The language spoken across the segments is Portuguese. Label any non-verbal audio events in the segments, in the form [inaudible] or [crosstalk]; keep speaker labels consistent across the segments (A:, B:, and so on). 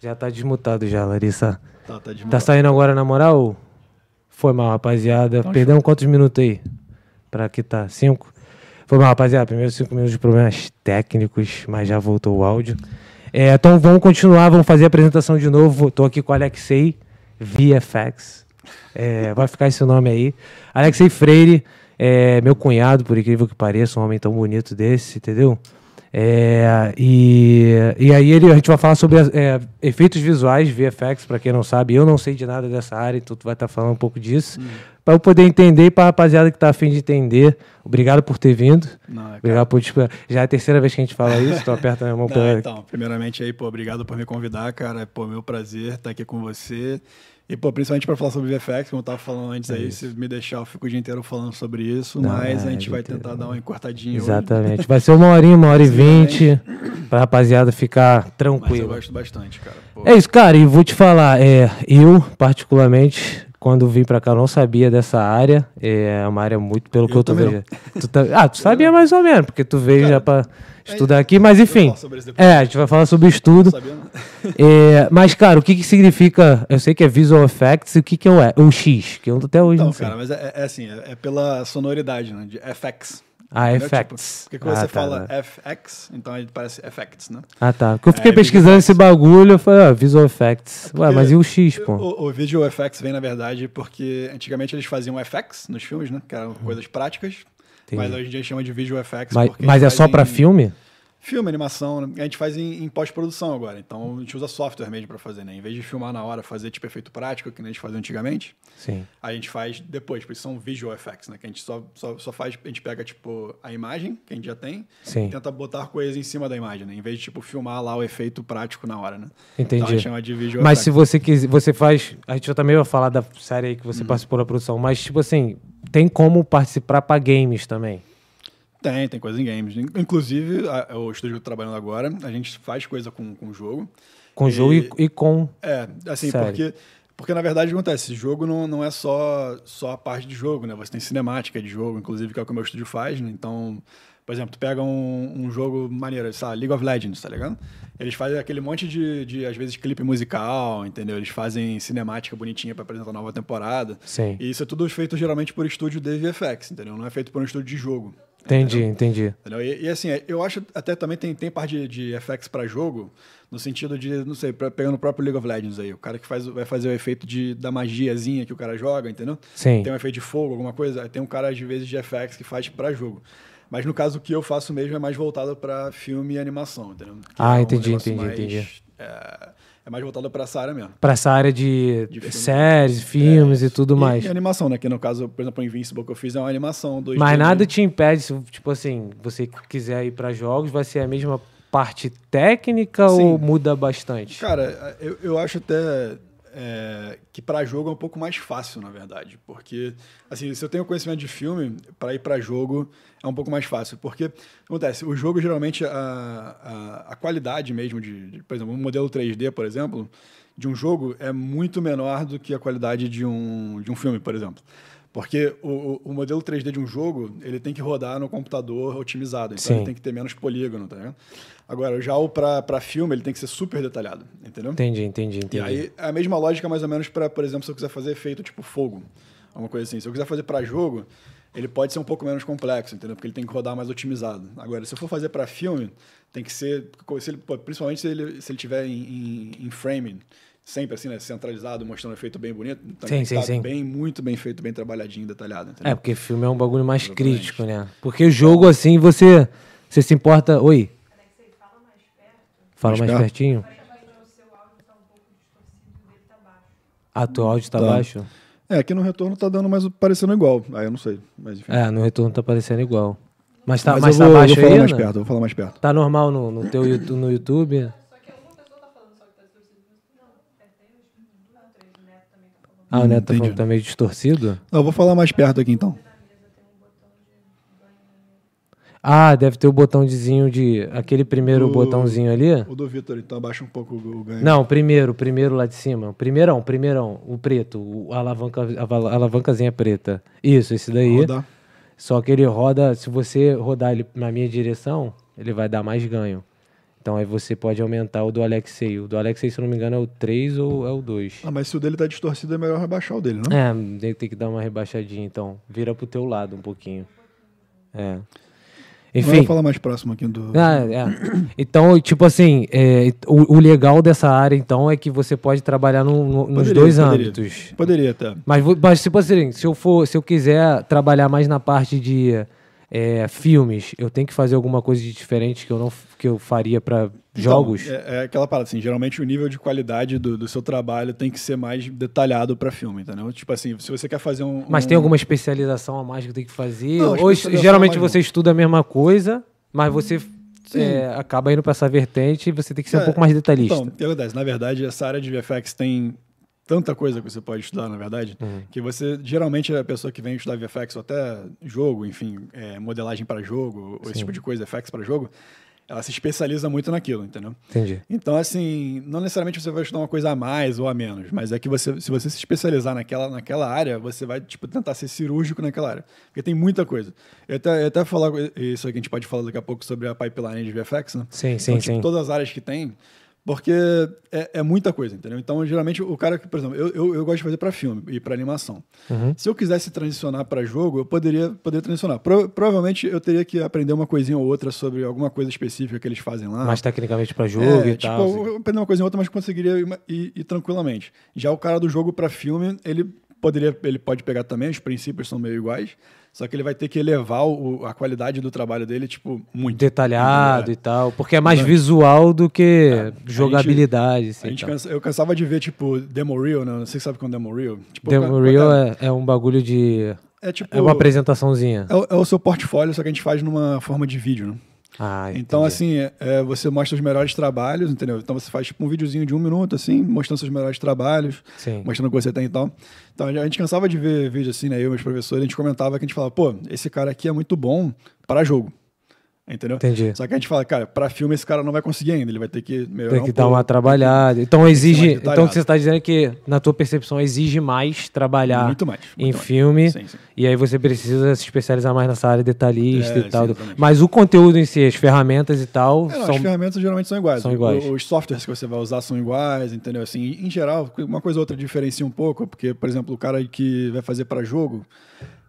A: Já tá desmutado já, Larissa.
B: Tá, tá de
A: Tá saindo agora na moral? Foi mal, rapaziada. Perdemos quantos minutos aí? Pra que tá? Cinco? Foi mal, rapaziada. Primeiro cinco minutos de problemas técnicos, mas já voltou o áudio. É, então vamos continuar, vamos fazer a apresentação de novo. Tô aqui com o Alexei VFX. É, vai ficar esse nome aí. Alexei Freire, é, meu cunhado, por incrível que pareça, um homem tão bonito desse, entendeu? É, e, e aí ele, a gente vai falar sobre é, efeitos visuais, VFX, para quem não sabe. Eu não sei de nada dessa área, então tu vai estar falando um pouco disso. Para eu poder entender e para rapaziada que tá afim de entender. Obrigado por ter vindo.
B: Não, é, cara.
A: obrigado por te esperar. Já é a terceira vez que a gente fala isso, então aperta a minha mão [laughs]
B: Não,
A: pra-
B: então, primeiramente aí, pô, obrigado por me convidar, cara. Pô, meu prazer estar aqui com você. E, pô, principalmente para falar sobre VFX, como eu tava falando antes aí, se me deixar, eu fico o dia inteiro falando sobre isso,
A: É Não,
B: mas
A: é,
B: a gente vai
A: inteiro.
B: tentar dar uma encurtadinha hoje.
A: Exatamente. Vai ser uma horinha, uma hora e vinte, pra rapaziada ficar
B: Mas eu
A: tranquila.
B: gosto bastante, cara. Pô,
A: É isso, cara, e vou te falar, é, eu, particularmente, quando vim pra cá, eu não sabia dessa área. É uma área muito, pelo que eu tô
B: também
A: vendo. Tu tá- ah, tu sabia mais ou menos, porque tu veio já pra
B: é
A: estudar aqui, mas enfim.
B: falar sobre isso depois.
A: É, a gente vai falar sobre estudo.
B: sabendo?
A: [laughs] É, mas, cara, o que, que significa? Eu sei que é Visual Effects e o que, que é o, E- o X, que eu até hoje
B: Então,
A: não sei.
B: cara, mas é, é assim, é, é pela sonoridade, né? De FX.
A: ah,
B: entendeu?
A: Effects.
B: Tipo, porque quando
A: ah,
B: você
A: tá,
B: fala
A: tá.
B: FX, então ele parece effects, né?
A: Ah, tá. Porque eu fiquei
B: É,
A: pesquisando esse bagulho, eu falei, ó, Visual Effects. Ué,
B: porque-
A: mas e o X, pô?
B: O, o visual effects vem, na verdade, porque antigamente eles faziam effects nos filmes, né? Que eram
A: Uhum.
B: coisas práticas. Mas
A: Entendi.
B: hoje em dia chama de visual effects.
A: Mas,
B: porque
A: mas é
B: eles
A: só pra
B: fazem
A: filme?
B: Filme, animação. né? A gente faz em, em pós-produção agora. Então a gente usa software mesmo pra fazer, né? Em vez de filmar na hora, fazer tipo efeito prático, que nem a gente fazia antigamente,
A: Sim.
B: a gente faz depois. Por isso são visual effects, né? Que a gente só, só, só faz. A gente pega, tipo, a imagem que a gente já tem
A: Sim.
B: e tenta botar coisas em cima da imagem, né? Em vez de, tipo, filmar lá o efeito prático na hora, né? Então a gente
A: Entendi.
B: chama de visual
A: Mas se
B: effects.
A: você quiser, você faz. A gente também vai falar da série aí que você
B: Hum.
A: participou da produção, mas tipo assim, tem como participar pra games também.
B: Tem, tem coisa em games. In- Inclusive, a- o estúdio que eu tô trabalhando agora, a gente faz coisa com o jogo.
A: Com jogo e, e com.
B: É, assim,
A: Sério?
B: porque, porque na verdade o que acontece, jogo não, não é só, só a parte de jogo, né? Você tem cinemática de jogo, inclusive, que é o que o meu estúdio faz, né? Então, por exemplo, tu pega um, um jogo maneiro, sei lá, League of Legends, tá ligado? Eles fazem aquele monte de, de, às vezes, clipe musical, entendeu? Eles fazem cinemática bonitinha pra apresentar a nova temporada.
A: Sim.
B: E isso é tudo feito geralmente por estúdio de VFX, entendeu? Não é feito por um estúdio de jogo.
A: Entendi, entendi.
B: Entendeu? E, e, assim, eu acho até também tem, tem parte de, de FX para jogo, no sentido de, não sei, pra- pegando o próprio League of Legends aí, o cara que faz, o- vai fazer o efeito de, da magiazinha que o cara joga, entendeu?
A: Sim.
B: Tem um efeito de fogo, alguma coisa, aí tem um cara às vezes de FX que faz para jogo. Mas no caso o que eu faço mesmo é mais voltado para filme e animação, entendeu? Que
A: Ah,
B: é um
A: entendi,
B: negócio
A: entendi,
B: mais,
A: entendi.
B: É, é mais voltado para essa área mesmo.
A: Pra essa área de,
B: De filme. É,
A: séries, filmes e tudo
B: E-
A: mais.
B: E, animação, né? Que no caso, por exemplo, o Invincible que eu fiz é uma animação. 2D,
A: mas
B: né?
A: nada te impede, se, tipo assim, você quiser ir pra jogos, vai ser a mesma parte técnica
B: Sim.
A: ou muda bastante?
B: Cara, eu, eu acho até é, que pra jogo é um pouco mais fácil, na verdade. Porque, assim, se eu tenho conhecimento de filme, pra ir pra jogo é um pouco mais fácil. Porque, acontece, o jogo geralmente, a, a, a qualidade mesmo de, de, por exemplo, um modelo 3D, por exemplo, de um jogo é muito menor do que a qualidade de um, de um filme, por exemplo. Porque o, o- o modelo 3D de um jogo, ele tem que rodar no computador otimizado. Então,
A: Sim.
B: ele tem que ter menos polígono, tá ligado? Agora, já o pra, pra filme, ele tem que ser super detalhado, entendeu?
A: Entendi, entendi,
B: E
A: entendi.
B: aí, é a mesma lógica, mais ou menos, pra, por exemplo, se eu quiser fazer efeito tipo fogo, alguma coisa assim. Se eu quiser fazer pra jogo, ele pode ser um pouco menos complexo, entendeu? Porque ele tem que rodar mais otimizado. Agora, se eu for fazer pra filme, tem que ser. co- se ele- pô, principalmente se ele, se ele tiver em, em, em framing, sempre assim, né? Centralizado, mostrando um efeito bem bonito. Então
A: Sim,
B: tem que
A: sim,
B: tá
A: sim.
B: Bem, muito bem feito, bem trabalhadinho, detalhado. Entendeu?
A: É, porque filme é um bagulho mais
B: Né? Exatamente.
A: crítico, né? Porque o jogo, assim, você, você se importa. Oi? Fala mais
B: Mais perto?
A: pertinho. tá um Ah, teu áudio tá,
B: Tá.
A: baixo?
B: É, aqui no retorno tá dando mais parecendo igual. Aí eu não sei, mas enfim.
A: É, no retorno tá parecendo igual. Mas tá,
B: mas
A: mas
B: eu vou,
A: tá
B: eu
A: baixo
B: vou falar
A: aí,
B: mais
A: né?
B: perto, eu vou falar mais perto.
A: Tá normal no, no teu Youtu- no YouTube? tá é Ah, o Neto tá falando que tá meio distorcido?
B: Não, eu vou falar mais perto aqui então.
A: Ah, deve ter o botãozinho de. aquele primeiro
B: Do-
A: botãozinho ali?
B: O do Vitor, então abaixa um pouco o ganho.
A: Não, o primeiro, o primeiro lá de cima. O Primeirão, o primeirão, o preto, o a alavanca, a vala- a alavancazinha preta. Isso, esse daí.
B: Rodar.
A: Só que ele roda, se você rodar ele na minha direção, ele vai dar mais ganho. Então aí você pode aumentar o do Alexei. O do Alexei, se eu não me engano, é o 3 ou é o 2.
B: Ah, mas se o dele tá distorcido, é melhor rebaixar o dele, não?
A: É, tem- tem que dar uma rebaixadinha, então. Vira pro teu lado um pouquinho. É.
B: Enfim. Vamos
A: Enfim.
B: falar mais próximo aqui do.
A: Ah, é. Então, tipo assim, é, o, o legal dessa área, então, é que você pode trabalhar no- no- nos
B: Poderia,
A: dois
B: poderia.
A: âmbitos.
B: Poderia até.
A: Mas, vou- mas tipo assim, se eu, for, se eu quiser trabalhar mais na parte de é, filmes, eu tenho que fazer alguma coisa de diferente que eu, não, f- que eu faria pra jogos?
B: Então, é, é aquela parada, assim, geralmente o nível de qualidade do, do seu trabalho tem que ser mais detalhado pra filme, entendeu? Tipo assim, se você quer fazer um.
A: Mas
B: um-
A: tem alguma especialização a mais que tem que fazer?
B: Não, Uhum.
A: Ou
B: especialização a
A: geralmente
B: mais
A: você estuda a mesma coisa, mas você é, acaba indo pra essa vertente e você tem que ser um
B: É,
A: pouco mais detalhista.
B: Então, o que acontece? Na verdade, essa área de VFX tem tanta coisa que você pode estudar, na verdade, que você geralmente é a pessoa que vem estudar VFX ou até jogo, enfim, é, modelagem para jogo, ou esse tipo de coisa, VFX para jogo, ela se especializa muito naquilo, entendeu?
A: Entendi.
B: Então, assim, não necessariamente você vai estudar uma coisa a mais ou a menos, mas é que você, se você se especializar naquela, naquela área, você vai, tipo, tentar ser cirúrgico naquela área. Porque tem muita coisa. Eu até, eu até vou falar isso aqui, a gente pode falar daqui a pouco sobre a pipeline de VFX, né?
A: Sim, sim,
B: Então, tipo,
A: sim.
B: todas as áreas que tem, porque é, é muita coisa, entendeu? Então, geralmente, o cara que, por exemplo, eu, eu, eu gosto de fazer para filme e para animação.
A: Uhum.
B: Se eu quisesse transicionar para jogo, eu poderia, poderia transicionar. Pro- provavelmente, eu teria que aprender uma coisinha ou outra sobre alguma coisa específica que eles fazem lá.
A: Mais tecnicamente pra jogo
B: Ah. É,
A: e
B: tipo,
A: tal. assim.
B: eu aprendi uma coisa em outra, mas conseguiria ir, ma- ir- ir tranquilamente. Já o cara do jogo pra filme, ele poderia, ele pode pegar também, os princípios são meio iguais, só que ele vai ter que elevar o- a qualidade do trabalho dele, tipo, muito.
A: detalhado
B: É.
A: e tal, porque é mais visual do que jogabilidade.
B: A
A: assim,
B: gente
A: tal.
B: cansa- eu cansava de ver, tipo, Demo Reel, né? Não sei se sabe o que é um Demo Reel. Tipo,
A: Demo
B: ca-
A: Reel
B: cara,
A: é, é um bagulho de.
B: é, tipo,
A: É uma apresentaçãozinha.
B: é o- é o seu portfólio, só que a gente faz numa forma de vídeo, né?
A: Ah,
B: Então,
A: entendi.
B: assim, é- é, você mostra os melhores trabalhos, entendeu? Então você faz tipo um videozinho de um minuto, assim, mostrando seus melhores trabalhos,
A: Sim.
B: mostrando o que você tem e tal. Então a gente cansava de ver vídeo assim, né? Eu e meus professores, a gente comentava que a gente falava, pô, esse cara aqui é muito bom para jogo. Entendeu?
A: Entendi.
B: Só que a gente fala, cara, para filme esse cara não vai conseguir ainda, ele vai ter que melhorar
A: Tem
B: um
A: que dar
B: pouco.
A: uma
B: [laughs]
A: trabalhada. Então exige.
B: mais
A: Então o que você
B: detalhado.
A: está dizendo é que, na tua percepção, exige mais trabalhar
B: Muito mais,
A: em
B: muito mais.
A: filme.
B: Sim, sim.
A: E aí você precisa se especializar mais nessa área detalhista
B: É,
A: e tal.
B: sim, exatamente.
A: Mas o conteúdo em si, as ferramentas e tal,
B: É, não,
A: são.
B: As ferramentas geralmente são iguais.
A: são iguais.
B: O- Os softwares que você vai usar são iguais, entendeu? Assim, em geral, uma coisa ou outra diferencia um pouco, porque, por exemplo, o cara que vai fazer para jogo,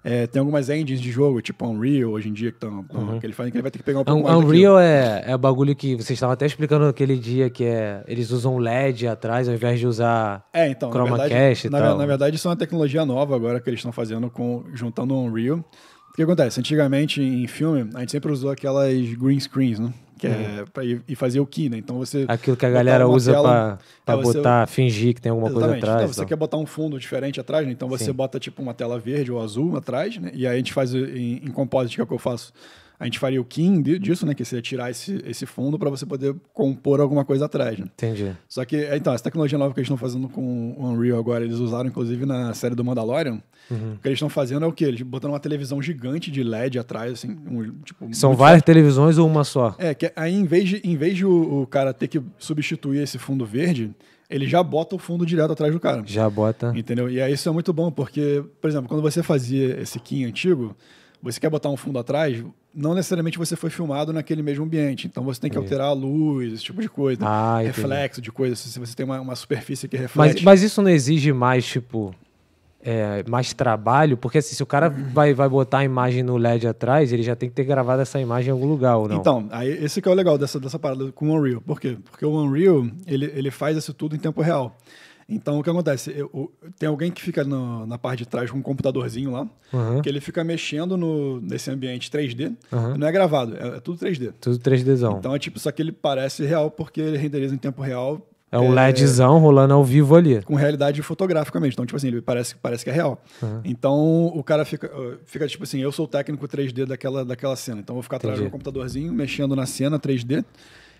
B: é, tem algumas engines de jogo, tipo Unreal, hoje em dia, que, tão, que ele faz, que ele vai ter que pegar um pouco
A: Uhum. Um,
B: mais daquilo.
A: Unreal é, é o bagulho que vocês estavam até explicando naquele dia que é. Eles usam LED atrás ao invés de usar
B: É, então,
A: Chroma
B: na
A: Cache e
B: verdade, na,
A: tal.
B: na verdade, isso é uma tecnologia nova agora que eles estão fazendo com juntando o Unreal. O que acontece? Antigamente, em filme, a gente sempre usou aquelas green screens, né? Que é pra, e, e fazer o key, né? Então você.
A: Uhum. aquilo que a
B: botava
A: galera
B: uma
A: usa
B: tela-
A: pra, pra
B: É, você-
A: botar, fingir que tem alguma coisa
B: Exatamente.
A: atrás.
B: Então, você
A: então.
B: quer botar um fundo diferente atrás, né? então você bota tipo uma tela verde ou azul atrás, né? E aí a gente faz em, em composite, que é o que eu faço. A gente faria o King di- disso, né? Que seria tirar esse, esse fundo para você poder compor alguma coisa atrás, né?
A: Entendi.
B: Só que, é, então, essa tecnologia nova que eles estão fazendo com o Unreal agora, eles usaram inclusive na série do Mandalorian.
A: Uhum.
B: O que eles estão fazendo é o quê? Eles botaram uma televisão gigante de LED atrás, assim, um, tipo.
A: São
B: muito
A: várias televisões ou uma só?
B: é, que aí em vez de, em vez de o, o cara ter que substituir esse fundo verde, ele já bota o fundo direto atrás do cara.
A: Já bota.
B: Entendeu? E aí isso é muito bom, porque, por exemplo, quando você fazia esse Kim antigo, você quer botar um fundo atrás, não necessariamente você foi filmado naquele mesmo ambiente. Então você tem que alterar a luz, esse tipo de coisa.
A: É. Ah, entendi.
B: reflexo de coisa, se você tem uma, uma superfície que
A: Mas,
B: reflete.
A: mas isso não exige mais, tipo. é, mais trabalho, porque assim, se o cara
B: Uhum.
A: vai, vai botar a imagem no LED atrás, ele já tem que ter gravado essa imagem em algum lugar ou não?
B: Então, aí esse que é o legal dessa, dessa parada com o Unreal. Por quê? Porque o Unreal, ele, ele faz isso tudo em tempo real. Então, o que acontece? Eu- o- tem alguém que fica no- na parte de trás com um computadorzinho lá,
A: Aham.
B: que ele fica mexendo no, nesse ambiente 3D.
A: Aham.
B: Não é gravado, é, é tudo 3D.
A: Tudo 3Dzão.
B: Então é tipo, só que ele parece real porque ele renderiza em tempo real.
A: é um LEDzão rolando ao vivo ali.
B: Com realidade fotograficamente. Então, tipo assim, ele parece, parece que é real. Então, o cara fica, uh, fica, tipo assim, eu sou o técnico 3D daquela, daquela cena. Então, eu vou ficar atrás do
A: Entendi.
B: meu computadorzinho, mexendo na cena 3D.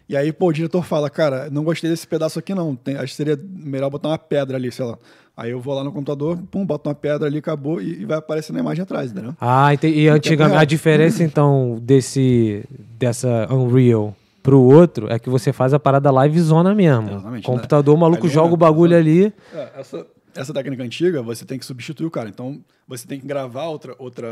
B: E aí, pô, o diretor fala, cara, não gostei desse pedaço aqui, não. Tem- acho que seria melhor botar uma pedra ali, sei lá. Aí eu vou lá no computador, pum, boto uma pedra ali, acabou, e, e vai aparecendo a imagem atrás, entendeu?
A: Ah, entendi. E antigamente
B: real.
A: a diferença então desse dessa Unreal pro outro é que você faz a parada live zona mesmo.
B: Exatamente, né?
A: Computador, o maluco
B: Ali é
A: joga o
B: mesmo,
A: bagulho ali.
B: É, essa, essa técnica antiga, você tem que substituir o cara. Então, você tem que gravar outra, outra,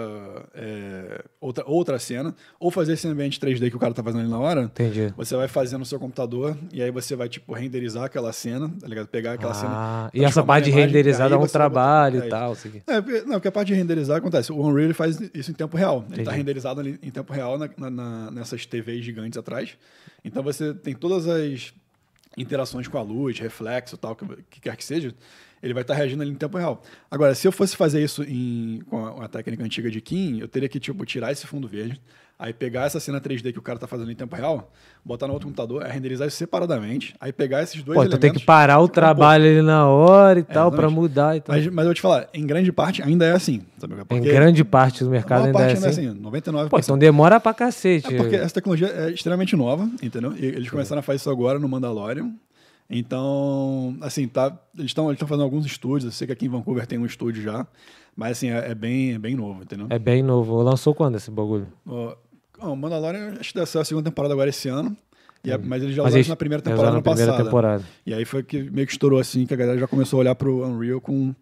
B: é, outra, outra cena, ou fazer esse ambiente 3D que o cara tá fazendo ali na hora.
A: Entendi.
B: Você vai fazer no seu computador, e aí você vai, tipo, renderizar aquela cena, tá ligado? Pegar aquela
A: Ah,
B: cena.
A: e essa
B: transformar
A: parte de
B: na imagem,
A: renderizada é
B: aí
A: um
B: você vai botar-
A: trabalho
B: é,
A: e tal. Assim.
B: É, porque- não, porque a parte de renderizar acontece. O Unreal ele faz isso em tempo real. Ele está
A: Entendi.
B: renderizado ali em tempo real na- na- na- nessas TVs gigantes atrás. Então você tem todas as interações com a luz, reflexo, tal, que, que quer que seja. Ele vai estar reagindo ali em tempo real. Agora, se eu fosse fazer isso em- com a, a técnica antiga de Kim, eu teria que tipo, tirar esse fundo verde, aí pegar essa cena 3D que o cara está fazendo em tempo real, botar no outro computador, aí renderizar isso separadamente, aí pegar esses dois
A: Pô, então
B: elementos...
A: tem que parar o
B: e compor.
A: trabalho ali na hora e tal, pra
B: exatamente.
A: mudar e tal.
B: Mas, mas eu vou te falar, em grande parte ainda é assim. Sabe?
A: tá? em
B: Porque-
A: grande parte do mercado
B: a maior
A: ainda é
B: parte
A: assim. então
B: ainda é assim, 99%.
A: Pô, então demora pra cacete.
B: É porque essa tecnologia é extremamente nova, entendeu? E eles começaram a fazer isso agora no Mandalorian. Então, assim, tá, eles estão eles tão fazendo alguns estúdios. Eu sei que aqui em Vancouver tem um estúdio já. Mas, assim, é, é bem, é bem novo, entendeu?
A: É bem novo. Lançou quando esse bagulho?
B: O o Mandalorian, acho que deve ser a segunda temporada agora esse ano. E é- mas eles já
A: Mas
B: usaram
A: eles-
B: isso na primeira
A: eles
B: temporada
A: usaram
B: no
A: na primeira
B: passado.
A: temporada.
B: E aí foi que meio que estourou, assim, que a galera já começou a olhar pro Unreal com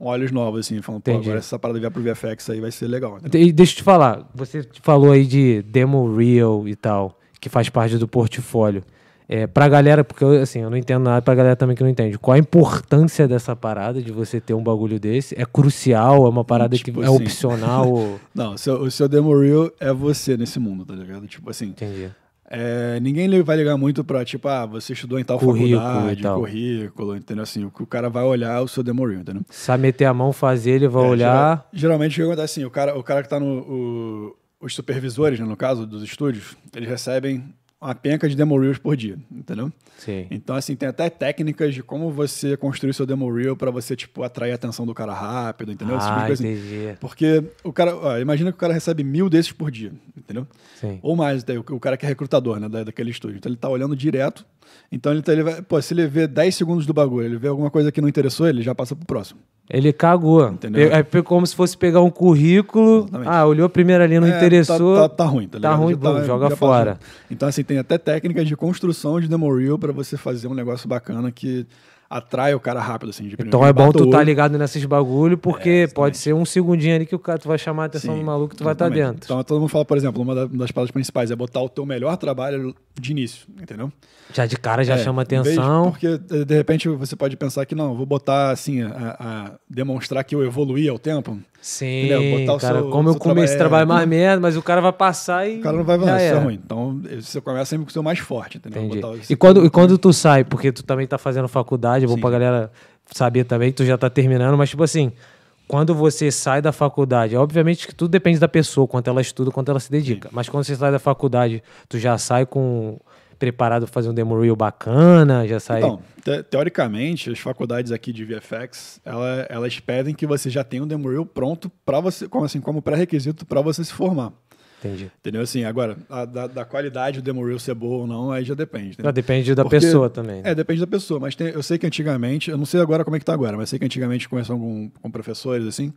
B: olhos novos, assim. Falando, pô,
A: Entendi.
B: agora essa parada vier pro VFX aí vai ser legal, entendeu?
A: E deixa eu te falar, você falou aí de demo real e tal, que faz parte do portfólio. É, pra galera, porque eu, assim, eu não entendo nada, pra galera também que não entende, qual a importância dessa parada de você ter um bagulho desse? É crucial? É uma parada
B: Tipo
A: que é
B: assim.
A: opcional?
B: [laughs]
A: ou-
B: Não, o seu, o seu demo reel é você nesse mundo, tá ligado? Tipo assim,
A: Entendi.
B: é, ninguém li- vai ligar muito pra, tipo, ah, você estudou em tal
A: Currículo
B: faculdade,
A: e tal.
B: currículo, entendeu? Assim, o, que o cara vai olhar o seu demo reel, entendeu?
A: Sabe meter a mão, fazer, ele vai
B: É,
A: olhar.
B: geral- geralmente o que acontece assim, o cara, o cara que tá no. o- os supervisores, né, no caso, dos estúdios, eles recebem uma penca de demo reels por dia, entendeu?
A: Sim.
B: Então, assim, tem até técnicas de como você construir seu demo reel pra você, tipo, atrair a atenção do cara rápido, entendeu? Esse tipo de
A: Ah,
B: coisa assim.
A: entendi.
B: Porque o cara, ó, imagina que o cara recebe mil desses por dia, entendeu?
A: Sim.
B: Ou mais, daí, o, o cara que é recrutador, né, da- daquele estúdio. Então ele tá olhando direto. Então ele, tá, ele vai, pô, se ele vê 10 segundos do bagulho, ele vê alguma coisa que não interessou, ele já passa pro próximo.
A: Ele cagou.
B: Entendeu?
A: Pe- É pe- como se fosse pegar um currículo.
B: Exatamente.
A: Ah, olhou a primeira ali, não
B: É,
A: interessou.
B: Tá, tá- tá ruim, tá
A: Tá
B: ligado?
A: ruim,
B: Já
A: bom, joga
B: já passa.
A: fora.
B: Então, assim, tem até técnicas de construção de demo reel pra você fazer um negócio bacana que atrai o cara rápido, assim. De
A: Então é bom tu estar tá ligado nesses bagulho, porque pode ser um segundinho ali que o cara tu vai chamar a atenção
B: É, Sim,
A: do um maluco e tu vai estar
B: exatamente.
A: dentro.
B: Então todo mundo fala, por exemplo, uma da- uma das palavras principais é botar o teu melhor trabalho de início, entendeu?
A: já de cara já
B: É,
A: chama
B: em vez de-
A: atenção.
B: Porque eh, de repente você pode pensar que não, vou botar assim, a, a demonstrar que eu evoluí ao tempo.
A: Sim,
B: entendeu? Botar o
A: cara,
B: seu-
A: como eu
B: seu
A: comecei a trabalhar
B: trabalho- é.
A: mais merda, mas o cara vai passar e.
B: O cara não vai
A: já
B: avançar, isso é
A: era.
B: ruim. Então eh, você começa sempre com o seu mais forte, entendeu?
A: Ah, Entendi.
B: Botar o-
A: E é quando, e quando tu sai, porque tu também tá fazendo faculdade, é bom pra galera saber também, tu já tá terminando, mas tipo assim, quando você sai da faculdade, obviamente que tudo depende da pessoa, quanto ela estuda, quanto ela se dedica. Mas quando você sai da faculdade, tu já sai com preparado pra fazer um demo reel bacana, já sai.
B: Então, te- teoricamente, as faculdades aqui de VFX, ela- elas pedem que você já tenha um demo reel pronto para você, como assim, como pré-requisito para você se formar.
A: Entendi.
B: Entendeu? Assim, agora, a- da, da qualidade do demo reel ser boa ou não, aí já depende. entendeu?
A: Ah, Depende da
B: é, Porque-
A: pessoa também. né?
B: É, depende da pessoa, mas tem- eu sei que antigamente, eu não sei agora como é que tá agora, mas sei que antigamente conversando com, com professores, assim,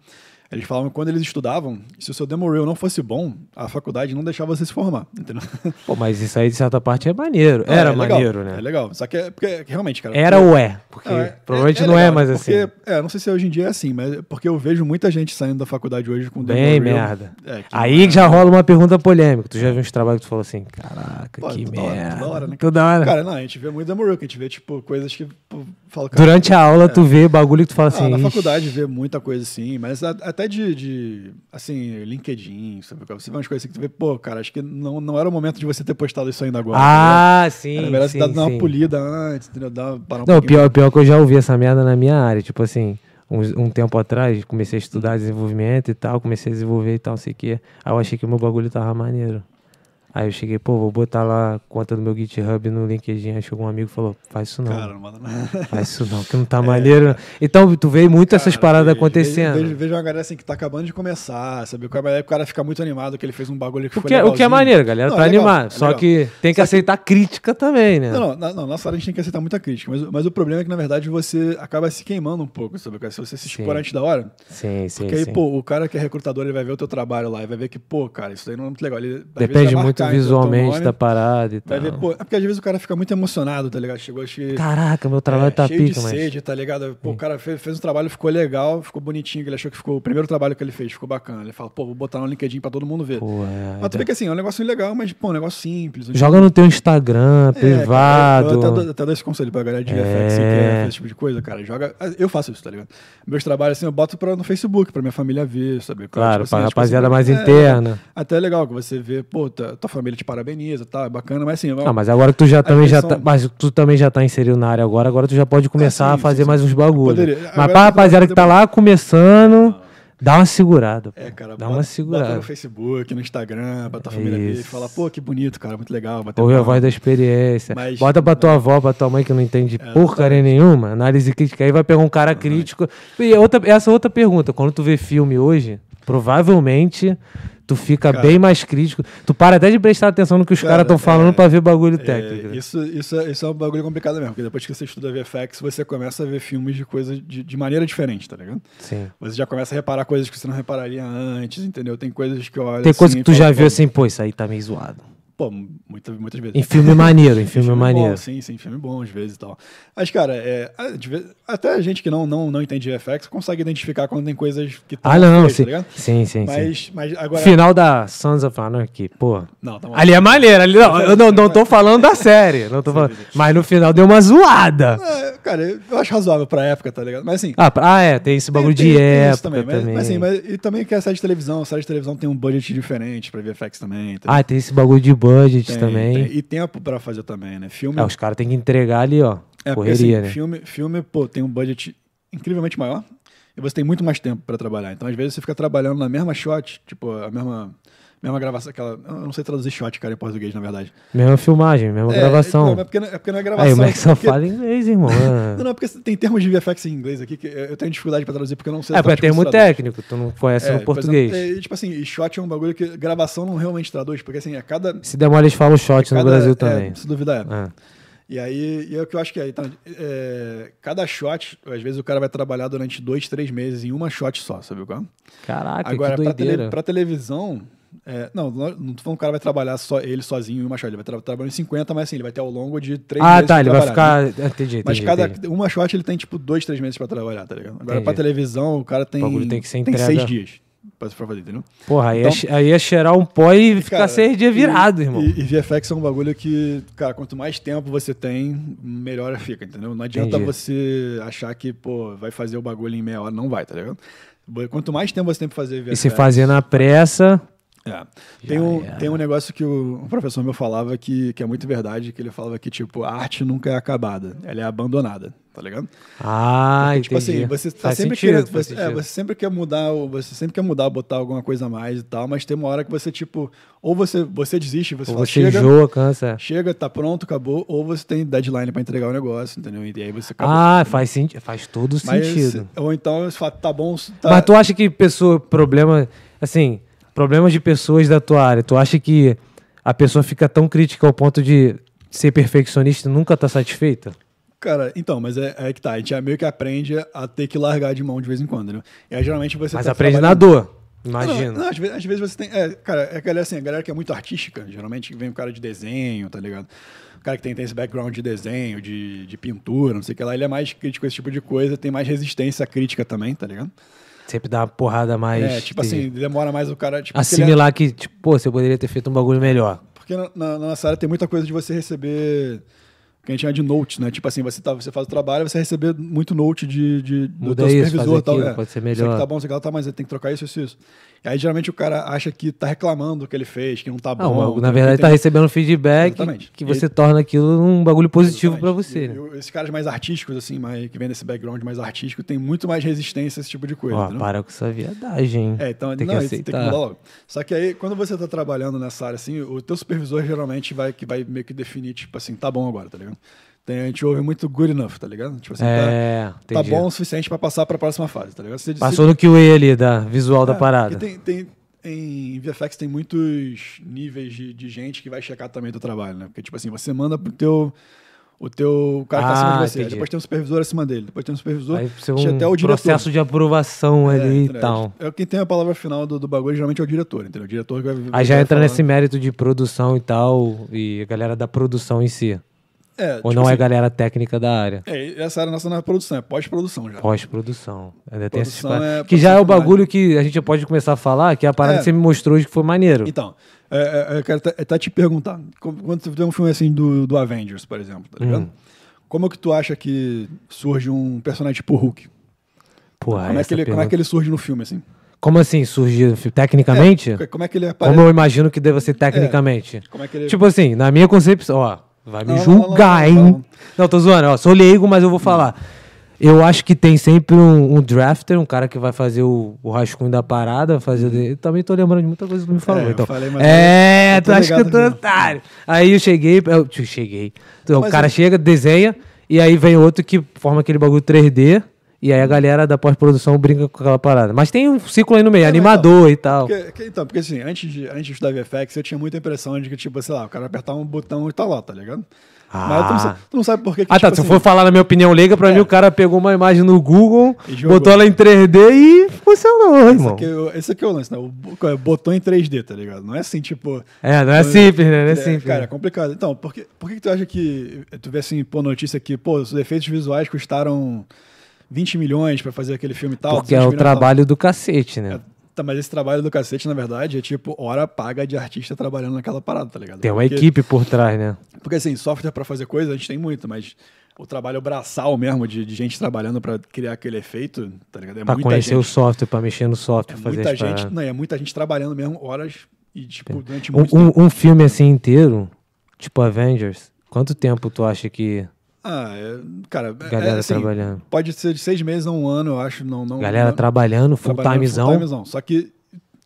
B: eles falavam que quando eles estudavam, se o seu demo reel não fosse bom, a faculdade não deixava você se formar, [laughs] entendeu?
A: Pô, mas isso aí, de certa parte, é maneiro. Era
B: É legal,
A: maneiro,
B: É
A: né?
B: legal, só que é, porque, é que realmente, cara...
A: Era ou é? Porque
B: Não, é-
A: provavelmente não é,
B: legal,
A: mais
B: porque,
A: assim.
B: É, não sei se hoje em dia é assim, mas porque eu vejo muita gente saindo da faculdade hoje com demo
A: Bem
B: reel.
A: merda. Ah,
B: É, que
A: Aí já rola uma pergunta polêmica. Tu já viu uns trabalhos que tu falou assim, caraca,
B: Pô,
A: que
B: toda hora,
A: merda.
B: toda hora, né, cara?
A: Toda hora.
B: Cara, não, a gente vê muito demo reel, que a gente vê, tipo, coisas que, pô, fala, cara,
A: Durante a aula, tu vê bagulho que tu fala
B: Ah,
A: assim.
B: na
A: "Ixi,
B: faculdade vê muita coisa assim, mas a- até de, de, assim, LinkedIn, sabe? Você vê umas coisas assim que tu vê, pô, cara, acho que não, não era o momento de você ter postado isso ainda agora.
A: Ah, sim.
B: entendeu? era melhor
A: sim,
B: você dar dar
A: sim.
B: uma polida antes, entendeu? Dar, parar um
A: Não,
B: pouquinho.
A: pior, pior é que eu já ouvi essa merda na minha área. Tipo assim, uns- um, tempo atrás, comecei a estudar desenvolvimento e tal, comecei a desenvolver e tal, não sei o quê. Aí eu achei que o meu bagulho tava maneiro. Aí eu cheguei, pô, vou botar lá a conta do meu GitHub no LinkedIn. Aí chegou um amigo e falou, faz isso não.
B: Cara, não [laughs] manda nada.
A: Faz isso não, que não
B: [laughs]
A: tá maneiro. não." Então, tu vê muito essas paradas
B: Vejo-
A: acontecendo.
B: Vejo, vejo, vejo uma galera assim que tá acabando de começar, sabe? O cara, o cara fica muito animado que ele fez um bagulho que
A: o,
B: foi
A: que é, o que é
B: legalzinho.
A: maneiro, galera,
B: Não,
A: tá
B: é legal,
A: animado.
B: é
A: Só
B: legal.
A: que tem que aceitar crítica também, né?
B: Não, não, na, na nossa área a gente tem que aceitar muita crítica, mas, mas o problema é que, na verdade, você acaba se queimando um pouco, sabe? cara? Se você se expor
A: Sim.
B: antes da hora,
A: Sim, sim,
B: Porque aí,
A: sim.
B: pô, o cara que é recrutador, ele vai ver o teu trabalho lá e vai ver que, pô, cara, isso daí não é muito legal. Ele, às vezes,
A: Depende
B: vai
A: muito
B: identificar então,
A: visualmente
B: teu nome.
A: da parada e tal.
B: Vai ver, pô, é porque às vezes o cara fica muito emocionado, tá ligado? Chegou, acho que.
A: Caraca, meu trabalho
B: é,
A: tá
B: cheio
A: pica,
B: de
A: mas.
B: sede, tá ligado? Pô, o cara fez, fez um trabalho, ficou legal, ficou bonitinho, que ele achou que ficou o primeiro trabalho que ele fez, ficou bacana. Ele fala, pô, vou botar no LinkedIn pra todo mundo ver.
A: Pô, é,
B: mas tu vê que assim, é um negócio legal, mas, pô, um negócio simples.
A: Joga no teu Instagram,
B: É, cara,
A: privado.
B: Eu, eu até, dou- até dou esse conselho pra galera de
A: É.
B: VFX que quer fazer esse tipo de coisa, cara. Joga. Eu faço isso, tá ligado? Meus trabalhos, assim, eu boto pra, no Facebook, pra minha família ver, sabe?
A: Claro,
B: tipo, assim,
A: pra
B: as
A: rapaziada
B: coisas-
A: mais
B: é,
A: interna.
B: Até é legal que você vê, pô, tua, tua família te parabeniza, tá? É bacana, mas assim, é uma-
A: Ah, mas agora que tu já também já
B: versão-
A: tá, mas tu também já tá inserido na área agora, agora tu já pode começar
B: Ah, sim,
A: a fazer
B: sim,
A: mais uns bagulhos.
B: Poderia. Agora
A: Mas
B: eu
A: pra
B: tô Ah.
A: rapaziada que tá lá começando, dá uma segurada. pô.
B: É, cara,
A: dá
B: bota-
A: uma
B: Bota
A: segurada.
B: no Facebook, no Instagram, pra tua família ver e
A: Isso.
B: fala, pô, que bonito, cara, muito legal. bater
A: Ouve a
B: papo.
A: voz da experiência.
B: Então, Mas- é.
A: Bota pra tua avó, pra tua mãe que não entende porcaria nenhuma, análise crítica. Aí vai pegar um cara crítico. E outra, essa é outra pergunta. Quando tu vê filme hoje, provavelmente tu fica bem mais crítico. Tu para até de prestar atenção no que os caras
B: Cara,
A: estão falando
B: é-
A: pra ver bagulho técnico.
B: É,
A: né?
B: isso, isso, é- isso é um bagulho complicado mesmo, porque depois que você estuda VFX, você começa a ver filmes de coisa de, de maneira diferente, tá ligado?
A: Sim.
B: Você já começa a reparar coisas que você não repararia antes, entendeu? Tem coisas que eu olho.
A: Tem coisa
B: assim
A: que tu
B: e falo,
A: já viu
B: pô,
A: assim, pô, isso aí tá meio zoado.
B: Pô, muitas, muitas vezes.
A: Em filme maneiro, em filme,
B: Filme
A: maneiro.
B: Bom, sim, sim, filme bom às vezes e tal. Mas, cara, é, a- de vez- até a gente que não, não, não entende VFX consegue identificar quando tem coisas que tão
A: ah, não,
B: feias,
A: sim.
B: tá ligado?
A: sim, sim, sim.
B: Mas, mas agora.
A: Final da Sons of Anarchy, pô.
B: Não, tá bom.
A: Ali é maneiro, ali não, eu não, não tô falando da série, não tô falando, mas no final deu uma zoada.
B: É, cara, eu acho razoável pra época, tá ligado? Mas assim.
A: Ah, pra- ah, é, tem esse bagulho
B: tem-
A: de
B: tem isso
A: época também.
B: Mas, mas, assim, mas- e também que a série de televisão. A série de televisão tem um budget diferente pra VFX também. tá
A: Ah, tem esse bagulho de budget
B: ligado? Tem-
A: também.
B: tem- e tempo pra fazer também, né? Filme.
A: Ah, os caras têm que entregar ali, ó,
B: É, porque,
A: correria,
B: assim,
A: né?
B: filme, filme, pô, tem um budget incrivelmente maior e você tem muito mais tempo pra trabalhar. Então, às vezes, você fica trabalhando na mesma shot, tipo, a mesma, mesma gravação, aquela... Eu não sei traduzir shot, cara, em português, na verdade.
A: Mesma filmagem, mesma gravação.
B: É, não, é porque, não- é porque não é gravação.
A: Aí o Max só
B: porque-
A: fala inglês, irmão. ah.
B: [laughs] Não, não, porque tem termos de VFX em inglês aqui que eu eu tenho dificuldade pra traduzir, porque eu não sei
A: É, porque é
B: exatamente
A: termo
B: como se traduz.
A: técnico, tu não conhece
B: tá É,
A: no
B: por exemplo,
A: português.
B: é, e, tipo assim, e shot é um bagulho que gravação não realmente traduz, porque assim, a cada...
A: Se der mole, eles falam shot
B: cada
A: no Brasil
B: é,
A: também.
B: se duvidar, é.
A: Ah.
B: E aí, e é o que eu acho que é. Então, é, cada shot, às vezes o cara vai trabalhar durante dois, três meses em uma shot só, sabe qual? é?
A: Caraca,
B: Agora,
A: É,
B: é
A: que
B: pra,
A: doideira.
B: tele, pra televisão. é, não, não não tô falando que o cara vai trabalhar só ele sozinho em uma shot. Ele vai tra trabalhar em 50, mas assim, ele vai ter ao longo de três
A: Ah,
B: meses.
A: tá,
B: pra
A: ele vai
B: trabalhar, né?
A: ficar... Entendi, entendi.
B: Mas cada
A: entendi.
B: uma shot ele tem tipo dois, três meses pra trabalhar, tá ligado? Agora
A: Entendi.
B: pra televisão o cara tem.
A: O bagulho tem que ser entrega.
B: seis dias pra, pra fazer, entendeu?
A: Porra, aí,
B: Então-
A: é, che- aí é cheirar um pó
B: [laughs]
A: e ficar
B: Cara,
A: seis dias
B: e-
A: virado, irmão.
B: E, e VFX é um bagulho que, cara, quanto mais tempo você tem, melhor fica, entendeu? Não adianta
A: Entendi.
B: você achar que, pô, vai fazer o bagulho em meia hora. Não vai, tá ligado? Bo- Quanto mais tempo você tem pra fazer VFX...
A: E se fazer na pressa.
B: É. Tem, um,
A: era.
B: tem um negócio que o, um professor meu falava que, que é muito verdade, que ele falava que, tipo, a arte nunca é acabada. Ela é abandonada, tá ligado?
A: Ah, entendi.
B: Tipo assim, você tá
A: Faz
B: sempre
A: sentido,
B: querendo,
A: faz
B: você, é,
A: sentido.
B: você sempre quer mudar, o- você sempre quer mudar, botar alguma coisa a mais e tal, mas tem uma hora que você tipo, ou você você desiste, você,
A: Ou
B: fala,
A: você
B: chega,
A: enjoa, cansa.
B: chega, tá pronto, acabou, ou você tem deadline pra entregar o negócio, entendeu? E aí você acabou.
A: Ah, faz, senti faz todo sentido.
B: ou então você fala, tá bom, tá
A: Mas tu acha que pessoa, problema, assim, problemas de pessoas da tua área, tu acha que a pessoa fica tão crítica ao ponto de ser perfeccionista e nunca tá satisfeita?
B: Cara, então, mas é, é que tá, a gente meio que aprende a ter que largar de mão de vez em quando, né? E aí, geralmente você
A: Mas
B: tá
A: aprende na
B: trabalhando-
A: dor,
B: Ah, não,
A: imagina.
B: Não, às, vezes, às vezes você tem. É, cara, é a galera assim, a galera que é muito artística, geralmente vem o cara de desenho, tá ligado? O cara que tem, tem esse background de desenho, de, de pintura, não sei o que lá, ele é mais crítico a esse tipo de coisa, tem mais resistência à crítica também, tá ligado?
A: Sempre dá uma porrada mais...
B: é, tipo
A: de-
B: assim, demora mais o cara. Tipo, porque ele é-
A: assimilar que, tipo, pô, você poderia ter feito um bagulho melhor.
B: Porque na, na- na nossa área tem muita coisa de você receber. o Que a gente chama de notes, né? Tipo assim, você, tá, você faz o trabalho, você recebe muito note de, de, do
A: Muda
B: teu
A: isso,
B: supervisor
A: faz
B: e tal.
A: aquilo,
B: é.
A: pode ser
B: Isso aqui
A: melhor.
B: tá bom, isso aqui lá tá, mas tem que trocar isso, isso, isso. E aí geralmente o cara acha que tá reclamando do que ele fez, que não tá
A: Ah, o
B: bom.
A: bagulho, na verdade,
B: que
A: tá
B: tem-
A: recebendo feedback
B: Exatamente.
A: que
B: E
A: você torna aquilo um bagulho positivo pra
B: Exatamente.
A: você.
B: E-
A: né?
B: e esses caras mais artísticos, assim, mais, que vêm desse background mais artístico, tem muito mais resistência a esse tipo de coisa.
A: Ó,
B: entendeu?
A: para com essa viadagem. hein?
B: É, então
A: tem
B: não,
A: que
B: isso tem que
A: aceitar.
B: mudar logo. Só que aí, quando você tá trabalhando nessa área, assim, o teu supervisor geralmente vai, que vai meio que definir, tipo assim, tá bom agora, tá ligado? Tem, a gente ouve muito good enough, tá ligado? Tipo assim, tá-
A: é,
B: tá,
A: entendi.
B: bom o suficiente pra passar pra próxima fase, tá ligado? Você-
A: Passou no QA ali da visual
B: você-
A: da
B: é,
A: parada.
B: porque Tem, tem, em VFX tem muitos níveis de, de gente que vai checar também teu trabalho, né? Porque, tipo assim, você manda pro teu. O teu o cara que tá acima
A: Ah,
B: de você.
A: entendi.
B: Depois tem um supervisor acima dele. Depois tem um supervisor.
A: Aí precisa
B: chega
A: um
B: até o diretor.
A: processo de aprovação
B: É,
A: ali e
B: entendeu?
A: tal.
B: É quem tem a palavra final do, do bagulho, geralmente é o diretor, entendeu? O diretor que tá vai
A: Aí já
B: vai
A: entra
B: falar-
A: nesse mérito de produção e tal, e a galera da produção em si.
B: É,
A: Ou
B: tipo
A: não é
B: assim,
A: galera técnica da área.
B: é, essa era a nossa na produção, é pós-produção já.
A: Pós-produção. Ainda tem esses
B: Produção
A: pa-
B: é
A: Que já é o
B: produção de
A: bagulho que a gente já pode começar a falar, que é a parada
B: É.
A: que você me mostrou hoje que foi maneiro.
B: Então, é, é, eu quero até, até te perguntar, como- quando você vê um filme assim do, do Avengers, por exemplo, tá ligado?
A: Hum.
B: Como é que tu acha que surge um personagem tipo Hulk?
A: Porra,
B: Como é, que
A: Ah, essa
B: ele, como é
A: pergunta-
B: que ele surge no filme, assim?
A: Como assim, surgiu tecnicamente?
B: É, como é que ele aparece?
A: Como eu imagino que deva ser tecnicamente.
B: Como é que ele-
A: Tipo assim, na minha concepção, ó, vai me
B: Não, não,
A: julgar,
B: não, não,
A: hein?
B: não.
A: Não, tô zoando, ó, sou leigo, mas eu vou falar. Eu acho que tem sempre um, um drafter, um cara que vai fazer o, o rascunho da parada, fazer. o- Eu também tô lembrando de muita coisa que tu me falou.
B: É, eu
A: então.
B: falei, mas
A: é,
B: eu
A: tu
B: tô
A: acha que eu
B: ligado
A: tô
B: mesmo.
A: otário. Aí eu cheguei, eu tio, cheguei. Então, o
B: Mas
A: cara
B: eu-
A: chega, desenha, e aí vem outro que forma aquele bagulho 3D. E aí a galera da pós-produção brinca com aquela parada. Mas tem um ciclo aí no meio,
B: É, mas
A: animador e tal.
B: Porque- que- então, porque assim, antes de, antes de estudar VFX, eu tinha muita impressão de que, tipo, sei lá, o cara apertar um botão e tá lá, tá ligado? Mas tu não,
A: Ah.
B: sa- tu não sabe por que que,
A: Ah, tá.
B: tipo
A: se eu
B: assim, É.
A: for falar na minha opinião leiga, pra mim o cara pegou uma imagem no Google,
B: E jogou.
A: botou ela em 3D e funcionou, irmão.
B: Porque eu- esse aqui é o lance, né? O bo- é botão em 3D, tá ligado? Não é assim, tipo.
A: É, não é simples, né? Não é
B: É,
A: simples.
B: Cara, é complicado. Então, por que, por que que tu acha que. Tu vê assim, pô, notícia que, pô, os efeitos visuais custaram 20 milhões pra fazer aquele filme e tal.
A: Porque é
B: 30
A: o
B: milhões e tal.
A: trabalho do cacete,
B: É,
A: né?
B: tá, mas esse trabalho do cacete, na verdade, é tipo hora paga de artista trabalhando naquela parada, tá ligado?
A: Tem uma
B: Porque-
A: equipe por trás, né?
B: Porque assim, software pra fazer coisa a gente tem muito, mas o trabalho braçal mesmo, de, de gente trabalhando pra criar aquele efeito, tá ligado? É
A: Pra
B: muita
A: conhecer o
B: gente. é
A: software, pra mexer no software, fazer
B: muita
A: as paradas.
B: gente, não, é muita gente trabalhando mesmo horas e, tipo, durante muito
A: Um- um, um filme assim inteiro, tipo Avengers, quanto tempo tu acha que
B: Ah, é, cara, é-
A: galera
B: é, assim,
A: trabalhando?
B: pode ser de seis meses a um ano, eu acho. Não, não,
A: Galera
B: não,
A: trabalhando, full
B: trabalhando
A: timezão,
B: full timezão. Só que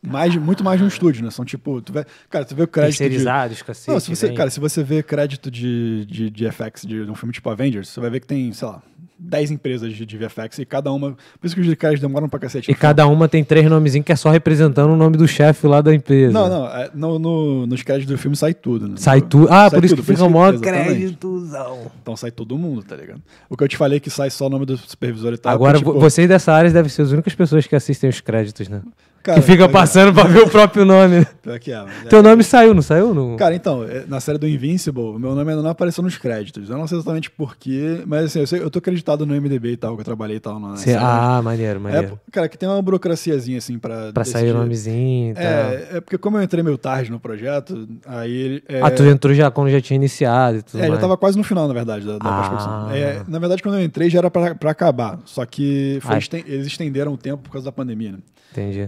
B: mais, de- muito mais de um estúdio, né? São tipo, tu vê, cara, tu vê o crédito. De,
A: terceirizados, cacete. né?
B: não, se você,
A: vem.
B: cara, se você vê crédito de, de, de FX de, um filme tipo Avengers, você vai ver que tem, sei lá, 10 empresas de, de VFX e cada uma. Por isso que os caras demoram pra cacete. né?
A: E cada uma tem três nomezinhos que é só representando o nome do chefe lá da empresa.
B: Não, não. é, no, no- nos créditos do filme sai tudo, né?
A: Sai tudo. Ah,
B: Sai
A: por isso
B: tudo,
A: que fica o maior
B: exatamente.
A: créditozão.
B: Então sai todo mundo, tá ligado? O que eu te falei que sai só o nome do supervisor e tal.
A: Agora,
B: porque,
A: vo-
B: tipo,
A: vocês dessa área devem ser as únicas pessoas que assistem os créditos, né?
B: cara,
A: que fica
B: pior
A: passando pra ver o próprio nome. né?
B: é, pior que é, mas é.
A: Teu nome saiu, não saiu? Não.
B: Cara, então, é, na série do Invincible, meu nome ainda não apareceu nos créditos. Eu não sei exatamente porquê, mas assim, eu, sei- eu tô acreditado no MDB e tal, que eu trabalhei e tal. né? Na
A: Cê-
B: série.
A: ah, maneiro,
B: É,
A: maneiro.
B: cara, que tem uma burocraciazinha, assim, pra.
A: pra sair o
B: decidir.
A: nomezinho e tal.
B: É, é porque como eu entrei meio tarde no projeto, aí. É,
A: Ah, tu entrou já quando já tinha iniciado e tudo
B: é, já
A: mais.
B: tava quase no final, na verdade, da, da
A: Ah.
B: pós-produção. É, na verdade, quando eu entrei já era pra, pra acabar. Só que foi
A: Ah.
B: esten- eles estenderam o tempo por causa da pandemia, né?
A: Entendi.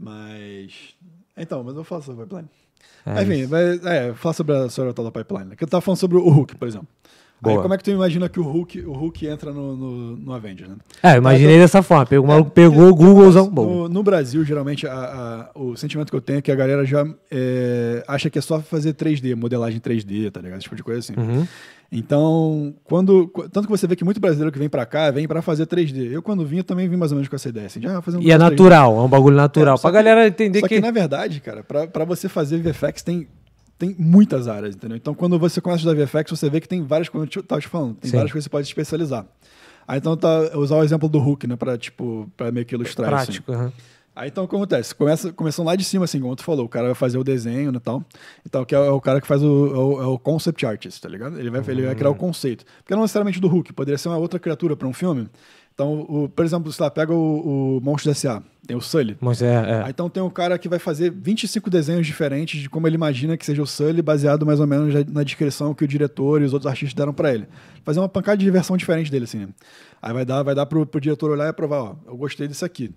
B: Mas. Então, mas eu falo sobre a pipeline.
A: É
B: Enfim,
A: isso.
B: mas, é, fala sobre a, sobre a tal da pipeline. né? Que eu tava falando sobre o Hulk, por exemplo.
A: Boa.
B: Aí, como é que tu imagina que o Hulk, o Hulk entra no, no, no Avengers, né?
A: É, eu imaginei dessa forma. Pegou, o
B: É,
A: maluco pegou o Googlezão. Bom. é
B: No, no Brasil, geralmente, a- a- o sentimento que eu tenho é que a galera já é, acha que é só fazer 3D, modelagem 3D, tá ligado? Esse tipo de coisa assim.
A: Uhum.
B: Então, quando. qu- Tanto que você vê que muito brasileiro que vem pra cá vem pra fazer 3D. Eu, quando vim, eu também vim mais ou menos com essa ideia. Assim, de, ah, fazer um
A: E é
B: negócio 3D.
A: natural, é um bagulho natural.
B: É, só
A: pra
B: que-
A: galera entender
B: Só que,
A: que. é
B: na verdade, cara, pra, pra você fazer VFX tem, tem muitas áreas, entendeu? Então, quando você começa a estudar VFX, você vê que tem várias coisas, tipo, eu tava te falando, tem
A: Sim.
B: várias coisas que você pode se especializar. Aí, então, tá, usar o exemplo do Hulk, né, pra, tipo, pra meio que ilustrar isso, assim.
A: Prático. aham.
B: Aí então o que acontece? Começa, começando lá de cima, assim, como tu falou, o cara vai fazer o desenho e tal. Então, que é, o- é o cara que faz o, é o, é o concept artist, tá ligado? Ele vai, ele vai criar o conceito. Porque não necessariamente do Hulk, poderia ser uma outra criatura pra um filme. Então, o, por exemplo, sei lá, pega o, o Monstros S.A., tem o Sully.
A: Mas é, é.
B: Aí, então tem um cara que vai fazer 25 desenhos diferentes de como ele imagina que seja o Sully, baseado mais ou menos na- na descrição que o diretor e os outros artistas deram pra ele. Fazer uma pancada de versão diferente dele, assim. né? Aí vai dar, vai dar pro, pro diretor olhar e aprovar, ó, eu gostei disso aqui.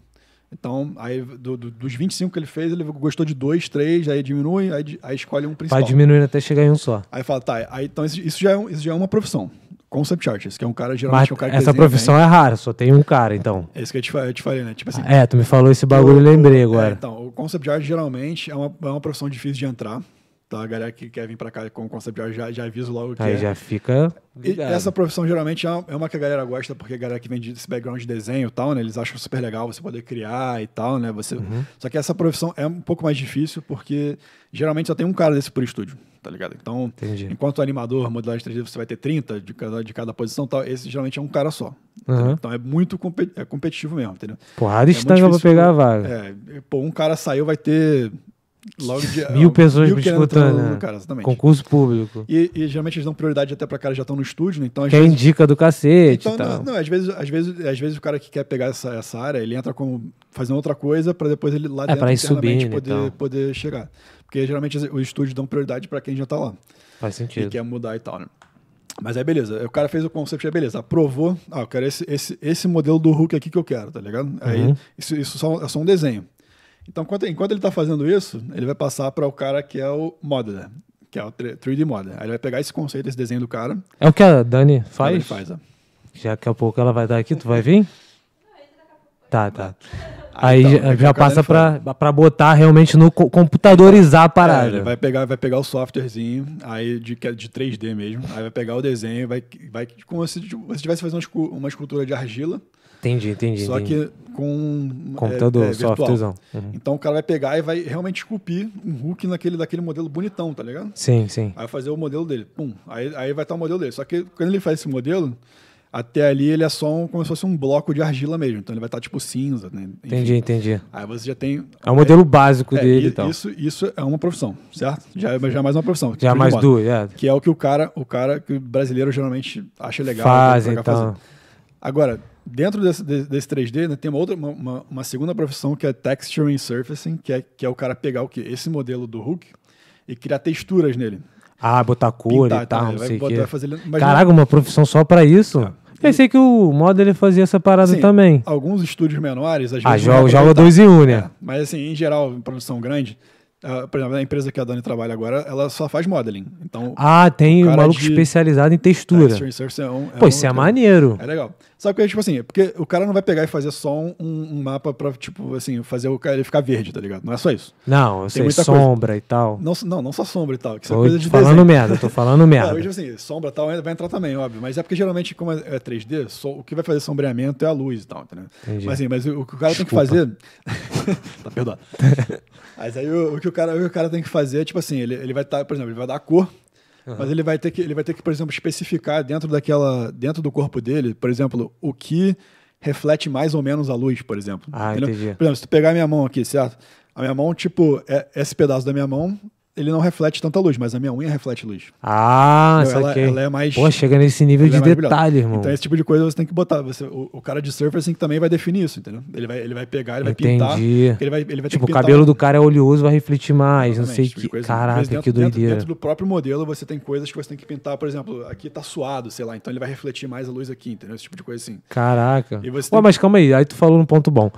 B: Então, aí do, do, dos 25 que ele fez, ele gostou de dois, três, aí diminui, aí, di- aí escolhe um principal.
A: Vai diminuindo até chegar em um só.
B: Aí fala, tá, aí, então isso, isso já é um- isso já é uma profissão. Concept artist, que é um cara, geralmente,
A: Mas
B: é um cara que
A: essa
B: desenha
A: profissão é rara, só tem um cara, então.
B: bem. É isso que eu te, fa- eu te falei, né? Tipo assim,
A: É, tu me falou esse bagulho, eu
B: O-
A: lembrei
B: é,
A: agora.
B: então, o concept art geralmente é uma, é uma profissão difícil de entrar. Tá, a galera que quer vir pra cá com o concept art, já, já aviso logo que
A: Aí
B: é.
A: já fica
B: E
A: ligado.
B: essa profissão geralmente é uma- é uma que a galera gosta, porque a galera que vem desse background de desenho e tal, né? Eles acham super legal você poder criar e tal, né? Você...
A: Uhum.
B: Só que essa profissão é um pouco mais difícil, porque geralmente só tem um cara desse por estúdio, tá ligado? Então,
A: Entendi.
B: enquanto animador, modelagem 3D, você vai ter 30 de cada, de cada posição e tal, esse geralmente é um cara só. entendeu?
A: Aham.
B: Então é muito compe- é competitivo mesmo, entendeu?
A: Porrada
B: É muito
A: estanga pra
B: difícil,
A: pegar a
B: pô.
A: vaga.
B: É, pô, um cara saiu, vai ter logo de, é,
A: Mil pessoas
B: mil querendo entrar
A: disputando.
B: no-
A: né?
B: no cara, exatamente.
A: Concurso público.
B: E, e geralmente eles dão prioridade até pra caras que já estão no estúdio, né? Então às
A: Que é
B: vezes-
A: indica do cacete
B: então,
A: e tal.
B: não, não, às vezes, às vezes, às vezes o cara que quer pegar essa, essa área, ele entra como fazendo outra coisa pra depois ele lá
A: É,
B: dentro
A: pra ir
B: internamente
A: subindo e
B: poder,
A: tal.
B: poder chegar. Porque geralmente os estúdios dão prioridade pra quem já tá lá
A: Faz
B: e
A: sentido.
B: quer mudar e tal, né? Mas aí beleza, o cara fez o concept, aí beleza, aprovou, ah, eu quero esse, esse, esse modelo do Hulk aqui que eu quero, tá ligado? Aí
A: Uhum.
B: isso, isso só, é só um desenho. Então enquanto, enquanto ele tá fazendo isso, ele vai passar para o cara que é o modeler, que é o 3D modeler. Aí ele vai pegar esse conceito, esse desenho do cara,
A: É o que a Dani
B: aí
A: faz?
B: ele faz, ó.
A: Já daqui a pouco ela vai dar aqui, tu vai vir? Tá, tá. Aí
B: Aí tá,
A: já-
B: aí
A: já
B: o cara
A: passa
B: ele faz.
A: pra, pra botar realmente no co- computadorizar a
B: É, ele
A: parada.
B: vai pegar, vai pegar o softwarezinho, aí de, que é de 3D mesmo, aí vai pegar o desenho, vai, vai como se tipo, você estivesse fazendo uma escu- uma escultura de argila,
A: Entendi, entendi.
B: só
A: entendi.
B: que com é,
A: Computador,
B: é, virtual.
A: softwarezão. Uhum.
B: Então o cara vai pegar e vai realmente esculpir um Hulk naquele, daquele modelo bonitão, tá ligado?
A: Sim, sim.
B: Aí vai fazer o modelo dele, pum, aí, aí vai estar o modelo dele. Só que quando ele faz esse modelo, até ali ele é só um, como se fosse um bloco de argila mesmo, então ele vai estar tipo cinza, né? Enfim.
A: Entendi, entendi.
B: Aí você já tem
A: É o modelo básico
B: é,
A: dele então.
B: i-
A: e tal.
B: Isso, isso é uma profissão, certo? Já, é- já é mais uma profissão.
A: Já
B: de
A: mais
B: moda.
A: duas, é.
B: Que é o que o cara, o cara que o brasileiro geralmente acha legal.
A: Fazem,
B: pra cá fazer.
A: então.
B: Agora, dentro desse, de- desse 3D, né, tem uma outra, uma, uma- uma segunda profissão que é texturing surfacing, que é, que é o cara pegar o quê? Esse modelo do Hulk e criar texturas nele.
A: Ah, botar cor
B: Pintar,
A: e tal,
B: tá,
A: não
B: vai
A: sei o
B: botar-
A: quê.
B: vai fazer- É. imagina-
A: Caraca, uma profissão só pra isso? Pensei que o modo ele fazia essa parada
B: Assim,
A: também.
B: Alguns estúdios menores, às
A: Ah,
B: vezes. não
A: joga,
B: vai
A: joga
B: aproveitar.
A: dois em um, né?
B: Mas assim, em geral, em produção grande, ah, por exemplo, a empresa que a Dani trabalha agora, ela só faz modeling. Então,
A: Ah, tem
B: O
A: um
B: cara
A: maluco
B: de-
A: especializado em textura.
B: texturing surfacing é um.
A: Pô, isso é
B: um-
A: maneiro.
B: É legal. Só que, tipo assim, é porque o cara não vai pegar e fazer só um, um mapa pra, tipo, assim, fazer o cara ele ficar verde, tá ligado? Não é só isso.
A: Não, eu sei,
B: muita
A: sombra e tal.
B: Não, não, não só sombra e tal, que isso é
A: Tô
B: coisa de
A: falando
B: desenho.
A: merda, tô falando
B: [laughs] Não,
A: merda.
B: tipo assim, sombra e tal vai entrar também, óbvio. Mas é porque geralmente, como é é 3D, só, o que vai fazer sombreamento é a luz e tal, entendeu?
A: Entendi.
B: Mas, assim, mas o, o que o cara
A: Desculpa.
B: tem que fazer. [laughs]
A: [laughs]
B: tá, perdoado. mas aí o, o que o, cara, o que o cara tem que fazer é, tipo assim, ele, ele vai estar, por exemplo, ele vai dar a cor. Mas ele vai, ter que, ele vai ter que, por exemplo, especificar dentro daquela. dentro do corpo dele, por exemplo, o que reflete mais ou menos a luz, por exemplo.
A: Ah,
B: Entendeu?
A: entendi.
B: Por exemplo, se tu pegar a minha mão aqui, certo? A minha mão, tipo, é- esse pedaço da minha mão, ele não reflete tanta luz, mas a minha unha reflete luz.
A: Ah,
B: Não, ela-
A: saquei.
B: ela é mais-
A: Pô, chega nesse nível
B: Ele
A: de
B: é maravilhoso.
A: detalhe, irmão.
B: Então, esse tipo de coisa você tem que botar. Você, o, o cara de surfacing também vai definir isso, entendeu? Ele vai, ele vai pegar, ele vai pintar.
A: Entendi.
B: Ele vai, ele vai ter
A: tipo,
B: que
A: o
B: pintar
A: cabelo
B: um-
A: do cara é oleoso, vai refletir mais, não
B: Exatamente,
A: sei
B: esse tipo de
A: que.
B: coisa. Às vezes
A: Caraca,
B: dentro,
A: que
B: dentro-
A: doideira.
B: Dentro do próprio modelo, você tem coisas que você tem que pintar. Por exemplo, aqui tá suado, sei lá, então ele vai refletir mais a luz aqui, entendeu? Esse tipo de coisa assim.
A: Caraca.
B: E você
A: Pô,
B: tem-
A: mas calma aí, aí tu falou um ponto bom.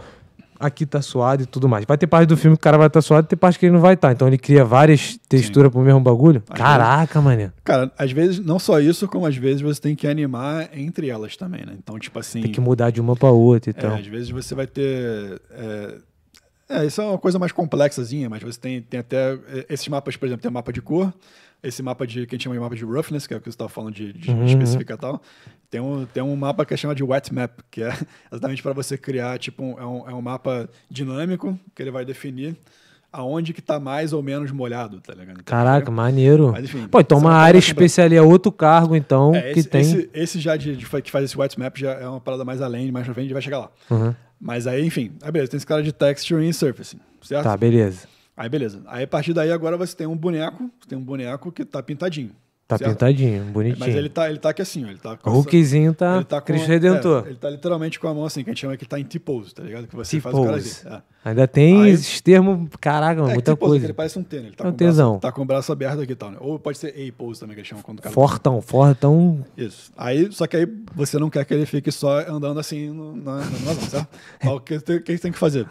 A: Aqui tá suado e tudo mais. Vai ter parte do filme que o cara vai estar suado e tem parte que ele não vai estar. Então ele cria várias texturas pro mesmo bagulho. Caraca, mané.
B: Cara, às vezes, não só isso, como às vezes você tem que animar entre elas também, né? Então, tipo assim.
A: Tem que mudar de uma pra outra então. e
B: É,
A: tal.
B: às vezes você vai ter. É, é, isso é uma coisa mais complexazinha, mas você tem, tem até. é, Esses mapas, por exemplo, tem mapa de cor, esse mapa de. que a gente chama de mapa de roughness, que é o que você estava falando de, de
A: Uhum.
B: especificar e tal. Tem um, tem um mapa que é chamado de wet map, que é [laughs] exatamente para você criar, tipo, um- é, um, é um mapa dinâmico, que ele vai definir aonde que tá mais ou menos molhado, tá ligado? Então,
A: Caraca, maneiro.
B: Mas, enfim,
A: Pô, então
B: você
A: uma
B: não
A: área
B: pode lembrar.
A: especial ali é outro cargo, então,
B: É,
A: que
B: esse,
A: tem.
B: esse- esse já de, de fa- que faz esse wet map já é uma parada mais além, mais pra frente, a gente vai chegar lá.
A: Uhum.
B: Mas aí, enfim, aí beleza, tem esse cara de texturing e surfacing, certo?
A: Tá, beleza.
B: Aí beleza. Aí a partir daí agora você tem um boneco, você tem um boneco que tá pintadinho.
A: Tá
B: certo?
A: pintadinho, bonitinho.
B: é, Mas ele tá, ele tá aqui assim, ó, ele tá
A: O
B: com
A: Hulkzinho tá,
B: ele tá com
A: Cristo
B: a-
A: Redentor.
B: é, ele tá literalmente com a mão assim, que a gente chama que tá em T-pose, tá ligado? Que você faz o
A: T-pose.
B: cara ali.
A: Ainda tem
B: Aí-
A: esses termos, caraca, mano,
B: É,
A: muita
B: T-pose, que
A: coisa.
B: ele parece um tênis, ele tá,
A: É um
B: com o braço-
A: tesão.
B: tá com o braço aberto aqui e tal, né? Ou pode ser A-pose também, que eles chamam quando o cara...
A: Fortão, fortão.
B: Isso. Aí, só que aí você não quer que ele fique só andando assim no, na, na, na mão,
A: [laughs]
B: certo?
A: É.
B: Mas o que, o que você tem que fazer?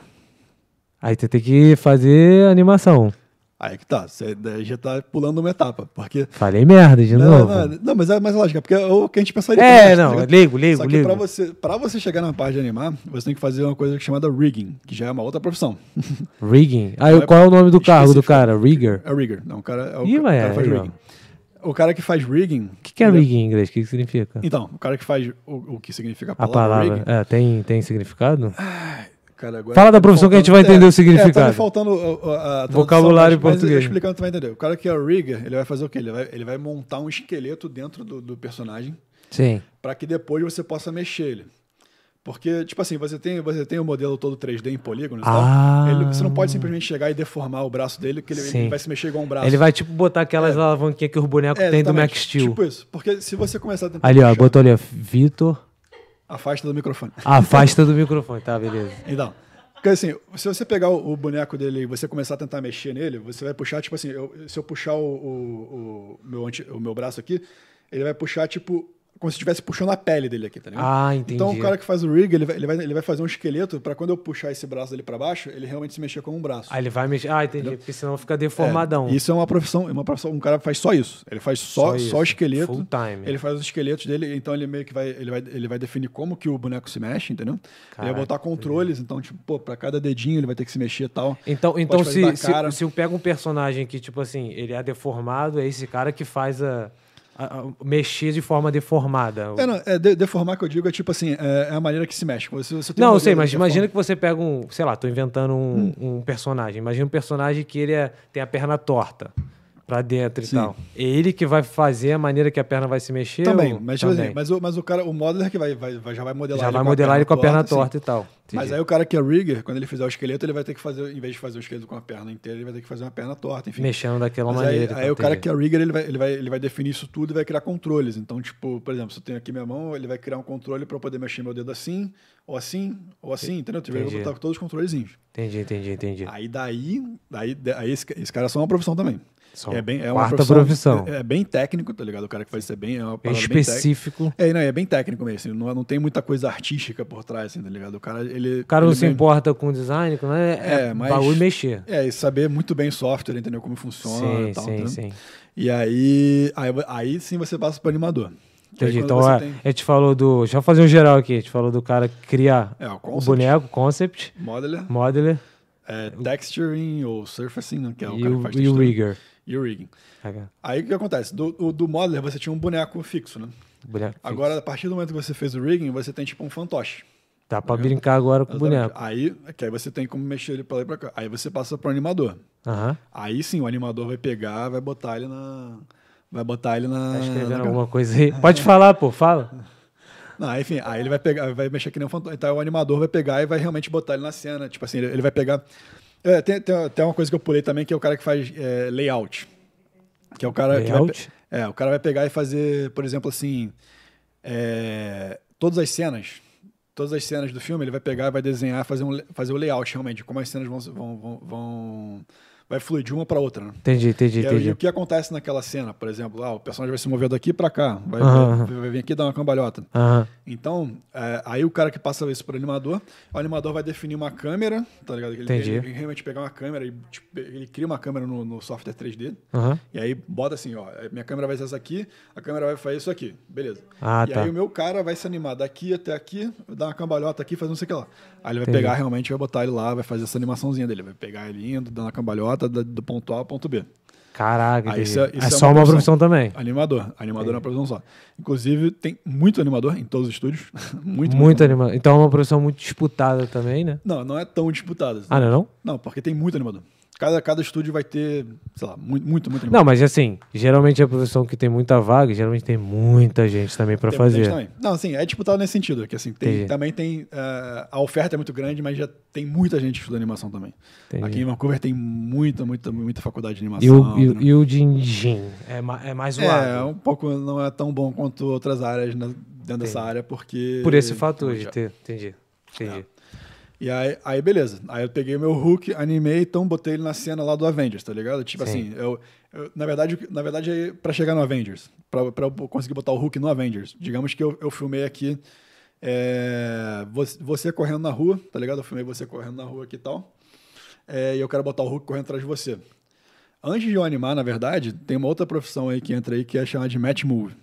A: Aí você tem que fazer animação.
B: Aí que tá, você daí já tá pulando uma etapa, porque...
A: Falei merda de
B: Não,
A: novo.
B: não, não, não, mas é mais lógico, porque é o que a gente pensaria.
A: É,
B: também, tá
A: não,
B: ligado?
A: ligo, ligo,
B: Só que
A: ligo.
B: pra você, pra você chegar na parte de animar, você tem que fazer uma coisa chamada rigging, que já é uma outra profissão.
A: Rigging. Aí,
B: Não é
A: qual é o nome do cargo do
B: específico.
A: cara? Rigger.
B: É rigger. Não, o cara, é o,
A: Ih,
B: o
A: mas
B: cara
A: é,
B: faz
A: aí, ó.
B: rigging. O cara que faz rigging.
A: O que, que é rigging em inglês? O que, que significa?
B: Então, o cara que faz o, o que significa a
A: A
B: palavra,
A: palavra.
B: rigging.
A: É, tem, tem significado?
B: Cara, agora
A: Fala da
B: me
A: profissão que a gente vai entender o significado.
B: É, tá me faltando uh, uh, a, tradução,
A: Vocabulário em
B: mas- mas
A: português.
B: explicando, tu vai entender. O cara que é o rigger, ele vai fazer o quê? Ele vai, ele vai montar um esqueleto dentro do, do personagem
A: Sim.
B: para que depois você possa mexer ele. Porque, tipo assim, você tem, você tem o modelo todo 3D em polígono e
A: Ah.
B: tal. Ele- você não pode simplesmente chegar e deformar o braço dele, porque ele, ele
A: Sim.
B: vai se mexer igual um braço.
A: Ele vai, tipo, botar aquelas alavanquinhas que os bonecos
B: É,
A: têm do
B: exatamente.
A: Max Steel.
B: Tipo isso. Porque se você começar a tentar
A: ali, ó,
B: puxar-
A: botou ali, ó. Vitor,
B: Afasta do microfone.
A: afasta do microfone. Tá, beleza.
B: Então, porque assim, se você pegar o, o boneco dele e você começar a tentar mexer nele, você vai puxar, tipo assim, eu- se eu puxar o, o- o meu anti- o meu braço aqui, ele vai puxar, tipo, como se estivesse puxando a pele dele aqui, tá ligado?
A: Ah, entendi.
B: Então o cara que faz o rig, ele vai, ele vai, ele vai fazer um esqueleto pra quando eu puxar esse braço dele pra baixo, ele realmente se mexer como um braço.
A: Aí ele vai mexer. Ah, entendi. Porque senão fica deformadão.
B: Isso é uma profissão, é uma profissão, um cara faz só isso. Ele faz
A: Só
B: só, só,
A: isso.
B: o esqueleto.
A: Full time.
B: Ele faz os esqueletos dele, então ele meio que vai, ele vai, ele vai definir como que o boneco se mexe, entendeu? ele
A: Caraca,
B: vai botar controles, então tipo, pô, para cada dedinho ele vai ter que se mexer e tal.
A: Então,
B: Pode
A: então
B: fazer
A: se,
B: da
A: se,
B: cara.
A: se eu pego um personagem que, tipo assim, ele é deformado, é esse cara que faz a, a- a- mexer de forma deformada.
B: É, não, é, de- deformar que eu digo é tipo assim, é, é a maneira que se mexe. Você, você tem um
A: Não, eu sei,
B: modelo
A: mas
B: de
A: imagina
B: deforma-
A: que você pega um, sei lá, tô inventando um,
B: Hum.
A: um personagem. Imagina um personagem que ele é- tem a perna torta pra dentro e
B: Sim.
A: tal. É ele que vai fazer a maneira que a perna vai se mexer?
B: Também,
A: ou-
B: mas, tipo assim, mas, o, mas o cara, o modeler que vai, vai, vai- já vai modelar
A: Já
B: ele
A: vai
B: com a
A: modelar ele com a perna torta
B: assim.
A: e tal.
B: Mas
A: Entendi.
B: aí o cara que é rigger, quando ele fizer o esqueleto, ele vai ter que fazer, em vez de fazer o esqueleto com a perna inteira, ele vai ter que fazer uma perna torta, enfim.
A: Mexendo daquela
B: Mas aí,
A: maneira. e
B: aí
A: tal,
B: o cara
A: entendi.
B: que é rigger, ele vai, ele, vai, ele vai definir isso tudo e vai criar controles. Então, tipo, por exemplo, se eu tenho aqui minha mão, ele vai criar um controle para eu poder mexer meu dedo assim, ou assim, ou assim, entendeu? Tipo, ele vai
A: Entendi.
B: botar todos os controlezinhos.
A: Entendi, entendi, entendi.
B: Aí daí, aí, aí esse, esse cara é só uma profissão também.
A: Só
B: é bem, é uma
A: quarta profissão.
B: É, é bem técnico, tá ligado? O cara que faz isso é bem... É uma
A: É
B: parada bem técnica.
A: específico.
B: É, não, é bem técnico mesmo. assim, não, não tem muita coisa artística por trás, assim, tá ligado? O cara, ele...
A: O cara não
B: ele
A: se
B: meio-
A: importa com design, com nada, é,
B: É, mas-
A: baú e mexer.
B: É, e saber muito bem software, entendeu? Como funciona
A: Sim,
B: e tal,
A: sim,
B: entendeu?
A: sim.
B: E aí, aí, aí sim você passa pro animador. Que aí
A: Entendi.
B: quando
A: Então,
B: você
A: é,
B: tem-
A: a gente falou do. Deixa eu fazer um geral aqui. A gente falou do cara criar
B: É, o
A: o
B: concept,
A: boneco, concept,
B: modeler,
A: modeler
B: é, texturing ou surfacing, né, que é o
A: e
B: cara
A: o,
B: que faz
A: e o
B: textura,
A: rigger.
B: E o rigging.
A: Caraca,
B: Aí o que acontece? Do, o- do modeler você tinha um boneco fixo, né?
A: boneco fixo.
B: Agora, a partir do momento que você fez o rigging, você tem tipo um fantoche.
A: Dá Tá pra brincar agora com o boneco.
B: Aí, que aí você tem como mexer ele pra lá e pra cá. Aí você passa pro animador.
A: Aham.
B: Aí sim, o animador vai pegar, vai botar ele na... Vai botar ele na...
A: Tá escrevendo
B: na-
A: alguma coisa aí. Pode falar, pô, fala.
B: Não, enfim, aí ele vai pegar, vai mexer que nem um fantasma. Então o animador vai pegar e vai realmente botar ele na cena. Tipo assim, ele, ele vai pegar. É, tem, tem, tem uma coisa que eu pulei também, que é o cara que faz é, layout. Que é o cara
A: Layout?
B: que. Vai, pe- é, o cara vai pegar e fazer, por exemplo, assim. é, todas as cenas. Todas as cenas do filme, ele vai pegar e vai desenhar, fazer, um, la- fazer o layout realmente, como as cenas vão. se- vão, vão, vão- vai fluir de uma para outra, né?
A: Entendi, entendi,
B: E, aí, o
A: entendi.
B: que acontece naquela cena, por exemplo, ah, o personagem vai se mover daqui para cá, vai,
A: Aham.
B: vai, vai vir aqui dar uma cambalhota.
A: Aham.
B: Então, é, aí o cara que passa isso pro animador, o animador vai definir uma câmera, tá ligado? Ele,
A: Entendi.
B: ele realmente pegar uma câmera, e, tipo, ele cria uma câmera no, no software 3D,
A: Aham.
B: e aí bota assim, ó, minha câmera vai ser essa aqui, a câmera vai fazer isso aqui, beleza.
A: Ah,
B: e
A: tá.
B: aí o meu cara vai se animar daqui até aqui, dar uma cambalhota aqui, fazer não sei o que lá. Aí ele vai
A: Entendi.
B: pegar realmente, vai botar ele lá, vai fazer essa animaçãozinha dele, vai pegar ele indo, dando a cambalhota da- do ponto A ao ponto B.
A: Caraca,
B: Ah,
A: entendi.
B: isso é- isso
A: é
B: é
A: só
B: uma
A: uma profissão
B: profissão. Ah,
A: também.
B: Animador, animador é uma profissão só. Inclusive, tem muito animador em todos os estúdios, [laughs] muito,
A: Muito animado. Então é uma profissão muito disputada também, né?
B: Não, não é tão disputado. assim.
A: Ah, não é não?
B: Não, porque tem muito animador. Cada, cada estúdio vai ter, sei lá, muito, muito, muito animador.
A: Não, mas assim, geralmente é a profissão que tem muita vaga, geralmente tem muita gente também pra
B: Tem muita gente
A: fazer.
B: também. Não, assim, é disputado nesse sentido. Que, assim, tem-
A: Entendi.
B: também tem. ah, a oferta é muito grande, mas já tem muita gente que estuda animação também.
A: Entendi.
B: Aqui em Vancouver tem muita, muita, muita faculdade de
A: E o,
B: animação.
A: e,
B: né?
A: o- e o din-din? É, ma- é mais zoado.
B: é, um pouco não é tão bom quanto outras áreas na- dentro dessa área, porque.
A: Por esse fator de
B: Já. É.
A: ter. Entendi. Entendi.
B: E aí, aí, beleza. Aí eu peguei o meu Hulk, animei, então botei ele na cena lá do Avengers, tá ligado? Tipo
A: Sim.
B: assim, eu, eu- na verdade, na verdade é para chegar no Avengers, pra, pra eu conseguir botar o Hulk no Avengers. Digamos que eu, eu filmei aqui é, você, você correndo na rua, tá ligado? Eu filmei você correndo na rua aqui e tal. É, e eu quero botar o Hulk correndo atrás de você. Antes de eu animar, na verdade, tem uma outra profissão aí que entra aí que é chamada de match move.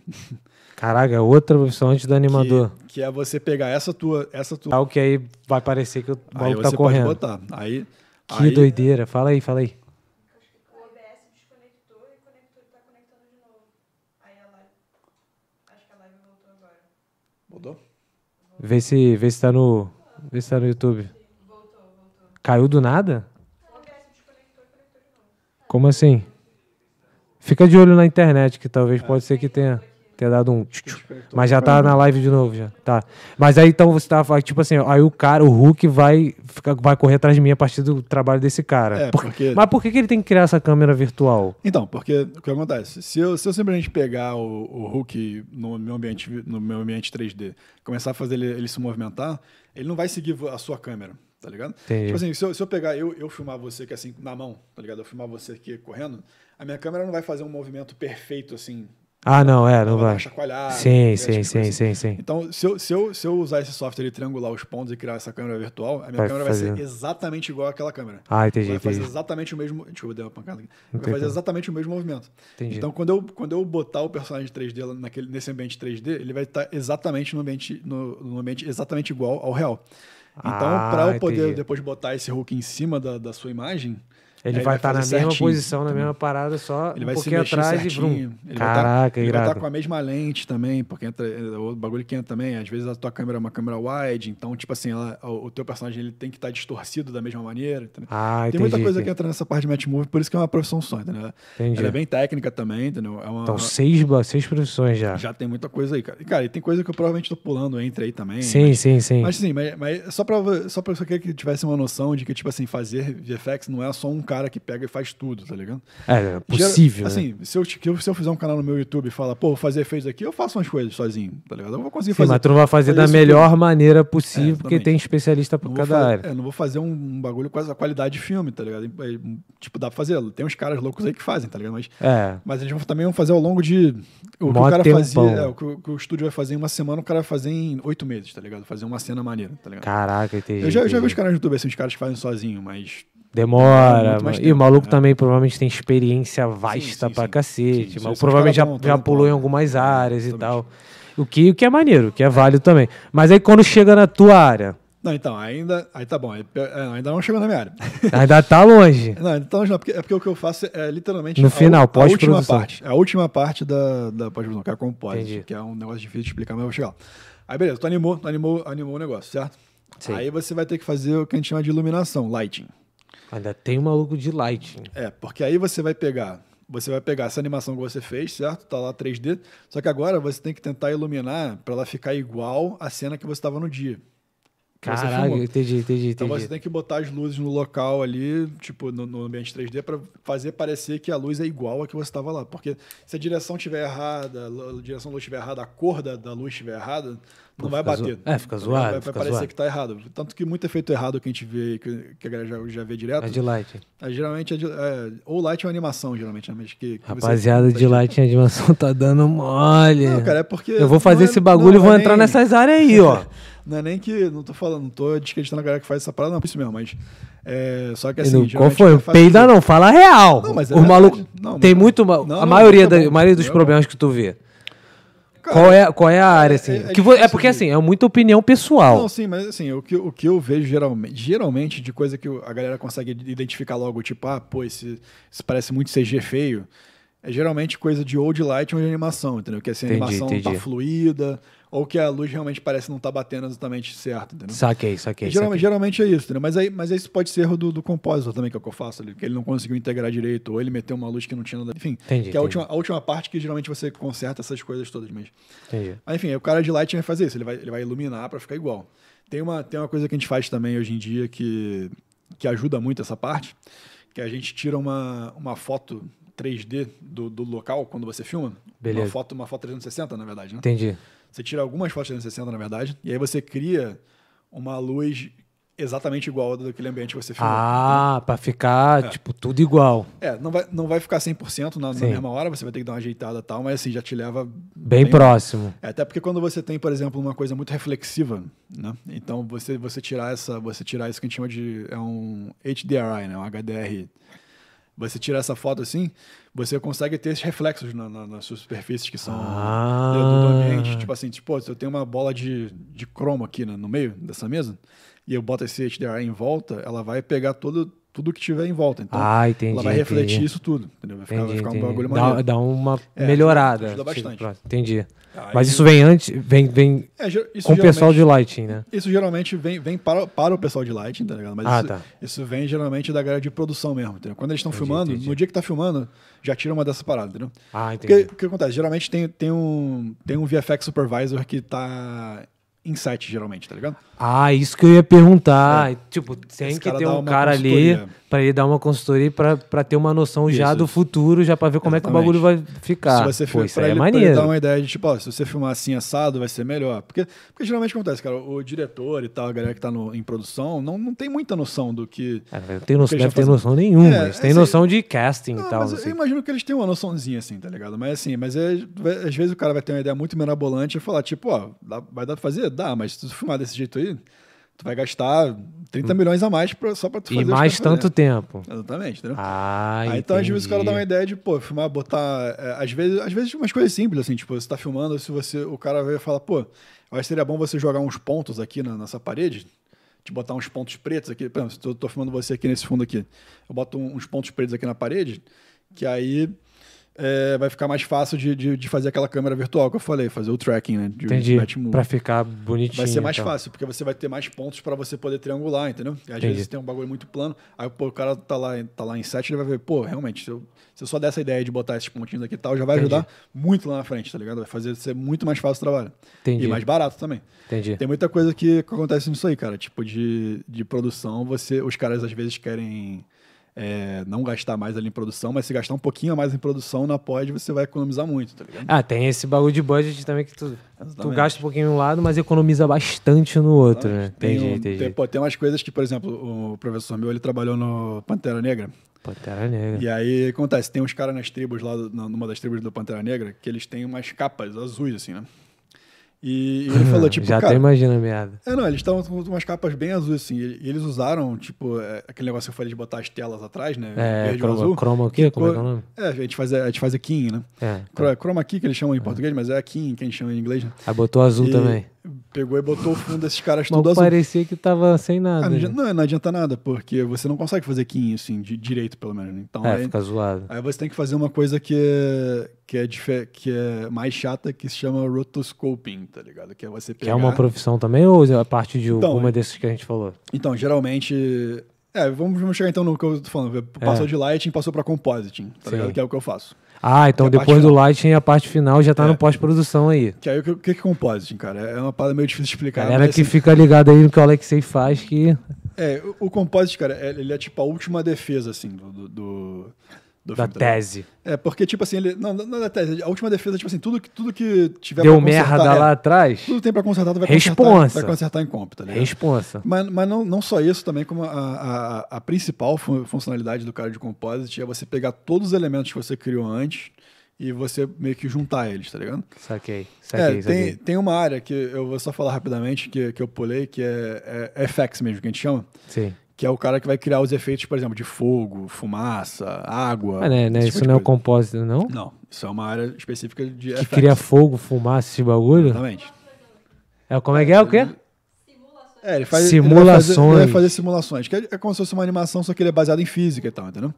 A: Caraca, outra profissão antes do animador.
B: Que, que é você pegar essa tua, essa tua.
A: Tal que aí vai parecer que o
B: Aí
A: maluco
B: você
A: tá
B: pode
A: correndo.
B: botar. Aí,
A: Que
B: aí-
A: doideira. Fala aí, fala aí.
C: O OBS desconectou e conectou, tá conectando de novo. Aí a live. Acho que a live voltou agora.
B: Mudou?
A: Vê se, vê se tá no. Vê se tá no YouTube. Caiu do nada? Como assim? Fica de olho na internet, que talvez pode ser que tenha, tenha dado um. tchu, tchu. Mas já tá na live de novo, já. Tá. Mas aí então você tava falando, tipo assim, aí o cara, o Hulk, vai, ficar- vai correr atrás de mim a partir do trabalho desse cara.
B: É,
A: Por-
B: porque-
A: Mas por que, que ele tem que criar essa câmera virtual?
B: Então, porque o que acontece? Se eu, se eu simplesmente pegar o, o Hulk no meu, ambiente, vi- no meu ambiente 3D começar a fazer ele, ele se movimentar, ele não vai seguir vo- a sua câmera, tá ligado?
A: Entendi.
B: Tipo assim, se eu, se eu pegar, eu, eu filmar você aqui assim, na mão, tá ligado? Eu filmar você aqui correndo, a minha câmera não vai fazer um movimento perfeito assim.
A: Ah, não, é, não
B: ela
A: vai.
B: dar chacoalhada,
A: Sim,
B: né,
A: sim,
B: essas
A: sim,
B: coisas.
A: sim, sim.
B: Então, se eu, se, eu, se eu usar esse software e triangular os pontos e criar essa câmera virtual, a minha
A: Vai
B: câmera vai
A: fazer.
B: ser exatamente igual àquela câmera.
A: Ah, entendi,
B: Vai fazer
A: entendi.
B: exatamente o mesmo. Desculpa, dei uma pancada aqui.
A: Não tem
B: Vai fazer
A: problema.
B: exatamente o mesmo movimento.
A: Entendi.
B: Então, quando eu, quando eu botar o personagem 3D lá naquele, nesse ambiente 3D, ele vai estar exatamente no ambiente, no, no ambiente exatamente igual ao real. Então,
A: Ah,
B: para eu poder
A: entendi.
B: depois botar esse Hulk em cima da, da sua imagem. aí
A: Ele vai estar
B: fazer
A: na mesma
B: certinho,
A: posição, na
B: entendeu?
A: mesma parada, só
B: Ele
A: um
B: vai se
A: pouquinho
B: mexer
A: atrás e
B: certinho.
A: vrum.
B: Ele vai
A: Caraca,
B: tá, ele vai estar
A: irado.
B: com a mesma lente também, porque entra, é, o bagulho que entra também, às vezes a tua câmera é uma câmera wide, então, tipo assim, ela- o o teu personagem ele tem que estar distorcido da mesma maneira. entendeu?
A: Ah,
B: tem
A: entendi.
B: muita coisa que
A: entendi.
B: entra nessa parte de match move, por isso que é uma profissão só, entendeu?
A: Entendi.
B: Ela é bem técnica também, entendeu? É uma-
A: Então, seis, ba- seis profissões já.
B: já tem muita coisa aí, cara. E, cara, e tem coisa que eu provavelmente tô pulando entre aí também.
A: sim, sim, sim.
B: Mas sim, mas, mas só pra, só pra você querer que tivesse uma noção de que, tipo assim, fazer VFX não é só um cara que pega e faz tudo, tá ligado?
A: é, é
B: Gera-
A: possível. né?
B: Assim, se eu, te- que eu- se eu fizer um canal no meu YouTube e falar, pô, vou fazer efeitos aqui, eu faço umas coisas sozinho, tá ligado? Eu vou conseguir
A: Sim,
B: fazer.
A: mas tu não vai fazer,
B: fazer
A: da
B: isso tudo.
A: melhor maneira possível,
B: É,
A: porque
B: exatamente.
A: tem especialista por
B: não vou
A: cada
B: fazer-
A: área.
B: é, não vou fazer um, um bagulho com essa qualidade de filme, tá ligado? É, Tipo, dá pra fazer. Tem uns caras loucos aí que fazem, tá ligado? Mas,
A: É.
B: mas eles vão, também vão fazer ao longo de. O que
A: Mó
B: o cara
A: tempão.
B: fazia, é, o que o, que o estúdio vai fazer em uma semana, o cara vai fazer em oito meses, tá ligado? Fazer uma cena maneira, tá ligado?
A: Caraca, entendi.
B: eu já, eu já vi os
A: entendi.
B: caras no YouTube, assim, os caras que fazem sozinho, mas.
A: Demora.
B: Muito mais
A: mano. e
B: tempo,
A: o maluco
B: né?
A: também provavelmente tem experiência vasta
B: sim,
A: pra
B: sim.
A: cacete.
B: Sim,
A: mas
B: sim, esse
A: provavelmente já,
B: cara é bom,
A: já
B: tá
A: pulou
B: bom.
A: em algumas áreas e
B: exatamente.
A: tal. O que, o que é maneiro, o que é válido também. Mas aí quando chega na tua
B: [laughs]
A: área,
B: Não, então, ainda. Aí tá bom, aí- é, ainda não chegou na minha área. [laughs]
A: ainda tá longe.
B: Não, então não, porque, é porque o que eu faço é literalmente
A: No
B: a u-
A: final,
B: a última
A: pós-produção.
B: parte. é A última parte da, da pós-produção, que é a composite,
A: Entendi.
B: que é um negócio difícil de explicar, mas eu vou chegar. lá. Aí beleza, tu animou, tu animou, animou o negócio, certo?
A: Sim.
B: Aí você vai ter que fazer o que a gente chama de iluminação, lighting.
A: Ainda tem um maluco de lighting.
B: É, porque aí você vai pegar, você vai pegar essa animação que você fez, certo? Tá lá 3D, só que agora você tem que tentar iluminar pra ela ficar igual à cena que você estava no dia. que você
A: Caraca,
B: filmou.
A: entendi, entendi,
B: Então
A: entendi.
B: você tem que botar as luzes no local ali, tipo, no, no ambiente 3D, para fazer parecer que a luz é igual a que você estava lá. Porque se a direção estiver errada, a lu- a direção da luz estiver errada, a cor da, da luz estiver errada, não vai
A: fica zo-
B: bater.
A: é, fica
B: Tá ligado?
A: zoado,
B: Vai, vai
A: fica
B: parecer
A: zoado.
B: que tá errado. Tanto que muito efeito errado que a gente vê, que, que a galera já, já vê direto,
A: É de lighting.
B: é, geralmente é, de- é, ou light ou animação, geralmente. Né? Mas que, que você-
A: Rapaziada de lighting e animação tá dando mole.
B: Não, cara, é porque...
A: Eu vou fazer
B: não é-
A: esse bagulho e
B: não é
A: vou entrar
B: nem-
A: nessas áreas aí,
B: [laughs]
A: ó.
B: Não é nem que. Não tô falando, não tô descreditando a galera que faz essa parada, não, por isso mesmo, mas. É, só que
A: E
B: assim.
A: não- qual
B: geralmente
A: foi?
B: eu faço
A: Peida não, fala a real.
B: Não, mas é
A: o
B: verdade.
A: maluco
B: Não, mas- é-
A: tem muito. ma-
B: Não,
A: a
B: não,
A: maioria,
B: é
A: da,
B: bom.
A: a maioria dos
B: É bom.
A: problemas que tu vê.
B: Cara,
A: qual, é, qual é a área, assim?
B: é- é
A: que vo- é
B: difícil
A: porque,
B: de-
A: assim, é muita opinião pessoal.
B: Não, sim, mas assim, o que, o que eu vejo geralmente, geralmente de coisa que o- a galera consegue identificar logo, tipo, ah, pô, esse, isso parece muito CG feio, é geralmente coisa de old light ou de animação, entendeu? Que assim, a
A: Entendi,
B: animação não
A: entendi.
B: tá fluida, ou que a luz realmente parece não tá batendo exatamente certo, entendeu?
A: Saquei, saquei.
B: Geralmente,
A: saquei.
B: geralmente é isso, entendeu? Mas, aí, mas isso pode ser erro do, do compositor também, que é o que eu faço ali, que ele não conseguiu integrar direito, ou ele meteu uma luz que não tinha nada. Enfim,
A: Entendi,
B: que é
A: entendi.
B: a última, a última parte que geralmente você conserta essas coisas todas mesmo.
A: Entendi.
B: Mas, enfim, aí o cara de lighting vai fazer isso, ele vai, ele vai iluminar para ficar igual. Tem uma, tem uma coisa que a gente faz também hoje em dia que, que ajuda muito essa parte, que a gente tira uma, uma foto 3D do, do local quando você filma.
A: Beleza.
B: Uma foto, uma foto 360, na verdade, né?
A: Entendi.
B: Você tira algumas fotos 360, na verdade, e aí você cria uma luz exatamente igual daquele ambiente que você filmou.
A: Ah, pra ficar, tipo, tudo igual.
B: É, não vai, não vai ficar 100% na, na
A: Sim.
B: mesma hora, você vai ter que dar uma ajeitada e tal, mas assim, já te leva...
A: Bem próximo.
B: É, até porque quando você tem, por exemplo, uma coisa muito reflexiva, né? Então, você, você tirar essa... Você tirar isso que a gente chama de... É um HDRI, né? Um HDR... Você tira essa foto assim, você consegue ter esses reflexos na- na- nas suas superfícies que são
A: Ah.
B: do, do ambiente. Tipo assim, tipo, se eu tenho uma bola de, de cromo aqui né, no meio dessa mesa, e eu boto esse HDR em volta, ela vai pegar todo, tudo que tiver em volta. Então,
A: Ah, entendi,
B: ela vai refletir
A: entendi.
B: isso tudo. Entendeu? Vai ficar, vai
A: Entendi,
B: ficar um
A: entendi.
B: bagulho
A: dá,
B: maneiro.
A: dá uma
B: É,
A: melhorada.
B: ajuda bastante.
A: Sim, pronto, entendi.
B: Aí-
A: Mas isso vem antes, vem, vem
B: É, ge- isso
A: com o pessoal
B: geralmente-
A: de Lighting, né?
B: Isso geralmente vem, vem para, para o pessoal de lighting, tá ligado? Mas
A: Ah,
B: isso,
A: tá.
B: isso vem geralmente da galera de produção mesmo, entendeu? Quando eles estão
A: Entendi,
B: filmando,
A: entendi.
B: no dia que tá filmando, já tira uma dessa parada, entendeu?
A: Ah, entendi.
B: Porque o que acontece? Geralmente tem, tem, um, tem um VFX supervisor que tá em set, geralmente, tá ligado?
A: Ah, isso que eu ia perguntar. Tipo, tem
B: É. Esse
A: que
B: cara
A: ter
B: dá
A: um
B: uma
A: cara ali
B: consultoria.
A: pra ele dar uma consultoria pra, pra ter uma noção já
B: Isso,
A: do
B: isso.
A: futuro, já pra ver como é que o
B: Exatamente.
A: bagulho vai ficar.
B: se você
A: Pô,
B: filmar
A: isso
B: pra,
A: aí é
B: ele, pra ele
A: maneiro.
B: dar uma ideia de tipo, ó, se você filmar assim assado, vai ser melhor. Porque, porque geralmente acontece, cara, o diretor e tal, a galera que tá no- em produção, não, não tem muita noção do que.
A: Cara, não tem noção,
B: Deixa eu
A: deve ter
B: fazer-
A: noção nenhuma.
B: É,
A: eles têm
B: esse-
A: noção de casting
B: Ah,
A: e tal.
B: mas
A: assim.
B: eu imagino que eles têm uma noçãozinha, assim, tá ligado? Mas assim, mas é, vai- às vezes o cara vai ter uma ideia muito mirabolante e falar, tipo, ó, dá- vai dar pra fazer? Dá, mas se tu filmar desse jeito aí, tu vai gastar 30 milhões a mais pra- só pra tu fazer
A: Hum. E
B: os
A: mais
B: caras
A: tanto
B: fazerem.
A: tempo.
B: Exatamente, entendeu?
A: Ah,
B: Aí, então, às vezes, o cara dá uma
A: entendi.
B: ideia de, pô, filmar, botar. é, às, vezes, às vezes, umas coisas simples, assim, tipo, você tá filmando, se você. O cara vai falar, pô, eu acho que seria bom você jogar uns pontos aqui na, nessa parede. De botar uns pontos pretos aqui. Por exemplo, se eu tô filmando você aqui nesse fundo aqui, eu boto um- uns pontos pretos aqui na parede, que aí é, vai ficar mais fácil de, de, de fazer aquela câmera virtual que eu falei, fazer o tracking, né? De,
A: Entendi.
B: match move.
A: Pra ficar bonitinho. então.
B: Vai ser mais
A: e tal.
B: fácil, porque você vai ter mais pontos pra você poder triangular, entendeu? E às
A: Entendi.
B: vezes tem um bagulho muito plano, aí pô, o cara tá lá, em- tá lá em set, ele vai ver, pô, realmente, se eu, se eu só der essa ideia de botar esses pontinhos aqui e tal, já vai
A: Entendi.
B: ajudar muito lá na frente, tá ligado? Vai fazer ser muito mais fácil o trabalho.
A: Entendi. É.
B: E mais barato também.
A: Entendi.
B: Tem muita coisa que que acontece nisso aí, cara. Tipo, de, de produção, você, os caras às vezes querem é, não gastar mais ali em produção, mas se gastar um pouquinho a mais em produção na pod, você vai economizar muito, tá ligado?
A: Ah, tem esse bagulho de budget também que tu, tu
B: Exatamente.
A: gasta um pouquinho em um lado, mas economiza bastante no outro, né?
B: Tem,
A: Entendi,
B: um-
A: entendi.
B: Tem, pô, tem umas coisas que, por exemplo, o professor meu, ele trabalhou no Pantera Negra.
A: Pantera Negra.
B: E aí acontece, tem uns caras nas tribos lá, do- na- numa das tribos do Pantera Negra, que eles têm umas capas azuis, assim, né? E, e
A: [laughs]
B: ele falou, tipo,
A: Ah, Já até
B: cara...
A: imagina a merda.
B: É, não, eles estavam com umas capas bem azuis, assim. E, e eles usaram, tipo, é, aquele negócio que eu falei de botar as telas atrás, né?
A: É,
B: verde ou
A: croma,
B: azul.
A: croma o quê? Como é que é o
B: Ficou-
A: nome?
B: É, a gente faz, a gente faz a King, né?
A: É. tá.
B: Cro- Chroma key que eles chamam em português, mas é a King que a gente chama em inglês, né?
A: Aí Ah, botou azul
B: E
A: também.
B: Pegou e botou o fundo desses caras tudo
A: Mas
B: azul.
A: parecia que tava sem nada.
B: Ah, não,
A: né?
B: adianta, não, não adianta nada, porque você não consegue fazer quinho, assim, de direito, pelo menos. né? Então,
A: é,
B: aí,
A: fica zoado.
B: aí você tem que fazer uma coisa que é, que, é dife- que é mais chata, que se chama rotoscoping, tá ligado? Que é você
A: Que
B: pegar...
A: é uma profissão também ou é a parte de
B: Então,
A: alguma
B: é-
A: desses que a gente falou?
B: Então, geralmente... É, vamos, vamos chegar então no que eu tô falando. Passou de lighting, passou pra compositing,
A: É.
B: tá
A: Sim.
B: ligado? Que é o que eu faço.
A: Ah, então
B: que é a parte
A: depois do
B: final.
A: lighting a parte final já tá
B: É.
A: no pós-produção aí.
B: Que aí, o que, o que que é compositing, cara? É uma parada meio difícil de explicar.
A: Galera
B: mas,
A: que
B: assim,
A: fica ligada aí no que o Alexei faz, que
B: É, o, o compositing, cara, é- ele é tipo a última defesa, assim, do... do, do- do
A: da
B: filme, tá ligado?
A: tese.
B: É, porque, tipo assim, ele. Não, não não é tese. A última defesa, tipo assim, tudo que, tudo que tiver
A: Deu
B: pra consertar,
A: merda
B: é,
A: lá atrás?
B: Tudo que tem pra consertar, tu vai
A: Responsa.
B: consertar. Vai consertar em comp, tá ligado?
A: Responsa.
B: Mas, mas não, não só isso, também como a, a, a- a principal fun- funcionalidade do cara de composite é você pegar todos os elementos que você criou antes e você meio que juntar eles, tá ligado?
A: Saquei, saquei,
B: é,
A: saquei.
B: tem, tem uma área que eu vou só falar rapidamente, que, que eu pulei, que é, é FX mesmo, que a gente chama,
A: Sim.
B: que é o cara que vai criar os efeitos, por exemplo, de fogo, fumaça, água.
A: Ah, né, né,
B: esse tipo
A: isso
B: de
A: não é o
B: coisa. É
A: compósito, não?
B: Não, isso é uma área específica de
A: que
B: FX.
A: cria fogo, fumaça, esse bagulho?
B: Exatamente.
A: É, como é que é o quê?
B: É, ele faz,
A: Simulações.
B: Ele vai fazer, ele vai fazer simulações. Que é, é como se fosse uma animação, só que ele é baseado em física e tal, entendeu?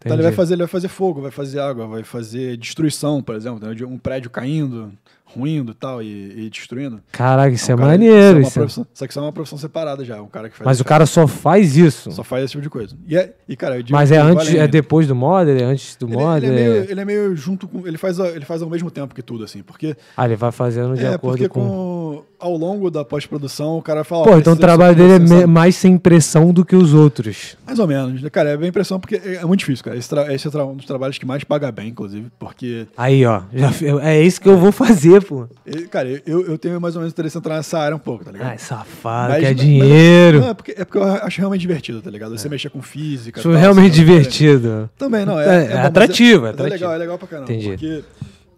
B: Então
A: Entendi.
B: ele vai fazer, ele vai fazer fogo, vai fazer água, vai fazer destruição, por exemplo, entendeu? de um prédio caindo, ruindo e tal, e, e destruindo.
A: Caraca, isso é,
B: um cara-
A: maneiro.
B: isso é uma
A: isso é-
B: profissão- Só que isso é uma profissão separada já, é um cara que faz.
A: Mas o
B: cara
A: cara só faz isso.
B: só faz esse tipo de coisa. E, é, e cara, eu digo
A: Mas
B: que
A: é
B: ele
A: antes,
B: vale
A: é
B: ainda.
A: depois do modder, é antes do
B: Ele, ele
A: modder.
B: é
A: é-
B: meio, ele é meio junto com. Ele faz, a- ele faz ao mesmo tempo que tudo, assim, porque
A: Ah, ele vai fazendo de
B: é,
A: acordo
B: porque
A: com.
B: com... ao longo da pós-produção o cara fala. ó,
A: Pô, então o
B: precisa-
A: trabalho dele é
B: precisa-
A: me- mais sem pressão do que os outros.
B: Mais ou menos. né? Cara, é bem impressão porque é é muito difícil, cara. Esse, tra- esse é tra- um dos trabalhos que mais paga bem, inclusive, porque.
A: Aí, ó. já fi- é isso que eu vou fazer, pô.
B: e, Cara, eu, eu tenho mais ou menos interesse em entrar nessa área um pouco, tá ligado?
A: Ai, safado,
B: Mas-
A: quer
B: mas-
A: dinheiro.
B: não, é, porque, é porque eu acho realmente divertido, tá ligado? Você mexer com física.
A: Isso
B: tal,
A: é realmente
B: assim, né?
A: divertido.
B: Também, não. É,
A: É, é
B: bom, mas
A: atrativo, é
B: mas
A: atrativo.
B: legal, é legal pra caramba.
A: Entendi.
B: Porque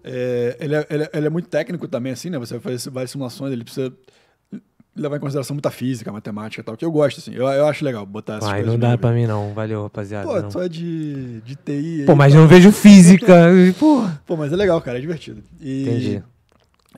B: é, ele, é, ele, é, ele é muito técnico também, assim, né? Você vai fazer várias simulações, ele precisa levar em consideração muita física, matemática e tal, que eu gosto, assim. Eu, eu acho legal botar essas
A: Ai,
B: coisas
A: não dá
B: bem-
A: pra mim não. Valeu, rapaziada.
B: Pô,
A: não.
B: tu é de, de TI. aí,
A: Pô, mas
B: tá?
A: eu não vejo física.
B: [laughs]
A: Pô.
B: Pô, mas é legal, cara, é divertido. E,
A: Entendi.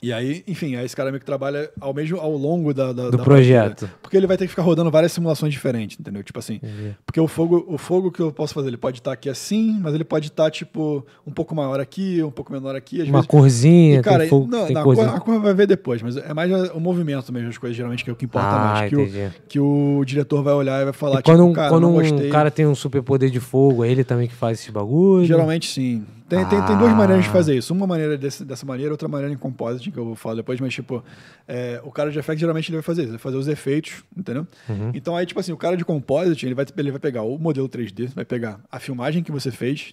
B: E aí, enfim, aí esse cara meio que trabalha ao mesmo ao longo da, da-
A: Do
B: da
A: projeto.
B: partida. porque ele vai ter que ficar rodando várias simulações diferentes, entendeu? Tipo assim,
A: Entendi.
B: porque o fogo, o fogo que eu posso fazer, ele pode estar aqui assim, mas ele pode estar tipo um pouco maior aqui, um pouco menor aqui, às
A: Uma
B: vezes-
A: corzinha,
B: E, cara,
A: tem fogo,
B: não,
A: tem
B: não, a
A: coisa.
B: cor- a cor vai ver depois, mas é mais é, o movimento mesmo, as coisas geralmente que é o que importa
A: Ah,
B: mais. Que o,
A: entendi.
B: que o diretor vai olhar e vai falar,
A: E quando
B: tipo,
A: um,
B: cara,
A: quando
B: não
A: um
B: gostei.
A: cara tem um superpoder de fogo, é ele também que faz esses bagulho.
B: Geralmente sim. Tem, tem, tem duas
A: Uhum. Ah.
B: maneiras de fazer isso. Uma maneira desse- dessa maneira, outra maneira em compositing, que eu vou falar depois, mas tipo, é, o cara de effects geralmente ele vai fazer isso, ele vai fazer os efeitos, entendeu?
A: Uhum.
B: Então aí, tipo assim, o cara de compositing, ele vai, ele vai pegar o modelo 3D, vai pegar a filmagem que você fez,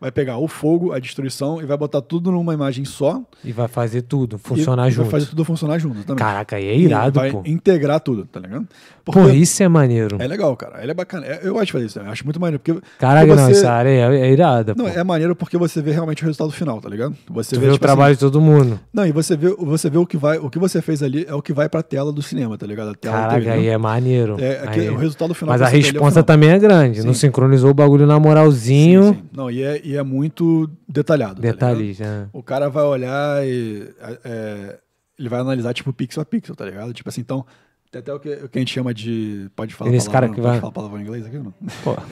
B: vai pegar o fogo, a destruição e vai botar tudo numa imagem só.
A: E vai fazer tudo,
B: e
A: funcionar junto.
B: Vai fazer tudo funcionar junto também.
A: Caraca, aí é irado,
B: vai
A: pô.
B: integrar tudo, tá ligado? Porque
A: Pô, isso é maneiro.
B: é legal, cara. Ele é bacana. É- Eu gosto de fazer isso. Eu acho muito maneiro. Porque
A: Caraca,
B: porque
A: não,
B: você-
A: essa área é, é irada,
B: não,
A: pô.
B: é maneiro porque você vê realmente o resultado final, tá ligado? Você
A: tu vê o
B: tipo assim,
A: trabalho de todo mundo.
B: não, e você vê, você vê o que vai, o que você fez ali é o que vai pra tela do cinema, tá ligado? A tela da
A: Caraca,
B: TV,
A: aí
B: né?
A: é maneiro.
B: É, aqui-
A: Aí-
B: o resultado final
A: Mas
B: que
A: a
B: você tem ali é o
A: responsa
B: final.
A: também é grande. Não sincronizou o bagulho na moralzinho.
B: Sim, sim. Não, e é, e é muito detalhado. tá ligado?
A: Detalhes, né?
B: o cara vai olhar e. é, é, ele vai analisar, tipo, pixel a pixel, tá ligado? Tipo assim, então. Tem até o que, o que a gente chama de. Pode falar
A: Tem esse cara
B: palavrão,
A: que
B: pode
A: vai-
B: falar palavrão em inglês aqui ou não? [laughs]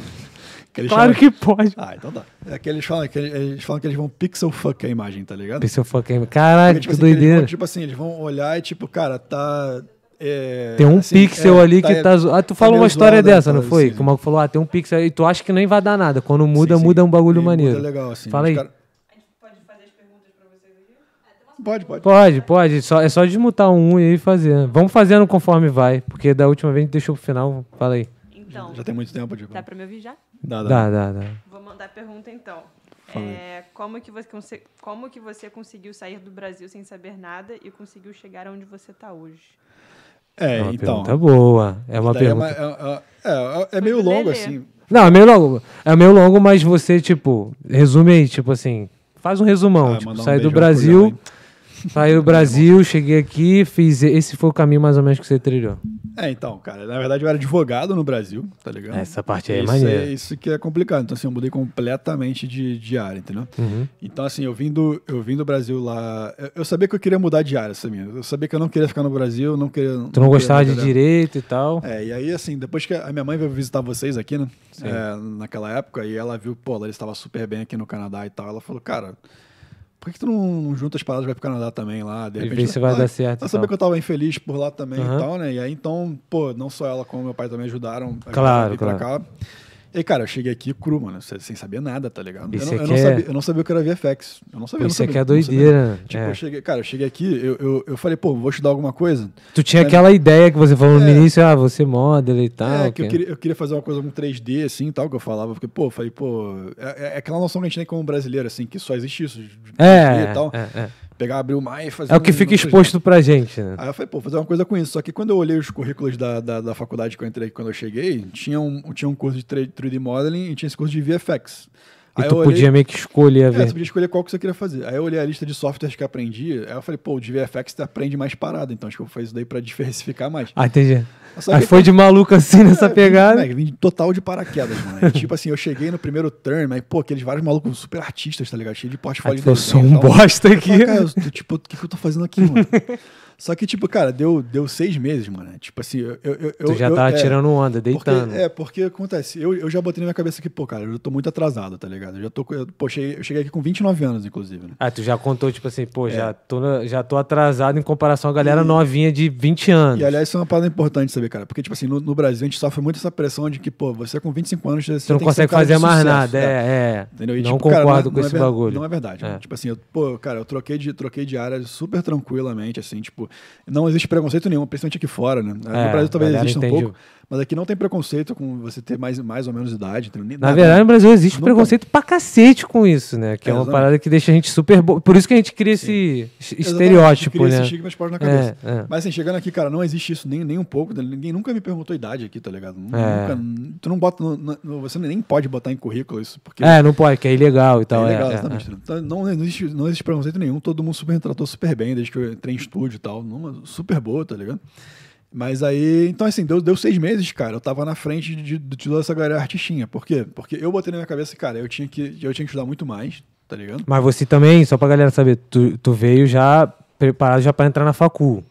B: Que eles
A: Claro que
B: chamam-
A: pode.
B: Ah, então tá. É que eles falam que eles, eles falam que eles vão pixel fuck a imagem, tá ligado?
A: Pensou fucking. Caraca,
B: Porque,
A: que
B: assim, eles vão,
A: doideira.
B: tipo assim, eles vão olhar e tipo, cara, tá. é,
A: Tem um
B: assim,
A: pixel
B: é,
A: ali que tá. zo- Ah, tu
B: tá
A: falou uma
B: meio
A: história
B: zoado,
A: dessa,
B: tá,
A: não foi?
B: assim.
A: Que o Marco falou, ah, tem um pixel aí. Tu acha que nem vai dar nada. Quando
B: Sim,
A: muda,
B: sim.
A: muda um bagulho
B: E muda
A: maneiro.
B: legal, assim.
A: Fala
B: Os
A: aí.
B: cara-
C: A gente pode fazer as perguntas pra vocês aqui?
B: Pode, pode.
A: Pode, pode. Só, é só desmutar um e aí fazer. Vamos fazendo conforme vai. Porque da última vez a gente deixou pro final. Fala aí.
C: Então,
B: Já tem muito tempo, tipo.
C: dá pra me ouvir já?
B: Dá, dá.
A: Dá, dá, dá.
C: Vou mandar a pergunta então.
B: Fala aí.
C: É, como, que você, conse- como que você conseguiu sair do Brasil sem saber nada e conseguiu chegar onde você está hoje?
B: É,
A: É uma
B: então.
A: pergunta boa. É uma
B: daí é,
A: pergunta.
B: uma- é- é- é- é meio
C: Foi do
B: longo,
C: Lelê.
B: assim.
A: Não, é meio longo. É meio longo, mas você, tipo, resume aí, tipo assim. Faz um resumão.
B: Ah,
A: tipo,
B: mandar um
A: saí do
B: beijão pro
A: Brasil.
B: Leão,
A: Saí do Brasil, cheguei aqui, fiz. Esse foi o caminho mais ou menos que você trilhou.
B: É, então, cara, na verdade eu era advogado no Brasil, tá ligado?
A: Essa parte aí é
B: isso
A: maneira.
B: isso que é complicado. Então, assim, eu mudei completamente de, de área, entendeu?
A: Uhum.
B: Então, assim, eu vim, do, eu vim do Brasil lá. eu- Eu sabia que eu queria mudar de área, sabia? Eu sabia que eu não queria ficar no Brasil, não queria.
A: Tu não
B: queria
A: gostava de
B: trabalhar.
A: direito e tal.
B: né? É, e aí, assim, depois que a minha mãe veio visitar vocês aqui, né? É, naquela época, e ela viu, pô, ela estava super bem aqui no Canadá e tal. Ela falou, cara, por que, que tu não, não junta as paradas e vai pro Canadá também lá? De
A: E
B: repente,
A: vê se vai
B: ela-
A: dar certo
B: Ela
A: e
B: sabia
A: tal.
B: que eu tava infeliz por lá também
A: Aham.
B: e tal, né? E aí, então, pô, não só ela como meu pai também ajudaram a
A: Claro,
B: vir pra cá. E, aí, cara, eu cheguei aqui cru, mano, sem sem saber nada, tá ligado?
A: Isso
B: eu, não, eu,
A: aqui
B: não
A: é-
B: sabia, eu não sabia o que era VFX. Eu não sabia. eu não
A: Isso aqui
B: sabia,
A: é
B: não sabia.
A: doideira.
B: Tipo,
A: é.
B: eu cheguei, cara, eu cheguei aqui, eu, eu, eu falei, pô, vou estudar alguma coisa.
A: Tu tinha
B: né?
A: aquela ideia que você falou no
B: É.
A: início, ah, você modela e tal.
B: É, que eu
A: que-
B: queria, eu queria fazer uma coisa com 3D, assim, e tal, que eu falava, porque, pô, eu falei, pô, é, é aquela noção que a gente tem como brasileiro, assim, que só existe isso, de 3D
A: É,
B: e tal.
A: é, é.
B: Pegar, abrir o mar e fazer.
A: É o que
B: um-
A: fica
B: um 3D.
A: exposto pra gente, né?
B: Aí eu falei, pô, fazer uma coisa com isso. Só que quando eu olhei os currículos da, da, da faculdade que eu entrei quando eu cheguei, tinha um, tinha um curso de 3- 3D Modeling e tinha esse curso de VFX.
A: E
B: Aí
A: tu
B: eu olhei-
A: podia meio que escolher a
B: é, você
A: ver.
B: podia escolher qual que você queria fazer. Aí eu olhei a lista de softwares que eu aprendi, aí eu falei, pô, o de VFX você aprende mais parada, então acho que eu vou fazer isso daí pra [laughs] diversificar mais.
A: Ah, entendi.
B: Só
A: Aí
B: que-
A: foi de maluco
B: [laughs]
A: assim nessa
B: É, vim-
A: pegada.
B: moleque, Vim, total de paraquedas, mano. E, tipo assim, eu cheguei no primeiro turn, aí, pô, aqueles vários malucos super artistas, tá ligado? Cheio de
A: Aí
B: portfólio
A: tu
B: de
A: falou, sou
B: desenho e
A: um
B: tal.
A: bosta
B: Eu falei,
A: aqui.
B: tá cara, eu tô, tipo, o que, que eu tô fazendo aqui,
A: [laughs]
B: mano? Só que, tipo, cara, deu, deu seis meses, mano. Tipo assim, eu. eu, eu-
A: Tu
B: eu-
A: já
B: eu-
A: tava
B: é,
A: tirando onda,
B: porque,
A: deitando.
B: é, porque acontece, eu, eu já botei na minha cabeça que, pô, cara, eu tô muito atrasado, tá ligado? Eu já tô. com- Eu, pô, cheguei, eu cheguei aqui com 29 anos, inclusive, né?
A: Ah, tu já contou, tipo assim,
B: É.
A: pô, já, tô, na- já tô atrasado em comparação à galera novinha de 20 anos.
B: E aliás, isso é uma parada importante saber, cara. Porque, tipo assim, no, no Brasil a gente sofre muito essa pressão de que, pô, você com 25 anos você
A: tu não
B: tem que ser um
A: consegue
B: cara de
A: fazer mais
B: sucesso,
A: nada.
B: né?
A: É, é.
B: Entendeu? E,
A: não
B: tipo, cara,
A: concordo
B: é-
A: com
B: é
A: esse
B: ver-
A: bagulho.
B: Não é verdade.
A: É.
B: mano. Tipo assim, eu, pô, cara, eu troquei de, troquei de área super tranquilamente, assim, tipo, não existe preconceito nenhum, principalmente aqui fora, né?
A: É,
B: no Brasil talvez
A: galera
B: exista um
A: entende
B: pouco, mas aqui não tem preconceito com você ter mais, mais ou menos idade, entendeu? Nem
A: Na
B: nada,
A: verdade, é no
B: né?
A: Brasil existe
B: Nunca-
A: preconceito pra cacete com isso, né? Que é,
B: É,
A: uma
B: exatamente.
A: parada que deixa a gente super bo... Por isso que a gente cria esse es-
B: Exatamente,
A: um estereótipo,
B: cria
A: né?
B: Esses estigmas postos na cabeça.
A: É, é.
B: Mas assim, chegando aqui, cara, não existe isso nem, nem um pouco. né? Ninguém nunca me perguntou a idade aqui, tá ligado?
A: É.
B: Nunca, tu não bota. no- no- você nem pode botar em currículo isso, porque
A: É, não pode, que é ilegal e tal.
B: é
A: É,
B: legal,
A: é,
B: exatamente. Então, não, existe, não existe preconceito nenhum, todo mundo super me tratou super bem, desde que eu entrei em estúdio e tal. Numa super boa, tá ligado? Mas aí, então assim, deu, deu seis meses, cara. Eu tava na frente de, de, de toda essa galera artistinha. Por quê? Porque eu botei na minha cabeça, cara, eu tinha que, eu tinha que estudar muito mais, tá ligado?
A: Mas você também, só pra galera saber, tu, tu veio já preparado já pra entrar na facul.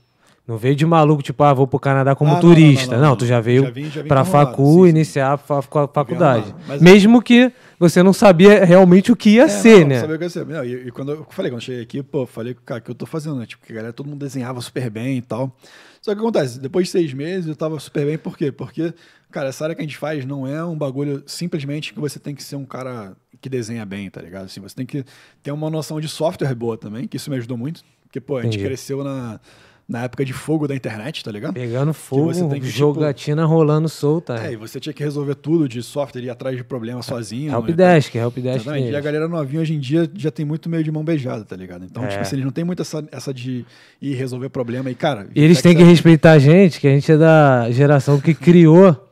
A: Não veio de maluco, tipo, ah, vou pro Canadá como
B: Ah, não, não, não,
A: turista. Não,
B: não, não.
A: tu já veio
B: Já vim- já vim
A: pra
B: enrolado,
A: facu
B: sim, sim.
A: iniciar a fa- fa- faculdade.
B: enrolado, mas- É,
A: Mesmo que você não sabia realmente o que ia ser,
B: não,
A: né?
B: Sabia o que ia ser. Não, e, e quando eu falei, quando eu cheguei aqui, pô, falei, cara, o que eu tô fazendo, né? Tipo, que a galera, todo mundo desenhava super bem e tal. Só que o que acontece, depois de seis meses eu tava super bem, por quê? Porque, cara, essa área que a gente faz não é um bagulho simplesmente que você tem que ser um cara que desenha bem, tá ligado? Assim, você tem que ter uma noção de software boa também, que isso me ajudou muito. Porque, pô, a gente
A: Entendi.
B: cresceu na, na época de fogo da internet, tá ligado?
A: Pegando fogo,
B: você tem que, tipo-
A: jogatina rolando solta.
B: É, e você tinha que resolver tudo de software, ir atrás de problema
A: É,
B: sozinho. né, tá
A: Helpdesk, helpdesk.
B: Exatamente. E a
A: neles.
B: galera novinha hoje em dia já tem muito meio de mão beijada, tá ligado? Então,
A: É.
B: tipo assim, eles não tem muito essa, essa de ir resolver problema. E, cara. tá-
A: E eles
B: até
A: têm que
B: você-
A: respeitar a gente, que a gente é da geração que criou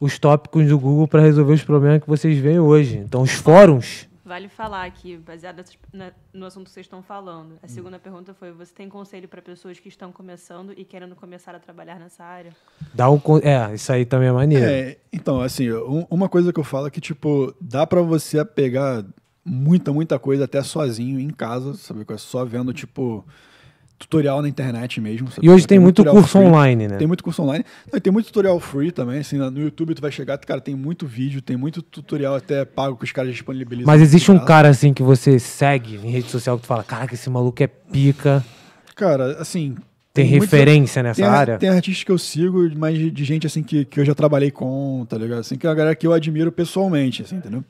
A: os tópicos do Google para resolver os problemas que vocês veem hoje. Então, os fóruns.
D: Vale falar aqui, baseado nessas- na- no assunto que vocês estão falando.
B: Hum.
D: A segunda pergunta foi: você tem conselho para pessoas que estão começando e querendo começar a trabalhar nessa área?
A: Dá um. con- É, isso aí também é maneiro.
B: É, então, assim, um- uma coisa que eu falo é que, tipo, dá pra você pegar muita, muita coisa até sozinho em casa, sabe? qual é? Só vendo, tipo, tutorial na internet mesmo. sabe?
A: E hoje tem muito
B: tutorial
A: curso online, né?
B: Tem muito curso online. Não, e tem muito tutorial free também, assim, na- no YouTube tu vai chegar, cara, tem muito vídeo, tem muito tutorial até pago que os caras disponibilizam.
A: Mas existe um
B: cara
A: cara assim que você segue em rede social que tu fala: caraca, esse maluco é pica.
B: Cara, assim.
A: Tem
B: muita-
A: referência nessa
B: tem, a-
A: área?
B: Tem artistas que eu sigo, mas de, de gente assim que, que eu já trabalhei com, tá ligado? Assim, que é uma galera que eu admiro pessoalmente, assim, entendeu?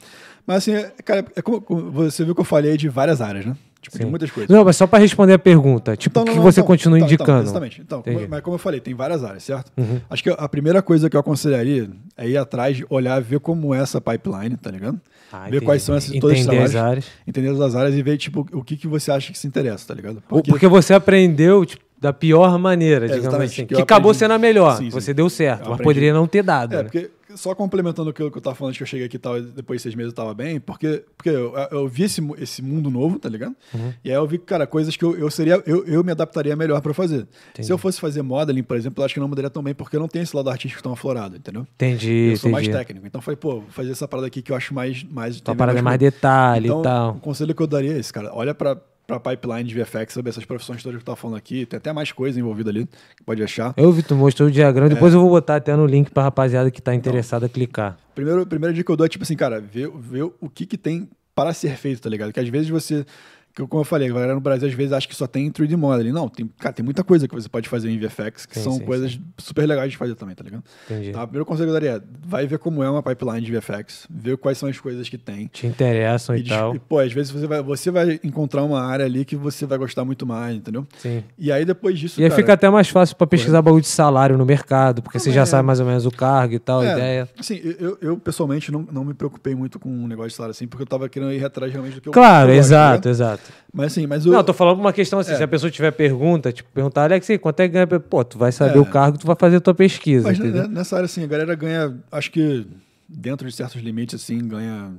B: Mas assim, é- cara, é como, como você viu que eu falei de várias áreas, né? Tipo, tem
A: Sim.
B: muitas coisas.
A: Não, mas só para responder a pergunta, tipo, o que
B: não,
A: você
B: então,
A: continua
B: então, então,
A: indicando?
B: exatamente. Então,
A: Entendi. Uhum.
B: como- mas como eu falei, tem várias áreas, certo? Acho que a primeira coisa que eu aconselharia é ir atrás, de olhar, ver como é essa pipeline, tá ligado?
A: Ah,
B: ver quais
A: entendi.
B: são essas, todas as
A: Entender as
B: trabalhos,
A: áreas.
B: entender as áreas e ver, tipo, o que, que você acha que se interessa, tá ligado?
A: Ou Porque você aprendeu tipo, da pior maneira, digamos
B: Exatamente,
A: assim. Que,
B: que eu
A: acabou
B: aprendi.
A: sendo a melhor.
B: Sim, sim.
A: Você deu certo,
B: Eu
A: mas
B: aprendi.
A: poderia não ter dado.
B: É,
A: né?
B: porque só complementando aquilo que eu tava falando, que eu cheguei aqui e tal, e depois de seis meses eu tava bem, porque, porque eu, eu vi esse, mu- esse mundo novo, tá ligado?
A: Uhum.
B: E aí eu vi, cara, coisas que eu, eu seria, eu, eu me adaptaria melhor pra fazer. Se eu fosse fazer modeling, por exemplo, eu acho que eu não mudaria tão bem, porque eu não tenho esse lado artístico tão aflorado, entendeu?
A: Entendi,
B: eu sou mais
A: entendi.
B: técnico. Então eu falei, pô, vou fazer essa parada aqui que eu acho mais. mais
A: Tua
B: tem
A: parada é mais
B: coisa.
A: detalhe e
B: então,
A: tal.
B: O conselho que eu daria é esse, cara. Olha pra, pra pipeline de VFX, sabe? Essas profissões todas que eu tava falando aqui, tem até mais coisa envolvida ali, que pode achar.
A: Eu vi, tu mostrou o diagrama.
B: É.
A: Depois eu vou botar até no link pra rapaziada que tá interessada clicar.
B: Primeiro, primeira dica que eu dou é, tipo assim, cara, ver, ver o que que tem para ser feito, tá ligado? Que às vezes você, que eu- como eu falei, a galera no Brasil às vezes acha que só tem 3D modeling. Não, tem, cara, tem muita coisa que você pode fazer em VFX, que
A: Sim,
B: são
A: sim,
B: coisas super legais de fazer também, tá ligado?
A: Entendi.
B: Então, o primeiro conselho que eu daria é, vai ver como é uma pipeline de VFX, ver quais são as coisas que tem.
A: Te interessam e,
B: des-
A: tal.
B: e, pô, às vezes você vai, você vai encontrar uma área ali que você vai gostar muito mais, entendeu?
A: Sim.
B: E aí depois disso,
A: E aí
B: cara,
A: fica até mais fácil pra pesquisar bagulho de salário no mercado, porque você já
B: é.
A: sabe mais ou menos o cargo e tal, a
B: É,
A: ideia.
B: Assim, eu- eu, eu pessoalmente não, não me preocupei muito com o negócio de salário assim, porque eu tava querendo ir atrás realmente do que eu
A: Claro,
B: eu gosto,
A: exato,
B: né?
A: exato.
B: Mas assim, mas o.
A: Não, eu tô falando pra uma questão assim,
B: É.
A: se a pessoa tiver pergunta, tipo, perguntar, Alex, e aí, quanto é que ganha? Pô, tu vai saber
B: É.
A: o cargo, tu vai fazer a tua pesquisa,
B: mas
A: entendeu?
B: ne- nessa área, assim, a galera ganha, acho que dentro de certos limites, assim, ganha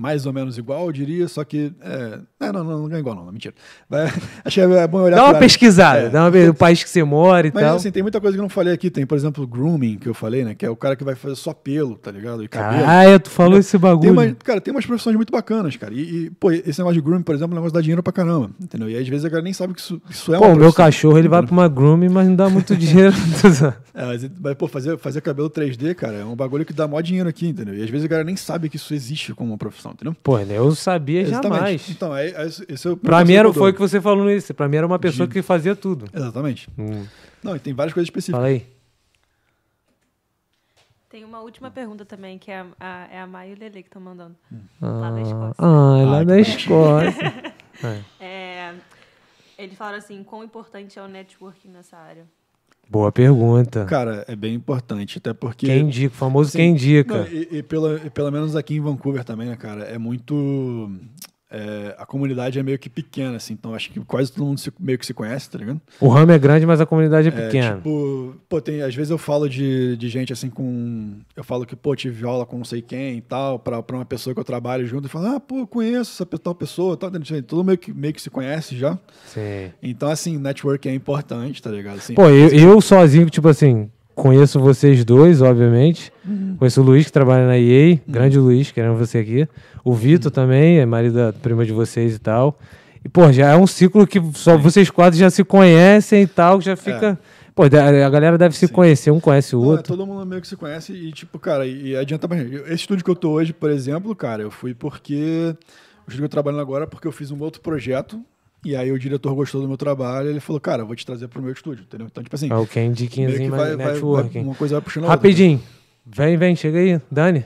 B: mais ou menos igual, eu diria, só que. É, é, não, não, não ganha igual, não, não, mentira. Vai- [laughs] acho que é bom olhar
A: Dá uma
B: pra-
A: pesquisada,
B: É.
A: dá então. uma ver o país que você mora e
B: Mas
A: tal.
B: assim, tem muita coisa que eu não falei aqui. Tem, por exemplo, grooming, que eu falei, né? Que é o cara que vai fazer só pelo, tá ligado? E cabelo.
A: Caralho, tu falou esse
B: Tem
A: bagulho.
B: umas- cara, tem umas profissões muito bacanas, cara. E, e, pô, esse negócio de grooming, por exemplo, é um negócio que dá dinheiro pra caramba, entendeu? E aí, às vezes a galera nem sabe que isso, isso é
A: Pô,
B: uma
A: o meu
B: profissão,
A: cachorro, ele vai
B: entendeu?
A: pra uma grooming, mas não dá muito
B: [laughs]
A: dinheiro.
B: É, mas, mas, pô, fazer, fazer cabelo 3D, cara, é um bagulho que dá mó dinheiro aqui, entendeu? E às vezes a galera nem sabe que isso existe como uma profissão, entendeu?
A: Pô, né, eu sabia jamais.
B: Então, é, é, esse- esse é o
A: Pra
B: primeiro
A: mim era,
B: conselho que eu
A: foi o que
B: dou.
A: você falou isso. Pra mim era uma pessoa que fazia tudo.
B: Exatamente.
A: Hum.
B: Não, e tem várias coisas específicas.
A: Fala aí.
D: Tem uma
B: Hum.
D: última pergunta também, que é a, a, é a Maia e o Lele que estão mandando. Lá da
A: Ah,
D: Escócia.
A: ah, é lá
B: Ah,
A: na
B: que [laughs]
A: Escócia.
D: É, eles falaram assim: quão importante é o networking nessa área?
A: Boa pergunta.
B: Cara, é bem importante, até porque...
A: Quem indica, o famoso
B: Sim.
A: quem indica.
B: Não, e, e pela- e pelo menos aqui em Vancouver também, né, cara? É muito. é, a comunidade é meio que pequena, assim. Então acho que quase todo mundo se- meio que se conhece, tá ligado?
A: O ramo é grande, mas a comunidade é
B: É,
A: pequena.
B: tipo, pô, tem, às vezes eu falo de, de gente assim com. Eu falo que, pô, tive aula com não sei quem e tal, pra, pra uma pessoa que eu trabalho junto e falo, ah, pô, eu conheço essa pe- tal pessoa, tal, tal, tal. todo meio que, meio que se conhece já.
A: Sim.
B: Então, assim, networking é importante, tá ligado? Assim,
A: Pô, eu, eu sozinho, tipo assim, conheço vocês dois, obviamente. Conheço o Luiz, que trabalha na EA. Grande Luiz, querendo você aqui. O Vitor também, é marido da prima de vocês e tal. E, pô, já é um ciclo que só vocês quatro já se conhecem e tal, já fica... Pô, da- a galera deve se conhecer, um conhece o
B: Não, é,
A: outro.
B: todo mundo meio que se conhece e, tipo, cara, e, e adianta bastante. Eu- Esse estúdio que eu tô hoje, por exemplo, cara, eu fui porque. O estúdio que eu tô trabalhando agora é porque eu fiz um outro projeto. E aí o diretor gostou do meu trabalho, ele falou, cara, eu vou te trazer pro meu estúdio, entendeu? Então, tipo assim,
A: É o
B: meio que
A: Kendiquinhozinho,
B: vai,
A: mas é
B: vai,
A: networking.
B: vai- uma coisa vai puxando a outra.
A: Rapidinho. Vem, vem, chega aí, Dani.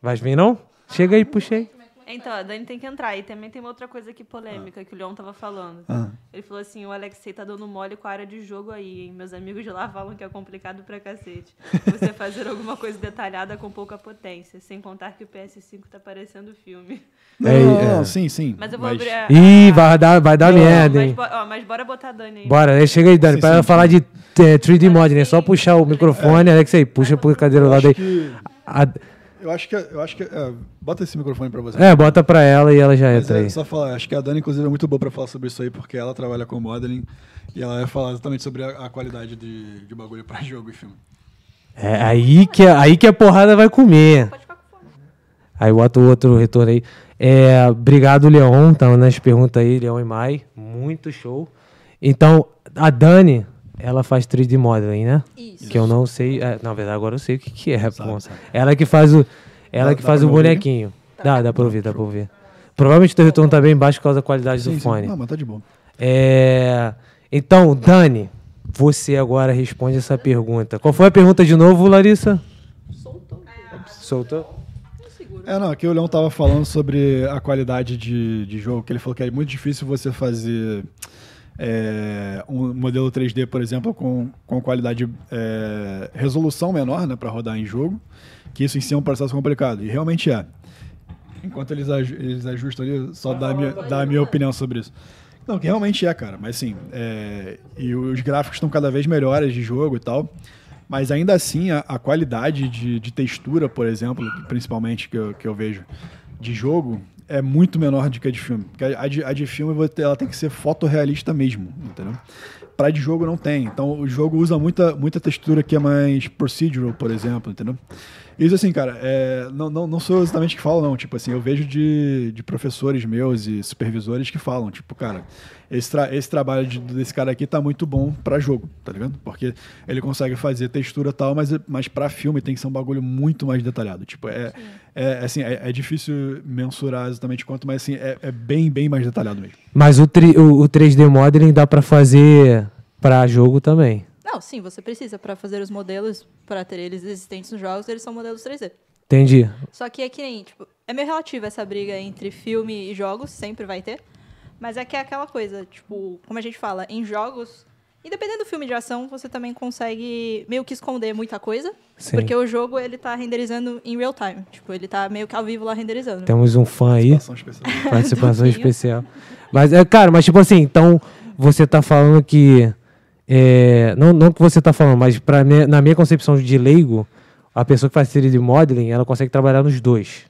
A: Vai vir, não? Chega aí, puxei.
D: Então, a Dani tem que entrar. E também tem uma outra coisa aqui polêmica
A: Ah.
D: que o Leon tava falando.
B: Ah.
D: Ele falou assim: o Alexei tá dando mole com a área de jogo aí, hein? Meus amigos de lá falam que é complicado pra cacete.
A: [laughs]
D: Você fazer alguma coisa detalhada com pouca potência, sem contar que o PS5 tá parecendo filme.
B: Não,
A: É,
B: não, não,
A: é.
B: sim, sim.
D: Mas eu vou abrir a.
A: Ih,
D: a-
A: vai dar, vai dar
D: Não,
A: merda,
D: Ah, mas,
A: hein?
D: bo- ó, mas bora botar a Dani aí.
A: Bora, aí chega aí, Dani,
B: Sim,
A: pra
B: sim, É.
A: ela
B: sim.
A: falar de eh, 3D mod, né? Só puxar o microfone, Alex aí, puxa pro cadeira lá
B: acho
A: daí.
B: que-
A: A-
B: Eu acho que. Eu acho que é, bota esse microfone pra você.
A: é, bota pra ela e ela já
B: Mas
A: entra
B: é,
A: aí.
B: só falar, acho que a Dani, inclusive, é muito boa pra falar sobre isso aí, porque ela trabalha com modeling e ela vai falar exatamente sobre a, a qualidade de, de bagulho pra [laughs] jogo e filme.
A: É, aí, que, aí que a porrada vai comer.
D: Pode ficar com fome.
A: Aí bota o outro retorno aí. É, obrigado, Leon. Tá nas perguntas aí, Leon e Mai. Muito show. Então, a Dani, ela faz 3D modeling, né?
D: Isso.
A: Que eu não sei. é, na verdade, agora eu sei o que, que é, pô.
B: sabe.
A: Ela que faz o. Ela
B: Dá-
A: que
B: dá
A: faz
B: pra
A: o
B: me ouvir?
A: bonequinho. Dá, dá pra ouvir, dá pra ouvir. Provavelmente o teu retorno tá bem baixo por causa da qualidade do fone.
B: Não, mas tá de boa.
A: É, Então, Dani, você agora responde essa pergunta. Qual foi a pergunta de novo, Larissa? Soltou. Soltou?
B: É, não, aqui o Leão tava falando sobre a qualidade de, de jogo, que ele falou que é muito difícil você fazer é, um modelo 3D, por exemplo, com, com qualidade, é, resolução menor, né, para rodar em jogo, que isso em si é um processo complicado, e realmente é. Enquanto eles, aju- eles ajustam ali, só dá a minha, dá a minha opinião sobre isso. Não, que realmente é, cara, mas sim, é, e os gráficos estão cada vez melhores de jogo e tal, mas ainda assim a, a qualidade de, de textura, por exemplo, principalmente que eu, que eu vejo de jogo, é muito menor do que a de filme. Porque a, a de, a de filme vou ter- ela tem que ser fotorrealista mesmo, entendeu? Pra de jogo não tem. Então o jogo usa muita, muita textura que é mais procedural, por exemplo, entendeu? Isso assim, cara, é, não, não, não sou exatamente que falo, não. Tipo assim, eu vejo de, de professores meus e supervisores que falam, tipo, cara, esse, tra- esse trabalho de- desse cara aqui tá muito bom pra jogo, tá ligado? Porque ele consegue fazer textura e tal, mas, mas pra filme tem que ser um bagulho muito mais detalhado. Tipo, é, é assim, é, é difícil mensurar exatamente quanto, mas assim, é, é bem, bem mais detalhado mesmo.
A: Mas o, tri- o, o 3D modeling dá pra fazer pra jogo também.
E: Não, sim, você precisa para fazer os modelos, para ter eles existentes nos jogos, eles são modelos 3D.
A: Entendi.
E: Só que é que nem, tipo, é meio relativa essa briga entre filme e jogos, sempre vai ter. Mas é que é aquela coisa, tipo, como a gente fala, em jogos, independente do filme de ação, você também consegue meio que esconder muita coisa,
A: Sim.
E: porque o jogo ele tá renderizando em real time, tipo, ele tá meio que ao vivo lá renderizando.
A: Temos um fã aí,
B: Ação especial.
A: [laughs] participação
E: Duquinho.
A: especial. Mas, é, cara, mas tipo assim, então você tá falando que. é, não, não que você tá falando, mas pra, mim- na minha concepção de leigo, a pessoa que faz 3D modeling, ela consegue trabalhar nos dois.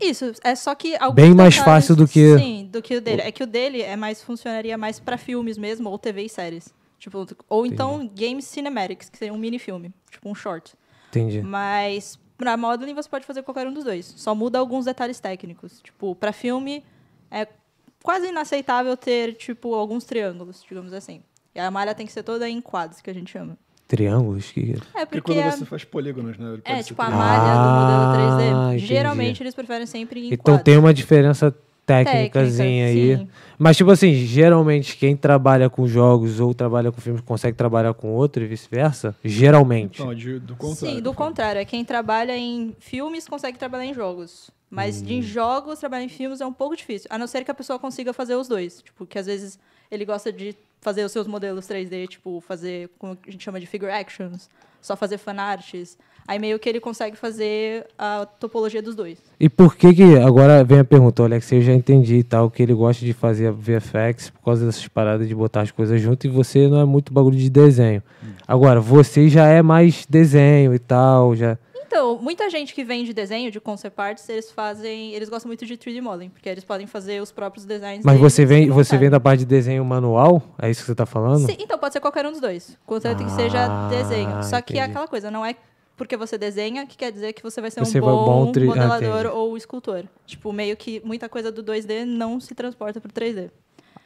E: Isso, é só que alguns
A: Tá. Bem mais
E: detalhes-
A: fácil do que-
E: Sim, do que o dele. É que o dele é mais funcionaria mais pra filmes mesmo ou TV e séries. Tipo, ou então games cinematics, que seria um mini filme, tipo um short.
A: Entendi.
E: Mas pra modeling você pode fazer qualquer um dos dois. Só muda alguns detalhes técnicos. Tipo, pra filme é quase inaceitável ter tipo alguns triângulos, digamos assim. E a malha tem que ser toda em quadros, que a gente chama.
A: Triângulos? Que...
E: É
B: Porque
E: porque,
B: quando
E: a-
B: você faz polígonos, né? ele pode
E: é
B: ser
E: tipo a
B: tri-
E: malha do modelo 3D.
A: Ah, entendi.
E: Geralmente eles preferem sempre em
A: Então
E: quadros.
A: tem uma diferença técnicazinha aí.
E: sim.
A: Mas, tipo assim, geralmente quem trabalha com jogos ou trabalha com filmes consegue trabalhar com outro e vice-versa? Geralmente.
B: Não, de- do contrário. tá
E: Sim, do contrário. É quem trabalha em filmes consegue trabalhar em jogos. Mas
A: Hum.
E: de jogos, trabalhar em filmes é um pouco difícil. A não ser que a pessoa consiga fazer os dois. Tipo, que às vezes ele gosta de fazer os seus modelos 3D, tipo, fazer como a gente chama de figure actions, só fazer fanarts. Aí meio que ele consegue fazer a topologia dos dois.
A: E por que que, agora vem a pergunta, o Alex, eu já entendi e tal, que ele gosta de fazer a VFX por causa dessas paradas de botar as coisas junto e você não é muito bagulho de desenho. Agora, você já é mais desenho e tal, já...
E: Então, muita gente que vende desenho de concept arts, eles fazem, eles gostam muito de 3D modeling, porque eles podem fazer os próprios designs.
A: Mas
E: deles
A: você
E: e
A: vem,
E: montar.
A: você vem da parte de desenho manual? É isso que você tá falando?
E: Sim, então pode ser qualquer um dos dois. Contanto que seja
A: Ah,
E: desenho. Só que é
A: entendi.
E: aquela coisa, não é porque você desenha que quer dizer que você vai ser
A: Você
E: um
A: vai-
E: bom,
A: bom tri- ah,
E: modelador
A: entendi.
E: ou escultor. Tipo, meio que muita coisa do 2D não se transporta pro 3D.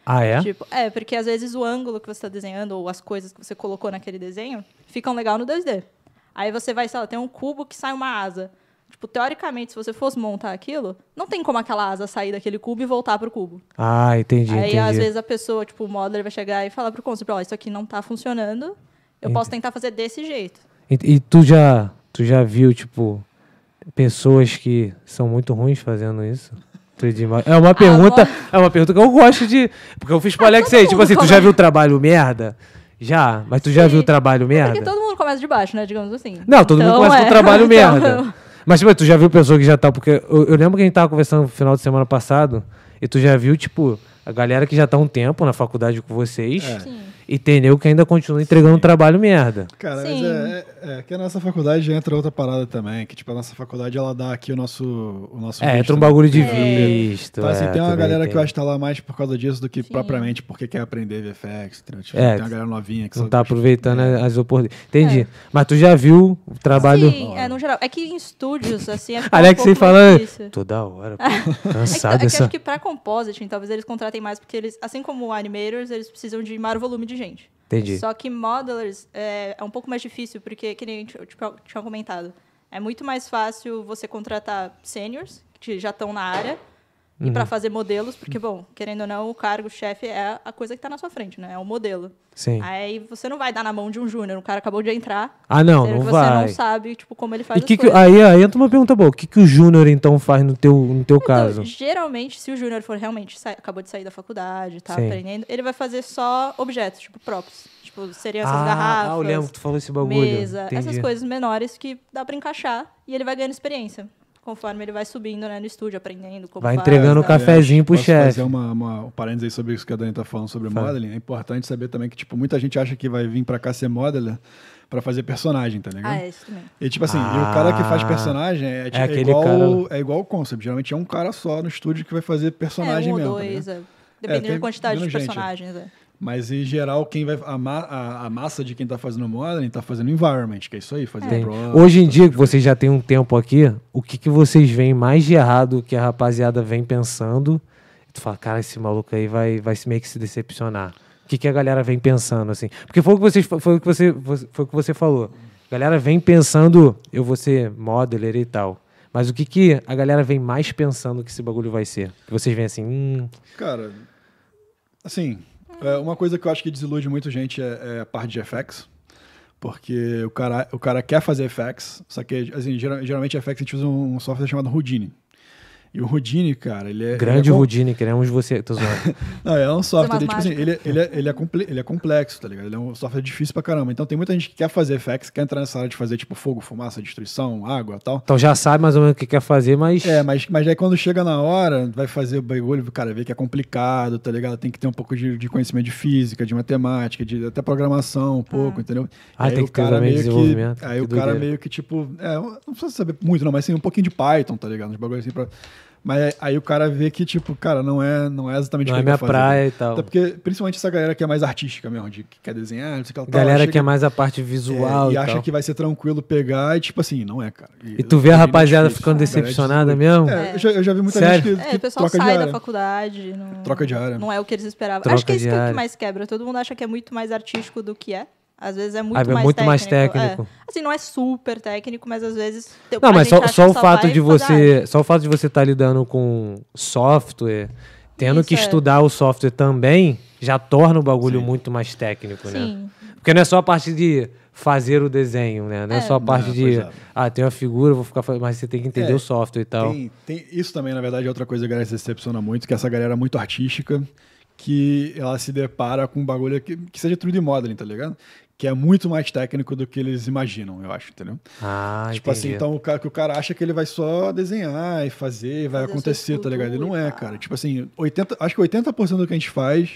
A: Ah, é?
E: Tipo, é, porque às vezes o ângulo que você está desenhando ou as coisas que você colocou naquele desenho ficam legal no 2D. Aí você vai, sei lá, tem um cubo que sai uma asa. Tipo, teoricamente, se você fosse montar aquilo, não tem como aquela asa sair daquele cubo e voltar pro cubo.
A: Ah, entendi,
E: Aí,
A: entendi.
E: às vezes, a pessoa, tipo, o modeler vai chegar e falar pro concept, ó, isso aqui não tá funcionando, eu posso tentar fazer desse jeito.
A: E, e tu já, tu já viu tipo pessoas que são muito ruins fazendo isso? 3D ma- É uma pergunta, é uma pergunta que eu gosto de, porque eu fiz pro Alex aí,
E: Ah, todo
A: tipo
E: mundo
A: assim, tu já
E: começa.
A: viu trabalho merda? Já, mas tu já viu
E: Sim.
A: trabalho
E: Porque
A: merda?
E: todo mundo começa de baixo, né, digamos assim.
A: Não, todo mundo
E: Então,
A: começa
E: é.
A: com trabalho
E: [laughs] Então,
A: merda. Mas tipo, tu já viu pessoa que já tá, porque eu, eu lembro que a gente tava conversando no final de semana passado, e tu já viu tipo a galera que já tá há um tempo na faculdade com vocês, entendeu que ainda continua entregando trabalho merda.
B: Cara,
E: Sim.
B: mas é, é- é que a nossa faculdade entra outra parada também, que tipo, a nossa faculdade ela dá aqui o nosso. O nosso
A: É,
B: visto,
A: entra um
B: né?
A: bagulho de visto.
B: Então, assim,
A: é,
B: tem uma
A: também
B: galera
A: tem.
B: que eu acho que tá lá mais por causa disso do que propriamente porque quer aprender VFX, entendeu? Tipo,
A: É,
B: tem uma galera novinha que é.
A: Não
B: só
A: tá
B: gosta.
A: aproveitando as oportunidades. Entendi. Mas tu já viu o trabalho.
E: É. Sim, é, no geral. É que em estúdios, assim, é
A: [laughs] Alex
E: um
A: aí
E: pouco mais
A: falando.
E: difícil.
A: Toda hora. pô.
E: [laughs] É que,
A: Cansado
E: é que eu
A: dessa.
E: acho que pra compositing, talvez eles contratem mais, porque eles, assim como o animators, eles precisam de maior volume de gente.
A: Entendi.
E: Só que modelers é, é um pouco mais difícil, porque, que nem eu tinha- tipo, eu tinha comentado, é muito mais fácil você contratar seniors, que já estão na área, e
A: Uhum.
E: pra fazer modelos, porque, bom, querendo ou não, o cargo o chefe é a coisa que tá na sua frente, né? É o modelo.
A: Sim.
E: Aí você não vai dar na mão de um júnior, o cara acabou de entrar,
A: Ah, não,
E: sendo
A: não
E: que você
A: vai.
E: não sabe, tipo, como ele
A: e
E: faz as
A: que que,
E: coisas.
A: aí, aí entra uma pergunta boa. O que, que o Júnior então faz no teu, no teu caso?
E: Então, geralmente, se o júnior for realmente sa- acabou de sair da faculdade, tá
A: Sim.
E: aprendendo, ele vai fazer só objetos, tipo props. Tipo, seriam essas
A: Ah,
E: garrafas,
A: ah, eu lembro que tu falou esse bagulho.
E: mesa,
A: Entendi.
E: essas coisas menores que dá pra encaixar e ele vai ganhando experiência. Conforme ele vai subindo né, no estúdio, aprendendo como
A: Vai
E: faz,
A: entregando o
E: tá?
A: café. cafezinho pro
B: Posso
A: chefe.
B: fazer uma, uma, um parênteses aí sobre isso que a Dani tá falando sobre modeling. É importante saber também que, tipo, muita gente acha que vai vir pra cá ser modeler pra fazer personagem, tá ligado?
A: né?
E: Ah, é isso também.
B: E tipo assim, e
A: Ah.
B: o cara que faz personagem é, tipo, é
A: aquele
B: igual,
A: cara-
B: é igual o concept. Geralmente é um cara só no estúdio que vai fazer personagem
E: é, um
B: mesmo.
E: ou
B: tá ligado?
E: dois, é. dependendo
B: tem
E: da quantidade de
B: menos gente, é.
E: personagens. é.
B: Mas em geral, quem vai. A, ma- a- a massa de quem tá fazendo modeling tá fazendo environment, que é isso aí, fazer
A: Tem.
B: prova.
A: Hoje em dia, que vocês já têm um tempo aqui, o que, que vocês veem mais de errado que a rapaziada vem pensando? E tu fala, cara, esse maluco aí vai, vai se meio que se decepcionar. O que, que a galera vem pensando, assim? Porque foi o que, vocês, foi o que, você, foi o que você falou. A galera vem pensando, eu vou ser modeler e tal. Mas o que, que a galera vem mais pensando que esse bagulho vai ser? Que vocês veem assim, hum,
B: Cara, assim, é, uma coisa que eu acho que desilude muito gente é, é a parte de FX. Porque o cara, o cara quer fazer FX, só que assim, geral- geralmente FX a gente usa um software chamado Houdini. E o Houdini, cara, ele é. ele
A: grande
B: é bom-
A: Rudine, queremos você. Tô zoando.
B: Não, é um software,
E: umas
B: ele, tipo assim, ele, ele, é, ele, é comple- ele é complexo, tá ligado? Ele é um software difícil pra caramba. Então tem muita gente que quer fazer FX, quer entrar nessa área de fazer, tipo, fogo, fumaça, destruição, água e tal.
A: então já sabe mais ou menos o que quer fazer, mas...
B: É, mas, mas aí quando chega na hora, vai fazer o bagulho, cara, vê que é complicado, tá ligado? Tem que ter um pouco de, de conhecimento de física, de matemática, de até programação, um pouco, entendeu?
A: Ah,
B: Aí
A: tem
B: o
A: que ter
B: cara
A: também
B: meio que-
A: desenvolvimento,
B: Aí
A: que
B: o cara
A: doideira.
B: meio que, tipo, é, não precisa saber muito, não, mas assim, um pouquinho de Python, tá ligado? Uns bagulhos assim pra. Mas aí- aí o cara vê que, tipo, cara, não é, não é exatamente
A: Não
B: o
A: é
B: que
A: minha
B: eu quero fazer.
A: praia e tal.
B: Até porque, principalmente essa galera que é mais artística mesmo, de, que quer desenhar, não sei o Então, que ela
A: Galera
B: chega-
A: que é mais a parte
B: é,
A: visual
B: e
A: e,
B: acha
A: tal.
B: que vai ser tranquilo pegar e, tipo assim, não é, cara.
A: E tu vê a
B: é
A: rapaziada
B: difícil.
A: ficando
B: A galera
A: decepcionada
B: desiste.
A: mesmo?
B: É, eu já, eu já vi muita
A: Sério?
B: gente que,
E: É,
B: que
E: o pessoal
B: troca
E: sai
B: de
E: da
B: área.
E: faculdade. Não,
B: Troca de área.
E: Não é o que eles esperavam.
A: Troca
E: Acho que é
A: de
E: isso que, é o
A: área.
E: que mais quebra. Todo mundo acha que é muito mais artístico do que é. Às vezes é muito,
A: Ah, é
E: mais,
A: muito
E: técnico.
A: mais
E: é.
A: técnico.
E: Assim, não é super técnico, mas às vezes. te-
A: Não,
E: a
A: mas
E: gente
A: só,
E: acha
A: só
E: que
A: o
E: só
A: fato
E: vai
A: de
E: fazer arte.
A: você, só o fato de você estar lidando com software, tendo
E: Isso,
A: que
E: é.
A: estudar o software também, já torna o bagulho muito mais técnico, né?
E: ah, Sim.
A: Porque não é só a parte de fazer o desenho, né? Não é, só a parte
B: Não,
A: de
B: pois é.
A: ah, tem uma figura, vou ficar, fa- mas você tem que entender
B: É,
A: o software e tal.
B: Tem, tem- isso também, na verdade, é outra coisa que a galera se decepciona muito, que essa galera é muito artística, que ela se depara com um bagulho que, que seja 3D modeling, tá ligado? Que é muito mais técnico do que eles imaginam, eu acho, entendeu?
A: Ah,
B: tipo assim,
A: entendi.
B: então o cara, que o cara acha que ele vai só desenhar e fazer, vai
E: Fazer
B: acontecer,
E: sua
B: tá ligado? E não
E: escultura e
B: é,
E: pá.
B: cara. Tipo assim, 80, acho que 80% do que a gente faz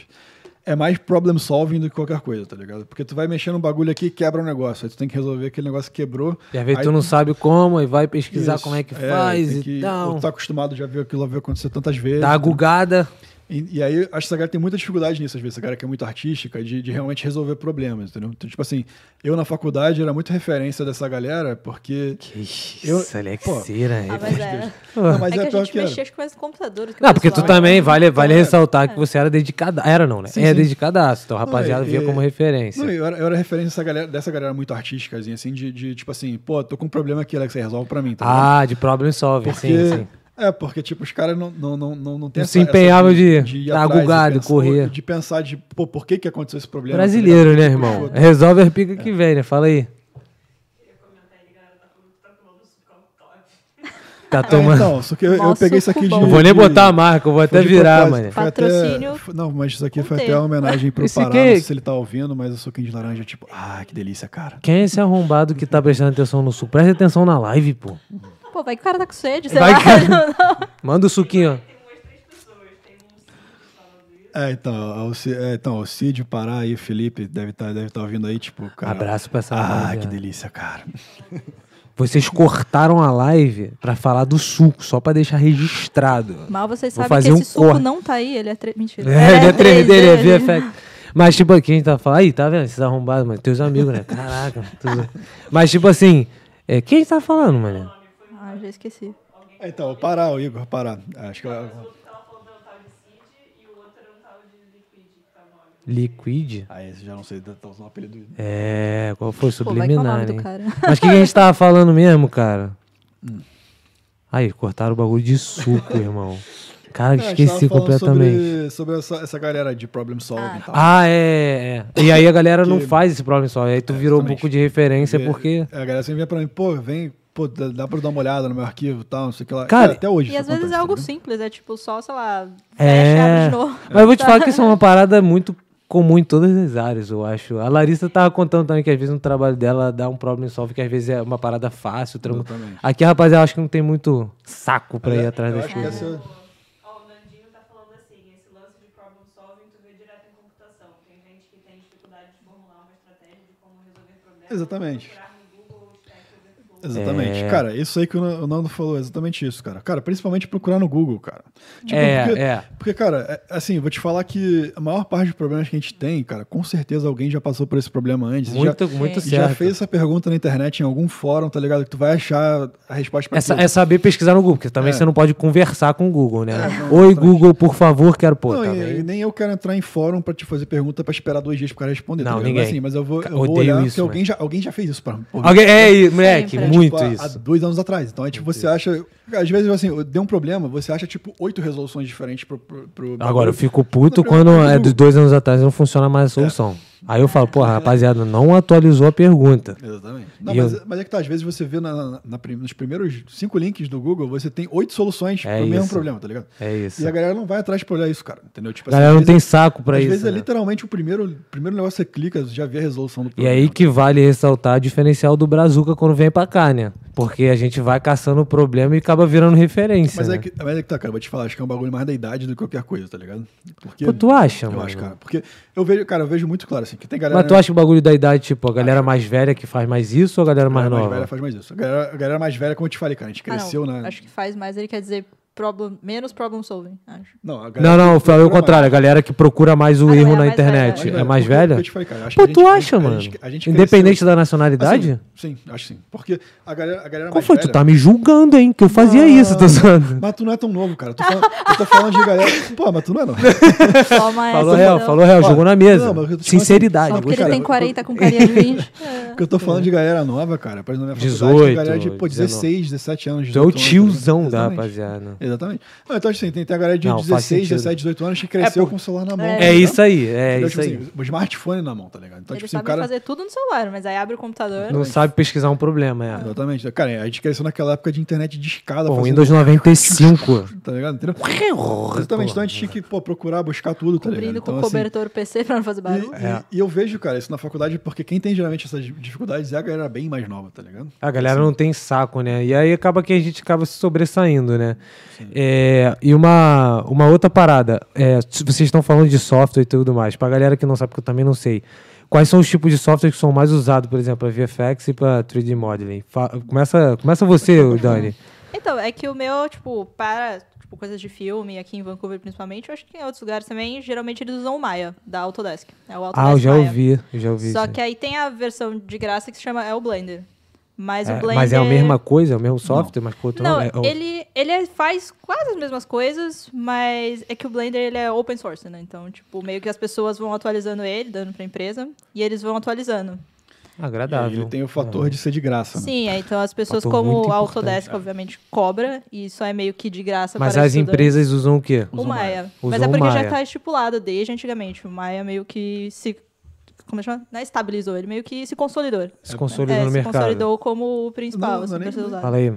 B: é mais problem solving do que qualquer coisa, tá ligado? Porque tu vai mexendo um bagulho aqui e quebra um negócio. Aí tu tem que resolver aquele negócio que quebrou.
A: E às vezes
B: aí
A: tu não sabe como e vai pesquisar
B: Isso,
A: como é que
B: é,
A: faz
B: tem
A: e
B: que- Ou
A: tal.
B: tu tá acostumado, já viu aquilo ver acontecer tantas vezes.
A: Dá a gugada.
B: E, e aí, acho que essa galera tem muita dificuldade nisso, às vezes. Essa galera que é muito artística, de, de realmente resolver problemas, entendeu? Então, tipo assim, eu na faculdade era muito referência dessa galera, porque.
A: Que isso, é
B: Eu-
A: Alexeira.
E: Ah, mas é.
B: Não, mas
E: é que
B: é
E: a
B: pior
E: gente
B: que era.
E: mexia acho que mais no computador. do que o
A: Não, porque tu
E: pessoal.
A: também, vale, vale
B: então, Claro. É.
A: ressaltar que você era dedicada. Era não, né?
B: Sim,
A: é
B: sim.
A: dedicadaço. Então, a rapaziada
B: Não, e-
A: via como referência.
B: é. Não, eu era, eu era referência dessa galera, dessa galera muito artística, assim, de, de, tipo assim, pô, tô com um problema aqui, Alex, aí resolve pra mim, tá ligado?
A: ah, de problem solving,
B: Porque,
A: sim, sim.
B: É, porque, tipo, os caras não, não, não, não, não têm
A: Não
B: essa-
A: se
B: essa
A: empenhavam de
B: ir
A: dar
B: atrás e
A: gugado,
B: pensar-
A: correr.
B: De pensar de, pô, por que que aconteceu esse problema? tá ligado?
A: Brasileiro, né, irmão? Resolve as pica que vem, né? Fala aí. Tá
B: Ah,
A: tomando.
B: então, só que eu, eu
E: Nossa,
B: peguei isso aqui de...
E: cubão.
A: [laughs] não vou nem
B: de-
A: botar a marca, eu vou
B: foi
A: até
B: de
A: virar,
B: propósito,
A: mano.
B: foi até-
E: Patrocínio
B: foi- não, mas isso aqui foi
E: contei.
B: até uma homenagem pro
A: Esse
B: Pará,
A: que-
B: não sei se ele tá ouvindo, mas o suquinho de laranja, tipo, ah, que delícia, cara.
A: Quem é esse arrombado que tá prestando atenção no suco? Presta atenção na live, pô.
E: Pô, vai que o cara tá com sede, sei
A: Vai [laughs]
E: lá.
A: que-
E: [laughs] Não, não.
A: Manda o suquinho, ó.
B: É, então, ó, o Ci- é, então, o Cid, Pará aí, Felipe, deve estar deve tá ouvindo aí, tipo, cara...
A: Abraço pra essa
B: Ah,
A: rapaziada.
B: que delícia, cara.
A: Vocês cortaram a live pra falar do suco, só pra deixar registrado.
E: Mal vocês
A: Vou
E: sabem que
A: fazer
E: esse
A: um
E: suco
A: corte.
E: não tá aí, ele é... né? Tre... Mentira.
A: É, [laughs] ele é 3D, ele é
E: ele-
A: VFX. Mas, tipo, aqui a gente tá falando, aí, tá vendo? Esses arrombados, mano. Teus amigos, né? Caraca. tudo. Mas, tipo assim, é, quem a gente tá falando, mano?
E: Ah, já esqueci.
B: É, Então, o Pará, o Igor, Pará. Acho que eu-
A: Liquid?
B: Ah, esse já não sei, tá usando o apelido. dele.
A: É, qual foi?
E: Pô, vai que é o nome
A: Subliminar,
E: do
A: hein?
E: cara. Hum.
A: Mas o que, que a gente tava falando mesmo, cara? Aí, cortaram o bagulho de suco, irmão. Cara,
B: É, a gente
A: esqueci
B: tava falando
A: completamente.
B: Sobre, sobre essa, essa galera de problem solving e tal.
A: Ah, é, é. E aí a galera não
B: Que-
A: faz esse problema só. Aí tu virou um
B: exatamente.
A: pouco de referência, porque.
B: A galera sempre vem pra mim, pô, vem, pô, dá, dá pra eu dar uma olhada no meu arquivo e tal, não sei o que lá.
A: Cara,
B: É, até hoje.
E: E
B: isso
E: às vezes
B: acontece,
E: é algo
B: tá ligado?
E: simples, é tipo só, sei lá, fecha, abre
A: É.
E: Tá de novo. Ah,
A: Mas eu vou te falar que isso
E: [laughs]
A: é uma parada muito comum em todas as áreas, eu acho. A Larissa tava contando também que às vezes no trabalho dela dá um problem solve, que às vezes é uma parada fácil, tranquila.
B: Exatamente.
A: Aqui, rapaziada, eu acho que não tem muito saco pra ir atrás
B: Eu
A: das
B: acho que
A: coisas.
B: essa-
D: Ó, o Nandinho tá falando assim, esse lance de problem solving tu vê direto em computação. Tem gente que tem dificuldade de formular uma estratégia de como resolver problemas.
B: Exatamente.
D: Procurar no Google ou Stack Overflow.
B: Exatamente.
A: É.
B: Cara, isso aí que o Na- o Nando falou, é exatamente isso, cara. Cara, principalmente procurar no Google, cara. Tipo,
A: É,
B: porque,
A: é.
B: Porque, cara, é- assim, vou te falar que a maior parte dos problemas que a gente tem, cara, com certeza alguém já passou por esse problema antes. e já,
A: Muito, muito
B: e já
A: certo.
B: fez essa pergunta na internet, em algum fórum, tá ligado? Que tu vai achar a resposta pra
A: Essa-
B: tudo.
A: é saber pesquisar no Google, porque também
B: É.
A: você não pode conversar com o Google, né? Oi, Google, por favor, quero tá pôr.
B: Não,
A: também.
B: e, e nem eu quero entrar em fórum pra te fazer pergunta pra esperar dois dias pro cara responder.
A: Não,
B: ligado?
A: ninguém.
B: Mas, assim, mas eu vou, eu
A: Odeio
B: vou olhar,
A: isso,
B: porque alguém já, alguém já fez isso pra mim. Pô,
A: Alguém, é, e, moleque,
E: Sempre.
A: muito
B: tipo, há- Há
A: isso.
B: dois anos atrás. Então, é tipo, você acha... Às vezes, assim, deu um problema, você acha, tipo, oito resoluções diferentes pro... pro, pro-
A: Agora, eu
B: pro-
A: fico puto
B: Não,
A: quando
B: não. É.
A: é dos dois anos atrás não funciona mais a solução. Aí eu falo, porra, rapaziada, não atualizou a pergunta.
B: Exatamente. Não,
A: E
B: mas,
A: eu-
B: mas é que tá, às vezes você vê na- na- na prim- nos primeiros cinco links do Google, você tem oito soluções
A: É
B: pro mesmo
A: isso.
B: problema, tá ligado?
A: É isso.
B: E
A: A
B: a galera não vai atrás pra olhar isso, cara, entendeu? Tipo, assim,
A: galera
B: às
A: não
B: vezes
A: tem saco pra
B: Às
A: isso.
B: vezes é
A: né?
B: literalmente o primeiro, primeiro negócio que você clica, você já vê a resolução do
A: E
B: problema.
A: aí que vale ressaltar o diferencial do Brazuca quando vem pra cá, né? Porque a gente vai caçando o problema e acaba virando referência.
B: Mas
A: né?
B: é, que, mas é que tá, cara, vou te falar, acho que é um bagulho mais da idade do que qualquer coisa, tá ligado? Porque,
A: Pô, tu acha,
B: eu
A: mano?
B: acho, cara. Porque eu vejo, cara, eu vejo muito claro, assim, que tem galera.
A: Mas tu acha o bagulho da idade, tipo, a galera mais velha que faz mais isso ou a galera
B: a
A: mais
B: galera
A: nova?
B: velha faz mais isso. A galera, a galera mais velha, como eu te falei, cara, a gente
E: Ah,
B: cresceu,
E: não.
B: né?
E: Acho que faz mais, ele quer dizer problem... menos problem solving, acho.
B: Não, a galera
A: Não, não, eu
B: procura
A: falei o
B: mais.
A: contrário. A galera que procura mais o
E: A
A: erro
E: galera
A: na
E: mais velha.
A: internet
B: Mais
A: é mais
B: porque-
A: velha?
B: porque eu te falei, cara, acho
A: Pô,
B: que a
A: tu
B: gente-
A: acha,
B: a
A: mano?
B: gente- a gente
A: Independente
B: cresceu-
A: da nacionalidade?
B: Assim, sim, acho que sim. Porque a galera, a galera
A: Qual
B: mais
A: foi?
B: velha... né?
A: Tu tá me julgando, hein? Que eu fazia isso, tô zoando.
B: Mas tu não é tão novo, cara. Eu tô falando, eu tô falando
A: [laughs]
B: de galera... Pô, mas tu não é não.
E: Toma Ah, essa,
A: Falou real,
E: entendeu?
A: falou real,
B: Olha,
A: jogou na mesa.
B: não, mas eu tô te falando
A: Sinceridade.
E: Só porque ele
B: Cara,
E: tem
B: eu-
E: 40 com carinha de 20.
B: Porque eu tô falando de galera nova, cara. Por exemplo, na minha faculdade,
A: 18,
B: tem galera de pô, 16, 17 anos.
A: Tu é o
B: 18 anos,
A: tiozão da
B: exatamente.
A: rapaziada.
B: Exatamente. Não, então, assim, tem, tem a galera de
A: Não, faz
B: 16,
A: sentido.
B: 17, 18 anos que cresceu
A: É, por-
B: com o celular na mão.
E: É.
A: É isso aí, é
B: Então,
A: isso
B: tipo
A: aí.
B: assim, o smartphone na mão, tá ligado? Então,
E: Eles
B: tipo assim, o
E: sabem
B: cara.
E: fazer tudo no celular, mas aí abre o computador.
A: Não sabe pesquisar um problema, é.
B: Exatamente. Cara, a gente cresceu naquela época de internet de escada.
A: Pô, Windows 95.
B: Tá ligado? Entendeu? Exatamente. Então a gente tinha que pô, procurar, buscar tudo, tá ligado?
E: Cobrindo com
B: Então,
E: o
B: assim,
E: cobertor o PC pra não fazer barulho.
B: e, é, e- e eu vejo, cara, isso na faculdade, porque quem tem geralmente essas dificuldades é a galera bem mais nova, tá ligado?
A: A galera não tem saco, né? E aí acaba que a gente acaba se sobressaindo, né? É, e uma, uma outra parada, é, se vocês estão falando de software e tudo mais, pra galera que não sabe, porque eu também não sei. Quais são os tipos de software que são mais usados, por exemplo, para VFX e para 3D Modeling? Fa- começa, começa você,
E: tá
A: Dani.
E: Então, é que o meu, tipo, para tipo, coisas de filme, aqui em Vancouver principalmente, eu acho que em outros lugares também, geralmente eles usam o Maya, da Autodesk. É o Autodesk
A: Ah, eu já
E: Maya.
A: ouvi, eu já ouvi.
E: Só
A: isso.
E: que aí tem a versão de graça que se chama é o Blender. Mas o
A: É,
E: Blender.
A: mas é a mesma coisa, é o mesmo software, mas com outro
E: Não,
A: nome? É o-
E: ele, ele faz quase as mesmas coisas, mas é que o Blender ele é open source, né? Então, tipo, meio que as pessoas vão atualizando ele, dando pra empresa, e eles vão atualizando.
A: agradável.
B: E ele tem o fator de ser de graça, né?
E: Sim, é, então as pessoas,
A: Fator Tá. muito
E: como a
A: importante,
E: Autodesk, obviamente, cobra, e isso é meio que de graça
A: Mas
E: para
A: as
E: estudante.
A: empresas usam o quê?
E: O Maia.
A: Usam
E: Mas é
A: o
E: porque já
A: Maya.
E: está estipulado desde antigamente. O Maia meio que se. Como é que chama? Não é estabilizou, ele meio que se consolidou.
A: Se consolidam
E: É,
A: no
E: se
A: mercado.
E: consolidou como o principal,
B: Não,
E: assim,
B: não, nem-
E: pra ser usado.
A: Fala aí.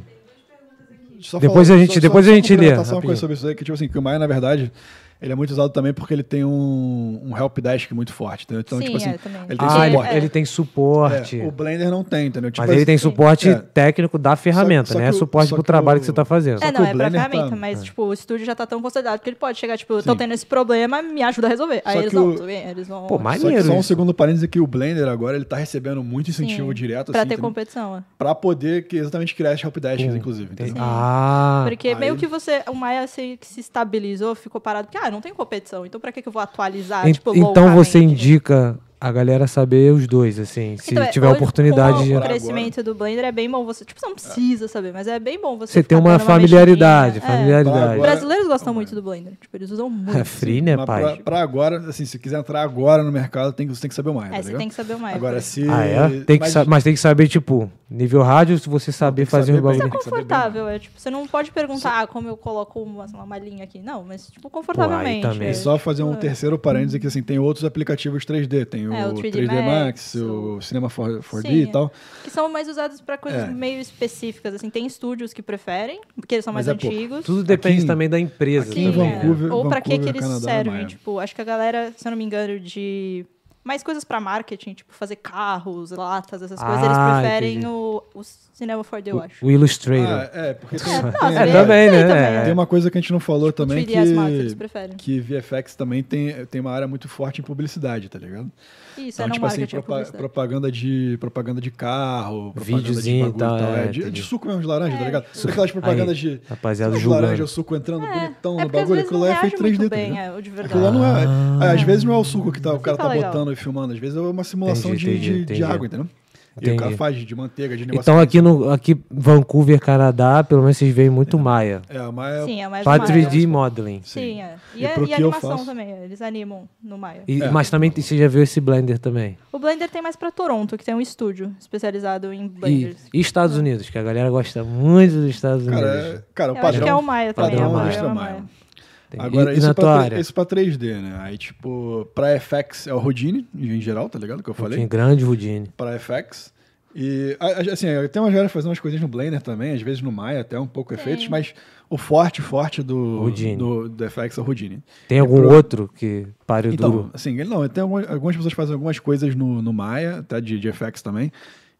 B: Só
A: Depois a gente- depois a gente lê,
B: complementar Só uma
A: rapidinho.
B: coisa sobre isso aí, que tipo assim, que o Maia, na verdade, ele é muito usado também porque ele tem um, um help desk muito forte, entendeu? Então,
E: Sim,
B: tipo assim,
E: é, também.
B: ele tem
A: Ah, ele,
B: suporte.
A: ele tem suporte.
B: É, o Blender não tem, entendeu? Tipo
A: Mas ele
B: assim,
A: tem suporte
B: É.
A: técnico da ferramenta,
B: só
A: né? É
B: que o-
A: suporte
B: só
A: pro
B: que
A: trabalho
B: o-
A: que você tá fazendo.
E: É,
B: que
E: não,
B: o
E: é pra
B: Blender tá-
E: ferramenta, mas, tipo, o estúdio já tá tão consolidado que ele pode chegar, tipo, tô tendo esse problema, me ajuda a resolver. Aí
B: Só
E: eles
B: que
E: vão,
B: o-
E: tudo bem, eles vão...
A: Pô, mas-
B: Só que
A: Maneiro
B: só um
A: isso.
B: segundo parênteses que o Blender agora ele tá recebendo muito incentivo
E: Sim,
B: direto
E: Pra
B: assim,
E: ter
B: entendeu?
E: competição, é.
B: Pra poder que, exatamente criar esse help desks, inclusive.
A: Tem-
B: entendeu?
A: Ah,
E: Porque
B: aí-
E: meio que você... O Maia se, se estabilizou, ficou parado, porque, ah, não tem competição, então pra que que eu vou atualizar,
A: en-
E: tipo,
A: então você
E: loucamente?
A: indica a galera saber os dois, assim, se
E: Então, é,
A: tiver
E: hoje,
A: oportunidade.
E: com
A: de-
E: o crescimento do Blender é bem bom você. Tipo, você não precisa saber, mas é bem bom você.
A: Você tem
E: ficar
A: uma
E: dando
A: familiaridade,
E: mexidinha. É.
A: familiaridade.
B: Agora-
E: Brasileiros gostam muito do Blender. Tipo, eles usam
A: [laughs]
E: muito.
A: É free, né,
B: Mas
A: pai?
B: Pra, pra agora, assim, se quiser entrar agora no mercado, tem, que- você tem que saber mais. tá
E: É, você
A: né?
B: ligado?
E: tem que saber mais.
B: Agora, se.
A: Ah, é? Tem que
B: mas-
A: sa- mas tem que saber, tipo, nível rádio, se você saber
B: tem que
A: fazer
B: saber
A: os
B: bem. né?
A: bagulho.
B: Tem que saber
E: confortável, é tipo, você não pode perguntar ah, como eu coloco uma, sei lá, uma linha aqui. Não, mas tipo, confortavelmente.
A: também.
E: é,
B: E só
E: tipo,
B: fazer um terceiro parênteses aqui, assim, tem outros aplicativos 3D, tem o,
E: É, o
B: 3D,
E: 3D
B: Max,
E: Max,
B: o Cinema 4, d
E: Sim,
B: e tal.
E: Que são mais usados pra coisas
B: É.
E: meio específicas, assim. Tem estúdios que preferem, porque eles são mais
B: Mas é pouco.
E: antigos. é.
A: Tudo depende
B: Aqui em-
A: também da empresa.
B: aqui em
A: também, né?
B: Vancouver-
E: Ou pra que que
B: Vancouver,
E: eles
B: Canadá,
E: servem?
B: Maia.
E: Tipo, acho que a galera, se eu não me engano, de mais coisas pra marketing, tipo fazer carros, latas, essas coisas, eles
A: Ah,
E: preferem
A: entendi.
E: o, o cinema 4D, eu acho.
A: O Illustrator.
B: Ah, é, porque tem,
E: não,
B: tem-
E: às
A: é,
E: vezes-
A: também,
E: sei
A: né?
E: também,
B: tem
A: É.
B: uma coisa que a gente não falou
E: o
B: também
E: 3D as marcas, eles
B: que,
E: preferem.
B: que VFX também tem, tem uma área muito forte em publicidade, tá ligado?
E: Isso,
B: Então,
E: é não
B: tipo assim,
E: marketing, é
B: propa-
E: publicidade.
B: propaganda, de, propaganda de carro, propaganda de
A: Videozinho e
B: bagulho e
A: tal,
B: tal.
A: é,
B: é, de,
A: entendi.
B: de suco mesmo de laranja, tá ligado? Aquelas propagandas de
A: rapaziada
B: suco de
A: julgando.
B: laranja, o suco entrando bonitão no
E: é porque às
B: bagulho,
E: vezes
B: aquilo
E: não
B: lá é
E: reage
B: feito
E: muito
B: 3D,
E: bem,
B: tá ligado?
E: é, o de
B: Aquilo
E: verdade.
B: lá não é. é, Às vezes não é o suco que tá, o cara tá
E: fica legal.
B: botando e filmando, às vezes é uma simulação
A: Entendi,
B: de,
A: entendi,
B: de- de
A: entendi.
B: água, entendeu? E o
A: Entendi.
B: cara faz de manteiga, de negócio.
A: Então aqui no aqui Vancouver, Canadá, pelo menos vocês veem muito Maia.
B: É, mas
E: Sim, é mais
A: Pra
E: do Maia.
A: 3D modeling.
E: Sim, é. E,
B: E
E: é-
B: pro
E: e
B: que eu
E: animação
B: faço?
E: também, é, eles animam no Maia.
A: E-
B: É.
A: Mas também você já viu esse Blender também.
E: O Blender tem mais pra Toronto, que tem um estúdio especializado em
A: E,
E: Blenders.
A: e Estados Unidos, que a galera gosta muito dos Estados
B: Cara,
A: Unidos.
B: é- cara, o
E: Eu
B: padrão.
E: acho que é o Maia também.
A: padrão
E: é o
A: Maia.
E: programa
B: Maia.
E: Maia.
A: Tem-
B: Agora,
A: e, e
B: isso, é
A: na
B: pra,
A: tua
B: tre-
A: área?
B: isso pra 3D, né? Aí, tipo, pra FX é o Rodine, em geral, tá ligado? Que eu falei.
A: Tinha grande Houdini.
B: Pra FX. E, a- a- assim, tem uma galera fazendo umas coisinhas no Blender também, às vezes no Maya até um pouco efeitos, mas o forte, forte do,
A: Houdini.
B: do, do FX é o Rodine.
A: Tem algum
B: pro-
A: outro que pare
B: Então,
A: É duro?
B: assim, ele não, tem algumas, algumas pessoas que fazem algumas coisas no, no Maya, até de, de FX também,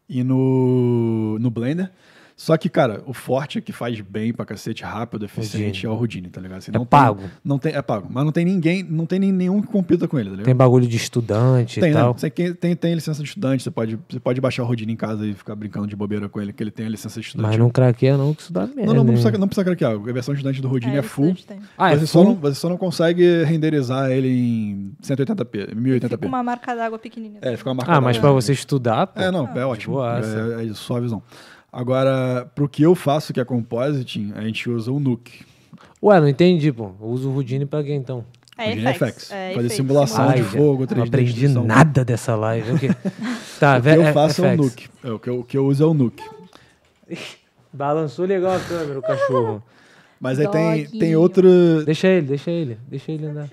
B: e no, no Blender. Só que, cara, o forte que faz bem pra cacete, rápido, eficiente, é o Houdini, tá ligado? Assim,
A: É
B: não tem-
A: pago.
B: não tem, é pago, mas não tem ninguém, não tem nem- nenhum que compita com ele, tá ligado?
A: Tem bagulho de estudante
B: Tem,
A: e
B: né?
A: tal.
B: Você tem, tem, tem licença de estudante, você pode, você pode baixar o Rodine em casa e ficar brincando de bobeira com ele, que ele tem a licença
A: Mas
B: de estudante.
A: não craqueia não, que isso dá merda.
B: não, não, não
A: hein?
B: precisa, não precisa craquear. A versão de estudante do Rodine é,
E: É,
B: full.
E: estudante tem.
A: Ah, é
B: você, Só
A: full?
B: não, você só não consegue renderizar ele em 180p, 1080p.
E: Fica uma marca d'água pequenininha.
B: É, fica uma marca.
A: Ah, mas
B: d'água.
A: pra você estudar, pô.
B: É, não, é
E: Ah.
B: ótimo.
A: boaça.
B: É, é só a visão. Agora, pro que eu faço, que é compositing, a gente usa o Nuke.
A: Ué, não entendi, pô. Eu uso o Houdini pra quê, então?
E: É
B: Houdini
E: FX.
B: FX.
E: É
B: Fazer
E: FX,
B: simulação
E: simulação.
B: de
A: já-
B: fogo,
A: Não
B: 3D,
A: aprendi
B: instrução.
A: nada dessa live.
B: [laughs]
A: ok. Tá,
B: O que
A: velho.
B: eu faço é o Nuke. É, o, que eu, o que eu uso é o Nuke.
A: Balançou legal a câmera, o cachorro.
B: Mas aí tem, tem
E: Doguinho.
B: outro.
A: Deixa ele, deixa ele. Deixa ele andar.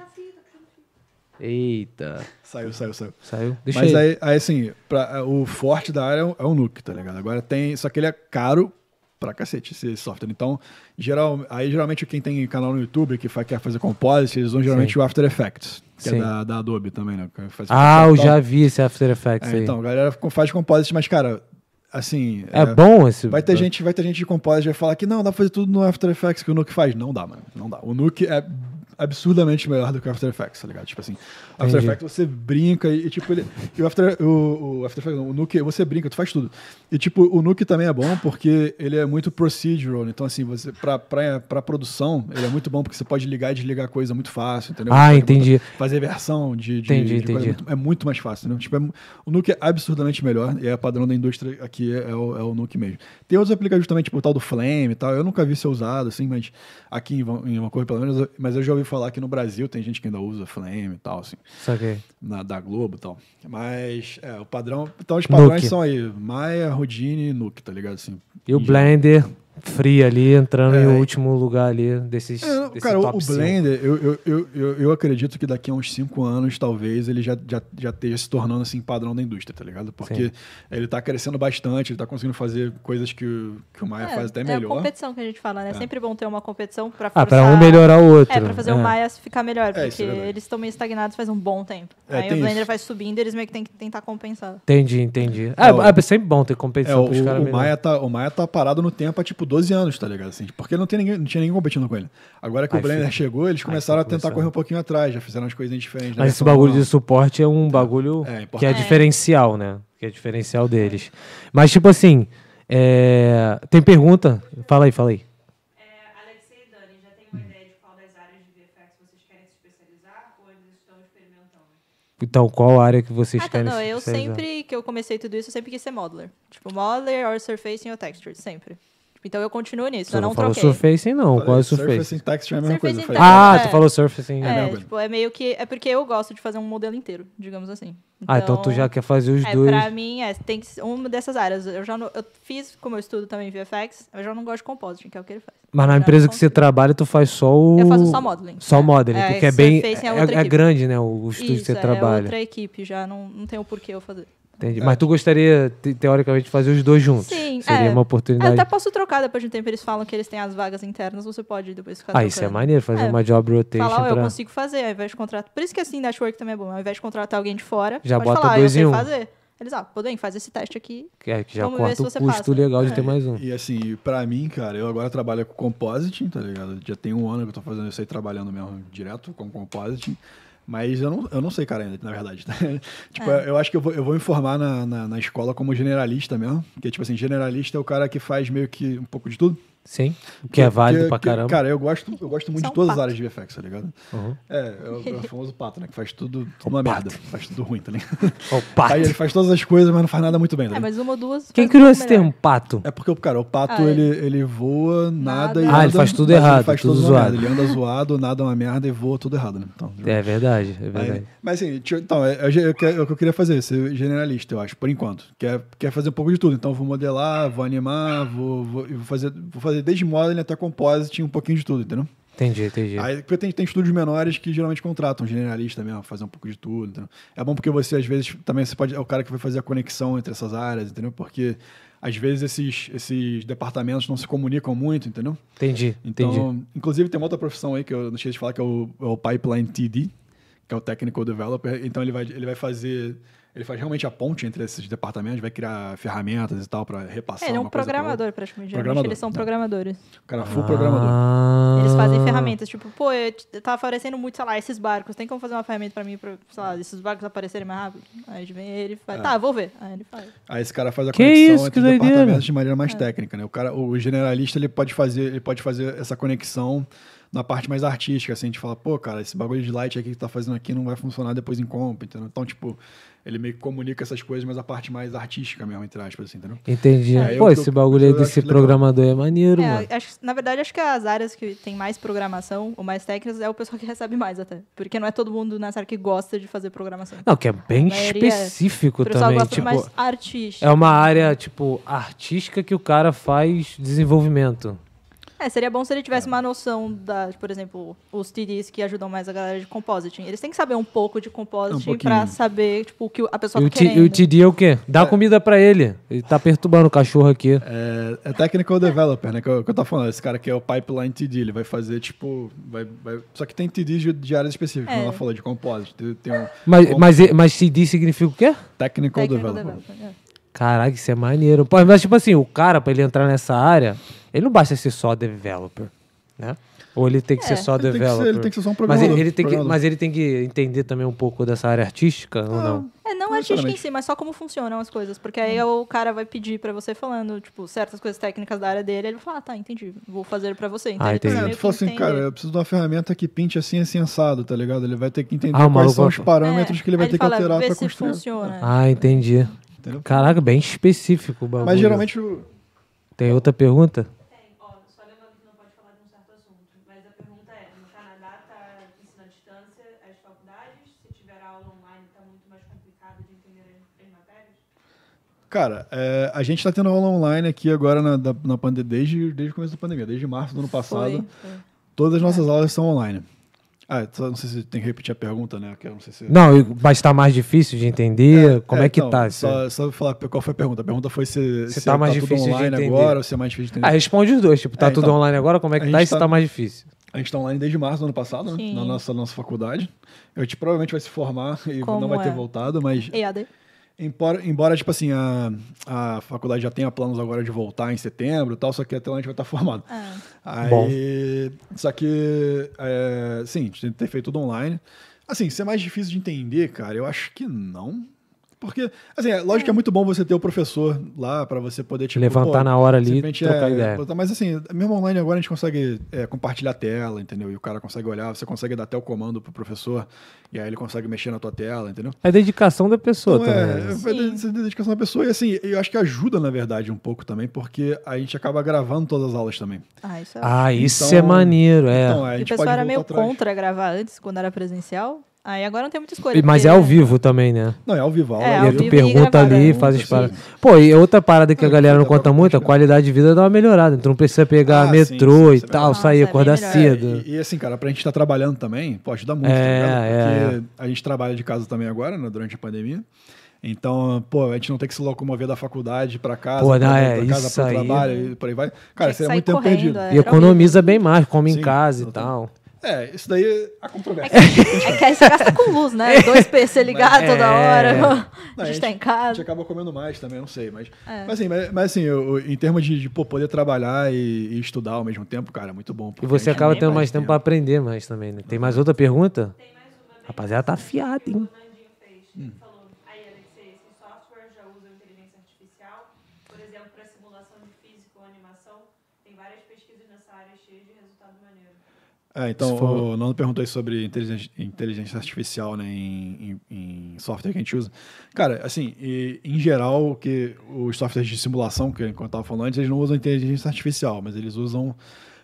A: Eita.
B: Saiu, saiu, saiu.
A: Saiu. Deixa
B: Mas
A: ele.
B: aí, aí, assim, pra- o forte da área é o, é o Nuke, tá ligado? Agora tem. Só que ele é caro pra cacete esse software. Então, geral, aí geralmente quem tem canal no YouTube que fa- quer fazer composite, eles usam geralmente o After Effects, que é
A: Sim.
B: da, da Adobe também, né? Que faz
A: Ah, eu
B: composite e
A: já
B: tal.
A: vi esse After Effects
B: É,
A: aí.
B: então, a galera co- faz composite, mas, cara, assim.
A: é, bom esse.
B: Vai ter, gente, vai ter gente de composite que vai falar que não, dá pra fazer tudo no After Effects que o Nuke faz. Não dá, mano. Não dá. O Nuke é absurdamente melhor do que o After Effects, tá ligado? Tipo assim, After
A: Entendi.
B: Effects você brinca e, e, tipo, ele. E o After, o, o After Effects, não, o Nuke, você brinca, tu faz tudo. E tipo, o Nuke também é bom porque ele é muito procedural. Então, assim, você, pra, pra, pra produção, ele é muito bom porque você pode ligar e desligar coisa muito fácil, entendeu?
A: Ah,
B: Você pode
A: entendi.
B: fazer versão de, de,
A: Entendi,
B: de coisa
A: entendi.
B: muito- é muito mais fácil, né? Tipo, é mu- o Nuke é absurdamente melhor e é padrão da indústria aqui é, é o, é o Nuke mesmo. Tem outros aplicativos também, tipo o tal do Flame e tal. Eu nunca vi ser usado, assim, mas aqui em, Va- em Vancouver, pelo menos, eu- mas eu já ouvi falar que no Brasil tem gente que ainda usa Flame e tal, assim,
A: Saquei.
B: na, da Globo e tal. Mas, é, o padrão... Então, os padrões
A: Nuke.
B: são aí, Maia, Rodine e Nuke, tá ligado? Assim,
A: E o Blender free ali, entrando
B: É,
A: em
B: e-
A: último lugar ali desses.
B: É, não,
A: desse
B: cara, o-
A: top
B: o
A: cinco.
B: Blender, eu, eu, eu, eu, eu acredito que daqui a uns 5 anos, talvez, ele já, já, já esteja se tornando assim, padrão da indústria, tá ligado? Porque
A: Sim.
B: ele tá crescendo bastante, ele tá conseguindo fazer coisas que o, que o Maia faz até
E: É a
B: melhor.
E: competição que a gente fala, né? É sempre bom ter uma competição pra
A: Ah,
E: forçar...
A: pra um melhorar o outro.
E: É, pra fazer o Maia ficar melhor,
B: É, isso
E: porque
B: é verdade.
E: eles estão meio estagnados faz um bom tempo.
B: É,
E: Aí o
B: tem
E: Blender
B: isso.
E: vai subindo e eles meio que tem que tentar compensar.
A: Entendi, entendi. É,
B: É, o-
A: é, é sempre bom ter
B: É,
A: competição
B: o,
A: pros caras
B: o,
A: melhor.
B: Maia tá, o Maia tá parado no tempo há tipo 12 anos, tá ligado? Assim, porque não, tem ninguém, não tinha ninguém competindo com ele. Agora que
A: Aí
B: o Blender
A: fica-
B: chegou, eles
A: aí
B: começaram a
A: fica
B: tentar
A: começando.
B: correr um pouquinho atrás, já fizeram as coisas diferentes. né? na
A: Mas esse
B: versão
A: bagulho
B: manual.
A: de suporte é um bagulho
B: É, importante.
A: que é
B: É.
A: diferencial, né? Que é diferencial deles. Mas, tipo assim, é, tem pergunta? Fala aí, fala aí.
D: É, Alexei e Dani, já tem uma ideia de qual das áreas de VFX vocês querem se especializar ou eles estão experimentando?
A: Então, qual área que vocês
E: Ah, tá,
A: querem
E: não,
A: se
E: eu
A: especializar?
E: sempre que eu comecei tudo isso, eu sempre quis ser modeler. Tipo, modeler, or surfacing ou texture, sempre. Então eu continuo nisso,
A: Você
E: eu
A: não,
E: não,
A: falou
E: troquei.
A: surfacing, não.
B: Falei,
A: Qual é o surfacing?
B: Surface Syntax é a mesma coisa.
E: Surface
B: eu
A: Ah,
B: falei.
E: É.
A: tu falou surfacing.
E: É,
A: né?
B: mesma coisa.
E: tipo, é meio que. É porque eu gosto de fazer um modelo inteiro, digamos assim.
A: Ah, então tu já quer fazer os
E: É,
A: dois.
E: pra mim, é, tem que ser uma dessas áreas. Eu já não- eu fiz, como eu estudo também VFX, eu já não gosto de compositing, que é o que ele faz.
A: Mas na
E: Pra
A: empresa que você
E: construir.
A: trabalha, tu faz só o.
E: Eu faço só modeling.
A: Só modeling,
E: É,
A: porque é bem.
E: surfacing é
A: É,
E: outra
A: é
E: equipe.
A: grande, né? O o estúdio que
E: Isso,
A: você
E: é
A: trabalha.
E: outra equipe, já não, não tem o porquê eu fazer.
A: Entendi. Mas tu gostaria, te- teoricamente, de fazer os dois juntos.
E: Sim,
A: Seria
E: é.
A: uma
E: Ah, Eu
A: oportunidade.
E: até posso trocar depois de um tempo, eles falam que eles têm as vagas internas, você pode depois ficar
A: Ah, isso é
E: trocando.
A: maneiro, fazer
E: É.
A: uma job rotation.
E: Falar, ó, eu
A: pra-
E: consigo fazer, ao invés de contratar. Por isso que assim, network também é bom. Ao invés de contratar alguém de fora,
A: Já
E: pode
A: bota
E: falar,
A: dois
E: eu sei
A: em um.
E: fazer. Eles, ah, tudo bem, faz esse teste aqui.
A: que é, que já
E: Vamos ver
A: corta
E: se
A: o
E: você
A: custo
E: passa. É.
A: legal de ter mais um.
B: E assim, pra mim, cara, eu agora trabalho com compositing, tá ligado? Já tem um ano que eu tô fazendo isso aí, trabalhando mesmo direto com compositing. Mas eu não, eu não sei, cara, ainda, na verdade. tá? [laughs] tipo,
E: É.
B: eu acho que eu vou, eu vou me formar na, na, na escola como generalista mesmo. Porque, tipo assim, generalista é o cara que faz meio que um pouco de tudo.
A: Sim. O que é válido
B: Porque-
A: pra
B: porque,
A: caramba.
B: Cara, eu gosto, eu gosto muito
E: Só
B: de
E: um
B: todas as
E: pato.
B: áreas de VFX, tá ligado?
A: Uhum.
B: É, é o, é o famoso pato, né? Que faz tudo, tudo uma merda. Faz tudo ruim, tá ligado?
A: Ó, o pato.
B: Aí ele faz todas as coisas, mas não faz nada muito bem, tá
E: É,
B: ligado?
E: mas uma ou duas.
A: Quem
E: faz
A: criou
E: um
A: esse
E: melhor.
A: termo? Pato.
B: É porque, cara, o pato,
E: Ah, é.
B: ele, ele voa, nada,
E: Nada.
B: e
E: Ah,
B: anda,
A: ele faz tudo
B: mas
A: errado,
B: faz
A: tudo
B: uma merda.
A: zoado.
B: Ele anda zoado, nada é uma merda e voa tudo errado, né? Então,
A: É verdade, é
B: aí-
A: verdade.
B: mas assim, tio- então, é, é, ge- é o que- é o que eu queria fazer, ser generalista, eu acho, por enquanto. Quer, quer fazer um pouco de tudo. Então, eu vou modelar, vou animar, vou, vou, e vou fazer, vou fazer desde modeling até compositing, um pouquinho de tudo, entendeu?
A: Entendi, entendi.
B: Aí, porque tem, tem estúdios menores que geralmente contratam generalista mesmo, fazer um pouco de tudo. entendeu? É bom porque você, às vezes, também você pode. É o cara que vai fazer a conexão entre essas áreas, entendeu? Porque às vezes esses, esses departamentos não se comunicam muito, entendeu?
A: Entendi,
B: Então,
A: entendi.
B: inclusive, tem uma outra profissão aí que eu não cheguei de falar, que é o, é o Pipeline TD, que é o Technical Developer. Então, ele vai, ele vai fazer. Ele faz realmente a ponte entre esses departamentos, vai criar ferramentas e tal para repassar.
E: É, ele é um
B: uma coisa pra outra.
E: programador, praticamente. Geralmente
B: Programador. Tá.
E: Eles são programadores.
B: O cara é full programador.
A: Ah.
E: Eles fazem ferramentas, tipo, pô, eu te- tá aparecendo muito, sei lá, esses barcos. Tem como fazer uma ferramenta pra mim, pra, sei lá, esses barcos aparecerem mais rápido? Aí vem ele
B: É.
E: faz. Tá, vou ver. Aí ele faz.
B: Aí esse cara faz a
A: Que
B: conexão
A: isso,
B: entre
A: que doideira. É.
B: departamentos de maneira mais técnica, né? O cara, o generalista, ele pode fazer, ele pode fazer essa conexão na parte mais artística, assim, a gente fala, pô, cara, esse bagulho de light aqui que tá fazendo aqui não vai funcionar depois em comp, entendeu? Então, tipo, ele meio que comunica essas coisas, mas a parte mais artística mesmo, entre aspas, assim, entendeu?
A: Entendi.
B: É, eu
A: Pô,
B: que-
A: esse bagulho aí
B: eu acho
A: desse
B: legal.
A: programador é maneiro,
E: É,
A: mano.
E: acho que- na verdade, acho que as áreas que tem mais programação ou mais técnicas é o pessoal que [laughs] recebe mais até. Porque não é todo mundo nessa área que gosta de fazer programação.
A: Não, que é bem
E: a maioria-
A: específico
E: o pessoal
A: também.
E: gosta
A: Tipo, um
E: mais artístico.
A: é uma área, tipo, artística que o cara faz desenvolvimento.
E: É, seria bom se ele tivesse uma noção da, por exemplo, os TDs que ajudam mais a galera de compositing. Eles têm que saber um pouco de compositing
B: Um pouquinho.
E: pra saber, tipo, o que a pessoa
A: E o,
E: tá
A: ti, e
E: querendo.
A: o Tidi é o quê? Dá comida pra ele. Ele tá perturbando o cachorro aqui.
B: É, é technical developer, né? Que eu, que eu tava falando. Esse cara aqui é o pipeline TD. Ele vai fazer, tipo... Vai, vai- Só que tem TD de, de áreas específicas. Como
E: É.
B: ela falou, de composite. Tem- Tem um
A: Mas,
B: um
A: mas, e- mas Tidi significa o quê?
B: technical,
E: Technical
B: developer.
E: developer, é.
A: Caraca, isso é maneiro. Pô, mas tipo assim, o cara, pra ele entrar nessa área, ele não basta ser só developer, né? Ou ele tem que ser só
B: Ele tem que ser-
A: developer.
B: ele tem que ser só um
A: mas ele,
B: programador,
A: ele tem que,
B: programador.
A: Mas ele tem que entender também um pouco dessa área artística ou não?
E: É, não
B: Não
E: artística em
B: necessariamente.
E: si, mas só como funcionam as coisas. Porque aí o cara vai pedir pra você falando, tipo, certas coisas técnicas da área dele, ele vai falar, ah, tá, entendi, vou fazer pra você. Então
A: Ah,
E: ele
A: entendi.
E: precisa
B: É,
E: meio
B: tu
E: que
B: fala assim,
E: entender.
B: cara, eu preciso de uma ferramenta que pinte assim, assim, assado, tá ligado? Ele vai ter que entender
A: Ah, o
B: quais
A: maluco
B: são os
A: vai-
B: parâmetros
E: É,
B: que ele vai
E: aí
B: ter que
E: fala,
B: alterar
E: vê
B: pra
E: se
B: construir.
E: funciona.
A: Ah, entendi.
B: Entendeu?
A: Caraca, bem específico o bagulho.
B: Mas geralmente o...
A: Tem outra pergunta?
D: Tem, ó, só lembrando que não pode falar de um certo assunto, mas a pergunta é, no Canadá tá ensino à distância as faculdades, se tiver aula online tá muito mais complicado de entender as, as matérias?
B: Cara, é, a gente tá tendo aula online aqui agora na, da- na pandemia, desde, desde o começo da pandemia, desde março do ano passado.
E: Foi, foi.
B: Todas as nossas aulas são online. Ah, só não sei se tem que repetir a pergunta, né? Que eu não sei se...
A: Não, e- mas tá mais difícil de entender? Como é, que
B: então,
A: tá? isso?
B: Só, só falar qual foi a pergunta. A pergunta foi se,
A: Se tá mais
B: tudo
A: difícil de
B: online
A: entender.
B: agora ou se é mais difícil de
A: Ah,
B: entender.
A: responde os dois. Tipo, tá
B: É,
A: tudo
B: então,
A: online agora? Como é
B: a
A: que
B: gente
A: tá? E se
B: tá-
A: tá mais difícil?
B: A gente tá online desde março do ano passado, né?
E: Sim.
B: Na nossa, nossa faculdade. A gente provavelmente vai se formar e não
E: Como
B: vai ter
E: é?
B: voltado, mas
E: EAD.
B: Embora, embora, tipo assim, a, a faculdade já tenha planos agora de voltar em setembro e tal, só que até lá a gente vai estar formado.
E: Ah.
B: Aí,
A: Bom.
B: Só que, é, sim, a gente tem que ter feito tudo online. Assim, se é mais difícil de entender, cara, eu acho que não. Porque, assim, é lógico que é muito bom você ter o professor lá para você poder, tipo...
A: Levantar na hora ali,
B: simplesmente,
A: trocar
B: é,
A: ideia.
B: botar- Mas, assim, mesmo online agora a gente consegue é, compartilhar a tela, entendeu? E o cara consegue olhar, você consegue dar até o comando pro professor, e aí ele consegue mexer na tua tela, entendeu?
A: É dedicação da pessoa
B: Então,
A: também. né?
B: é, foi
E: Sim.
B: de- de dedicação da pessoa. E assim, eu acho que ajuda, na verdade, um pouco também, porque a gente acaba gravando todas as aulas também.
E: Ah, isso é.
A: Ah, isso
B: Então-
A: é maneiro, é.
B: Então, é, a
E: e o
B: gente
E: pessoal
B: pode
E: era
B: voltar
E: meio
B: atrás.
E: contra gravar antes, quando era presencial. Aí agora não tem muita escolha.
A: E- mas é
E: porque-
A: ao vivo também, né?
B: Não, é ao vivo. a aula
E: É,
B: é
A: E
E: ao
B: ao
A: aí
E: vivo
A: tu
E: e
B: vivo.
A: pergunta
E: gravado.
A: ali e faz as
B: Sim.
A: paradas. Pô, e outra parada que a galera não conta muito, a qualidade de vida dá uma melhorada. Tu não precisa pegar
B: Ah,
A: metrô
B: sim,
A: e
B: sim,
A: tal,
E: isso é
A: sair,
E: bem
A: acordar
E: melhor.
A: cedo.
B: E, e, assim, cara, pra gente estar trabalhando também, pô, ajuda
A: É,
B: muito, tá ligado?
A: é,
B: Porque a gente trabalha de casa também agora, né, durante a pandemia. Então, pô, a gente não tem que se locomover da faculdade pra casa,
A: Pô,
B: pra,
A: não, é,
B: pra casa,
A: isso
B: pro
A: aí.
B: trabalho e por aí vai. Cara,
E: Tinha que
B: seria
E: sair
B: muito tempo
E: correndo,
B: perdido.
E: é.
A: E economiza bem mais, come em
B: Sim,
A: casa e tal.
B: exatamente. É, isso daí é a controvérsia.
E: [laughs] [laughs] É que aí você gasta com
B: [laughs]
E: luz, né? Dois PC ligados
A: é.
E: toda hora.
B: Não,
E: [laughs] a gente tá em
B: A gente
E: casa. É.
B: acaba comendo mais também, não sei. Mas, mas assim, mas, mas assim eu- eu- em termos de, de, pô, poder trabalhar e, e estudar ao mesmo tempo, cara, é muito bom.
A: E
B: porque
A: você
B: a gente é
A: acaba
B: tem
A: tendo mais tempo pra aprender mais também, né? Tem mais outra pergunta? Rapaziada, tá afiado, hein?
D: Nandinho fez, ele falou, aí Alexei, esses softwares já usam inteligência artificial, por exemplo, para simulação de física ou animação, tem várias pesquisas nessa área cheias de resultado maneiro.
B: É, então,
A: Se for-
B: o Nando perguntou aí sobre inteligência, inteligência artificial né, em, em- em software que a gente usa. Cara, assim, e, em geral, o que os softwares de simulação, que eu estava falando antes, eles não usam inteligência artificial, mas eles usam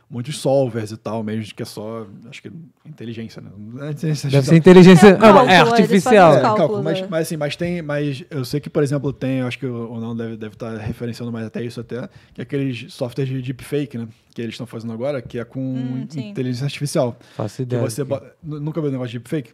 B: muitos solvers e tal, mesmo que é só, acho que, inteligência, né? Não é inteligência
A: Deve ser
B: artificial.
A: inteligência.
E: É,
A: Ah, É,
E: calcula,
A: artificial.
E: eles
B: É,
E: fazem
B: cálculo,
E: cálculo,
B: mas,
E: né?
B: mas assim, mas tem, mas eu sei que, por exemplo, tem, eu acho que o o não deve deve estar referenciando mais até isso até, que é aqueles softwares de deepfake, né, que eles estão fazendo agora, que é com
E: Hum, sim.
B: inteligência artificial,
A: Faço
B: que
A: ideia.
B: você
A: do que-
B: bota- nu- nunca viu o negócio de deepfake?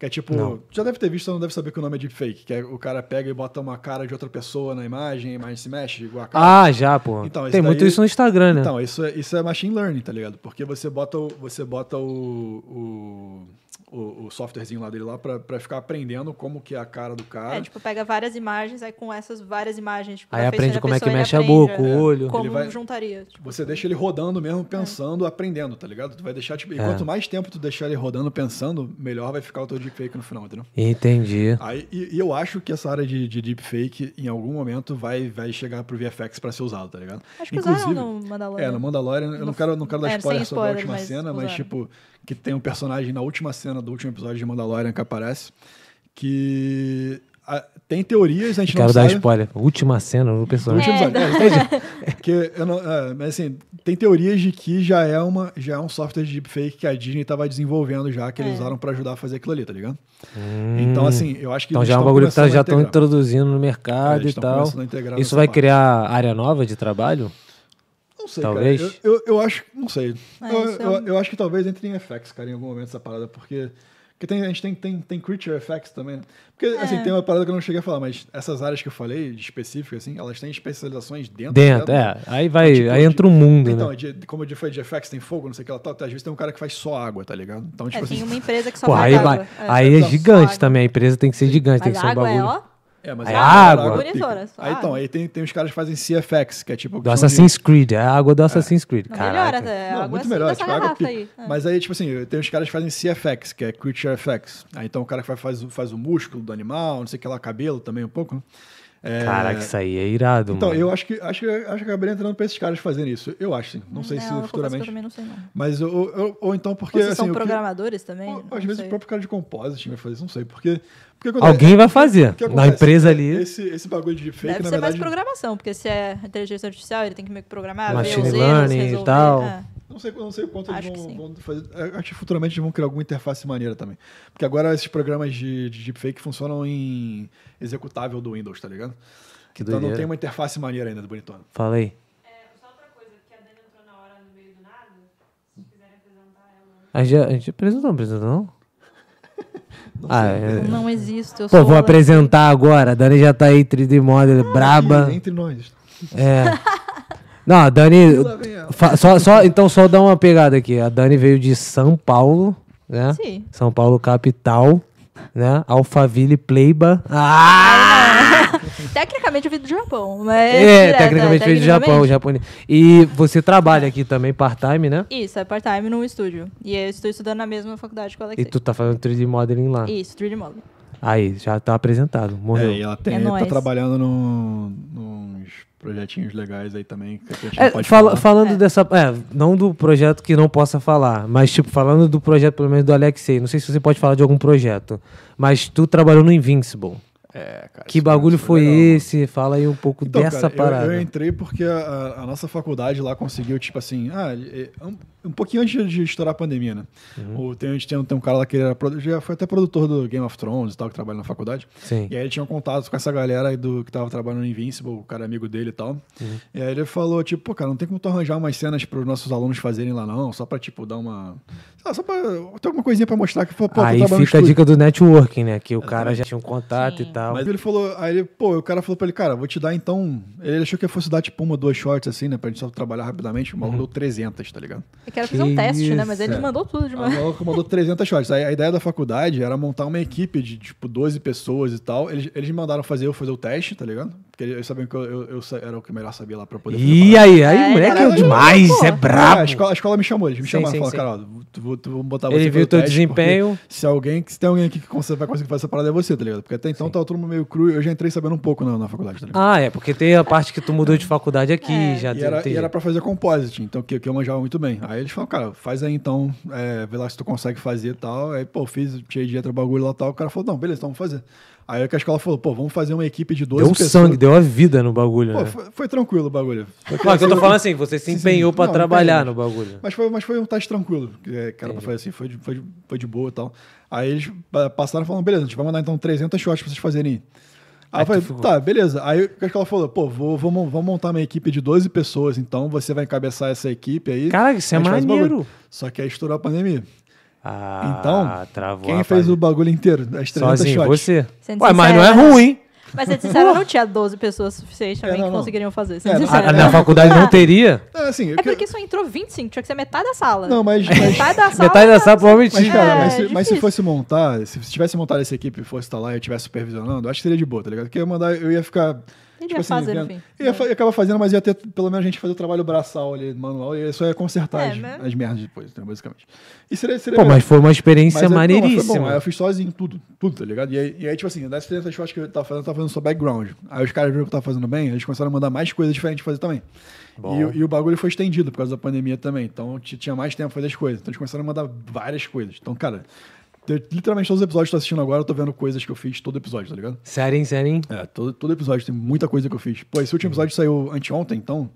B: Que é tipo,
A: Não.
B: já deve ter visto, você não deve saber que o nome é deepfake, que é o cara pega e bota uma cara de outra pessoa na imagem, a imagem se mexe igual a cara.
A: Ah, já, pô.
B: Então, esse
A: Tem muito
B: daí-
A: isso no Instagram, né?
B: Então, isso é, isso é machine learning, tá ligado? Porque você bota o, você bota o, o, o, o softwarezinho lá dele lá pra, pra ficar aprendendo como que é a cara do cara.
E: É, tipo, pega várias imagens, aí com essas várias imagens. Tipo,
A: Aí
E: da
A: aprende
E: feição da
A: como é que
E: pessoa, ele
A: mexe a
E: aprende,
A: boca,
E: é,
A: o olho.
E: Como
B: Ele vai-
E: juntaria. tipo.
B: Você deixa ele rodando
E: é.
B: mesmo, pensando, aprendendo, tá ligado? Tu vai deixar, tipo, e
A: É.
B: quanto mais tempo tu deixar ele rodando, pensando, melhor vai ficar o teu deepfake no final, entendeu?
A: Entendi.
B: Aí, e, e eu acho que essa área de, de deepfake, em algum momento, vai, vai chegar pro VFX pra ser usado, tá ligado?
E: Acho que usaram no Mandalorian.
B: É, no Mandalorian, eu não
E: No-
B: quero, não quero dar
E: é, sem
B: spoiler sobre a
E: spoiler,
B: última
E: mas
B: cena, mas
E: usaram.
B: tipo, que tem um personagem na última cena do último episódio de Mandalorian que aparece, que ah, tem teorias, a gente
A: Quero
B: não
A: dar
B: sabe.
A: spoiler. Última cena do personagem.
B: Último
E: É,
B: episódio, é, entendi. que eu não, é, mas assim, tem teorias de que já é, uma, já é um software de deepfake que a Disney tava desenvolvendo já, que eles
E: É.
B: usaram pra ajudar a fazer aquilo ali, tá ligado? Então, assim, eu acho que
A: Hum. Então
B: eles
A: já é um
B: tão
A: bagulho que tá-
B: começando a
A: já estão
B: integrar.
A: introduzindo no
B: É,
A: mercado
B: eles
A: e
B: tão
A: tal.
B: começando a integrar
A: Isso
B: nessa
A: vai
B: parte.
A: criar área nova de trabalho?
B: Não sei,
A: Talvez.
B: cara. Eu, eu, eu acho. Não sei.
E: É,
B: eu,
E: isso é
B: eu,
E: um-
B: eu acho que talvez entre em FX, cara, em algum momento essa parada, porque. Porque tem, a gente tem, tem, tem Creature FX também. né? Porque,
E: É.
B: assim, tem uma parada que eu não cheguei a falar, mas essas áreas que eu falei, específicas, assim, elas têm especializações dentro. tá
A: Dentro,
B: dela.
A: é. Aí vai,
B: Tipo,
A: aí
B: de-
A: entra o mundo,
B: Então,
A: né?
B: de, como eu disse, foi de FX, tem fogo, não sei o que lá, tal. tá, Às vezes tem um cara que faz só água, tá ligado? Então, tipo
E: É,
B: assim.
E: tem uma empresa que só
A: Pô,
E: faz
A: aí,
E: água.
A: vai, aí é
B: Só
A: gigante
E: água.
A: também. A empresa tem que ser gigante, tem
E: Mas
A: que
E: a
A: ser um
E: água é,
A: bagulho.
E: ó.
B: É, mas
A: É
B: é
A: água.
B: pica.
E: Bonitona, só
B: Aí, então,
E: água.
B: aí tem, tem os caras que fazem CFX, que é
A: Do
B: tipo. opção de-
A: Assassin's Creed, é a água do Assassin's Creed.
E: Não
A: Caraca.
E: melhora, até.
B: Não,
E: água
B: muito
E: assim
B: melhor,
E: dessa
B: tipo, água
E: garrafa
B: pica.
E: aí. É.
B: Mas aí, tipo assim, tem os caras que fazem CFX, que é Creature FX. Aí então o cara que faz- faz, o- faz o músculo do animal, não sei o que lá, cabelo também um pouco. né? É,
A: Caraca, isso aí é irado,
B: Então,
A: mano.
B: eu acho que, acho, que- acho que eu acabaria entrando pra esses caras fazerem isso. Eu acho, sim. Não sei
E: É. Hum,
B: se
E: eu confesso que Eu
B: futuramente.
E: também não sei, não.
B: Mas, eu- eu- eu- ou então porque.
E: Vocês
B: assim,
E: são
B: o que-
E: programadores também?
B: ou,
E: Não
B: às vezes
E: sei.
B: o próprio cara de compositing vai fazer isso, não sei. Porque. porque quando-
A: Alguém vai
B: o
A: fazer.
B: que
A: Na
B: acontece?
A: empresa ali.
B: Esse, esse bagulho de fake,
E: Deve
B: na
E: ser mais
B: verdade.
E: programação, porque se é inteligência artificial, ele tem que meio que programar,
A: Machine
E: ver os erros,
A: learning e
E: resolver.
A: tal.
E: É.
B: Não sei, não sei o quanto
E: Acho
B: eles
E: que
B: vão,
E: sim.
B: vão fazer. Eu Acho que futuramente eles vão criar alguma interface maneira também. Porque agora esses programas de, de deepfake funcionam em executável do Windows, tá ligado?
A: Que
B: então não
A: doideira.
B: tem uma interface maneira ainda do bonitona.
A: Fala aí.
D: É, só outra coisa, que a Dani entrou na hora no meio do nada. Se vocês quiserem apresentar ela.
A: A gente, é, a gente apresentou, não apresentou, não? ah, é.
E: Eu Não né? existo, eu
A: Pô,
E: sou né?
A: vou
E: a-
A: apresentar agora. A Dani já tá aí, 3D model, braba.
B: E entre nós.
A: É. Não, a Dani.
B: Lá vem ela.
A: fa- Só, só, então, só dá uma pegada aqui. A Dani veio de São Paulo, né?
E: Sim.
A: São Paulo, capital, né? Alphaville Pleiba. Ah!
E: Tecnicamente eu vim do Japão, mas...
A: É,
E: direto,
A: tecnicamente veio do Japão,
E: tecnicamente.
A: japonês. E você trabalha aqui também part-time, né?
E: Isso, é part-time num estúdio. E eu estou estudando na mesma faculdade que o
A: E
E: Alexei.
A: tu tá fazendo 3D modeling lá.
E: Isso, 3D Modeling.
A: Aí, já tá apresentado, morreu.
B: É, e ela tem,
E: É
B: tá
E: nóis.
B: trabalhando num, nos projetinhos legais aí também, que a gente
A: É,
B: não pode
A: fala-
B: falar.
A: falando
E: É.
A: dessa. É, não do projeto que não possa falar, mas, tipo, falando do projeto, pelo menos do Alexei. Não sei se você pode falar de algum projeto, mas tu trabalhou no Invincible.
B: É, cara,
A: Que
B: isso
A: bagulho
B: isso é
A: foi
B: legal, mano.
A: esse? Fala aí um pouco
B: Então,
A: dessa
B: cara, eu- Eu,
A: parada.
B: entrei porque a- a, a nossa faculdade lá conseguiu, tipo assim, ah, é, um, um pouquinho antes de estourar a pandemia, né?
A: Uhum.
B: O, tem, a gente tem, tem um cara lá que ele era, produ- já foi até produtor do Game of Thrones e tal, que trabalha na faculdade.
A: Sim.
B: E aí ele tinha um contato com essa galera aí do, que tava trabalhando no Invincible, o cara amigo dele e tal.
A: Uhum.
B: E aí ele falou, tipo, pô, cara, não tem como tu arranjar umas cenas pros nossos alunos fazerem lá, não, só pra, tipo, dar uma... sei lá, Só pra ter alguma coisinha pra mostrar que, pô, pô,
A: aí
B: tô trabalhando no
A: fica a
B: estúdio.
A: dica do networking, né? Que o cara já tinha um contato
E: Sim.
A: e tal.
B: Mas ele falou, aí ele, pô, o cara falou pra ele, cara, vou te dar então. Ele achou que eu fosse dar tipo uma, duas shorts assim, né, pra gente só trabalhar rapidamente. O maluco deu 300,
A: [laughs]
B: tá ligado?
E: Eu quero fazer um teste, né? Mas ele
B: isso.
E: mandou tudo de
B: O
E: uma...
B: maluco mandou 300 shorts. Aí a ideia da faculdade era montar uma equipe de tipo 12 pessoas e tal. Eles, eles me mandaram fazer eu fazer o teste, tá ligado? Porque eles sabiam que eu, eu- eu sa- era o que melhor sabia lá pra poder fazer a
A: E aí, aí
E: É,
A: o moleque é
E: cara,
A: demais,
E: pô.
A: é
B: parada. É, a,
A: brabo.
B: escola, a escola me chamou, eles me
A: Sim,
B: chamaram e
A: sim,
B: falaram,
A: sim.
B: cara, ó, tu, vou, tu vou botar
A: Ele
B: você
A: viu
B: teu
A: teu desempenho.
B: Se alguém, se tem alguém aqui que consegue, vai conseguir fazer essa parada é você, tá ligado? Porque até então tava todo mundo meio cru, eu já entrei sabendo um pouco na, na faculdade, tá ligado?
A: Ah, é, porque tem a parte que tu mudou de faculdade aqui,
E: É.
A: já
B: É. E
A: tem.
B: era,
A: tem-
B: e era pra fazer compositing, então que, que eu manjava muito bem. Aí eles falaram, cara, faz aí então, é, vê lá se tu consegue fazer e tal. Aí, pô, fiz, tirei de letra o bagulho lá e tal. O cara falou, não, beleza, então vamos fazer. Aí que a escola falou, pô, vamos fazer uma equipe de 12
A: Deu um
B: pessoas.
A: sangue, deu a vida no bagulho,
B: Pô,
A: né?
B: foi, foi tranquilo o bagulho. Foi
A: Mas eu tô
B: foi-
A: falando assim, você se
B: Sim, sim.
A: empenhou pra
B: Não,
A: trabalhar no
B: empenhei.
A: bagulho.
B: Mas foi, mas foi um teste tranquilo, que é, que era pra fazer assim, foi de, foi, de, foi de boa e tal. Aí eles pa- passaram e falaram, beleza, a gente vai mandar então 300 shots pra vocês fazerem. Aí
A: Aí
B: eu falei,
A: tu ficou.
B: tá, beleza. Aí o que ela falou, pô, vou, vou, mon- vou montar uma equipe de 12 pessoas, então você vai encabeçar essa equipe aí.
A: Caraca, isso
B: a
A: é
B: gente faz o bagulho.
A: maneiro.
B: Só que aí estourou a pandemia.
A: Ah,
B: Então,
A: travou,
B: Quem
A: rapaz.
B: fez o bagulho inteiro, as 300
A: Sozinho,
B: shots?
A: você.
E: Sendo
A: Ué, mas não é
E: sincera,
A: ruim.
E: Mas, sendo sincero, não tinha 12 pessoas suficientes também
B: não,
E: que
B: não.
E: conseguiriam fazer,
B: É,
E: sendo
B: não.
A: A,
E: sincero.
A: a minha Ah, faculdade não teria.
B: É, assim, eu
E: É
B: que-
E: porque só entrou 25, tinha que ser metade da sala.
B: Não,
A: [laughs]
B: mas... mas...
E: Metade da sala.
A: Metade da sala provavelmente
B: Mas,
A: tinha.
B: cara,
E: É,
B: mas, se, mas se
E: difícil.
B: fosse montar, se tivesse montado essa equipe e fosse estar lá e eu estivesse supervisionando, acho que seria de boa, tá ligado? Porque eu ia mandar, eu ia ficar.
E: Ele
B: tipo
E: ia
B: assim,
E: fazer no
B: vendo-
E: fim. né?
B: Eu ia, fa- eu ia acabar fazendo, mas ia ter pelo menos a gente fazer o trabalho braçal ali, manual, e só ia consertar
E: É,
B: as,
E: mas-
B: as merdas depois, né, basicamente. E seria. seria
A: Pô, mas foi uma experiência
B: é- não, mas foi bom, aí
A: maneiríssima.
B: eu fiz sozinho tudo, tudo, tá ligado? E aí, e aí, tipo assim, das 300 shots que eu tava fazendo, eu tava fazendo só background. Aí os caras viram que eu tava fazendo bem, eles começaram a mandar mais coisas diferentes fazer também.
A: Bom.
B: E, o- e o bagulho foi estendido por causa da pandemia também. Então t- tinha mais tempo pra fazer as coisas. Então eles começaram a mandar várias coisas. Então, cara, te- literalmente todos os episódios que eu tô assistindo agora, eu tô vendo coisas que eu fiz todo episódio, tá ligado?
A: Sério, hein, sério, hein?
B: É, todo, todo episódio tem muita coisa que eu fiz. Pô, esse último episódio saiu anteontem, então.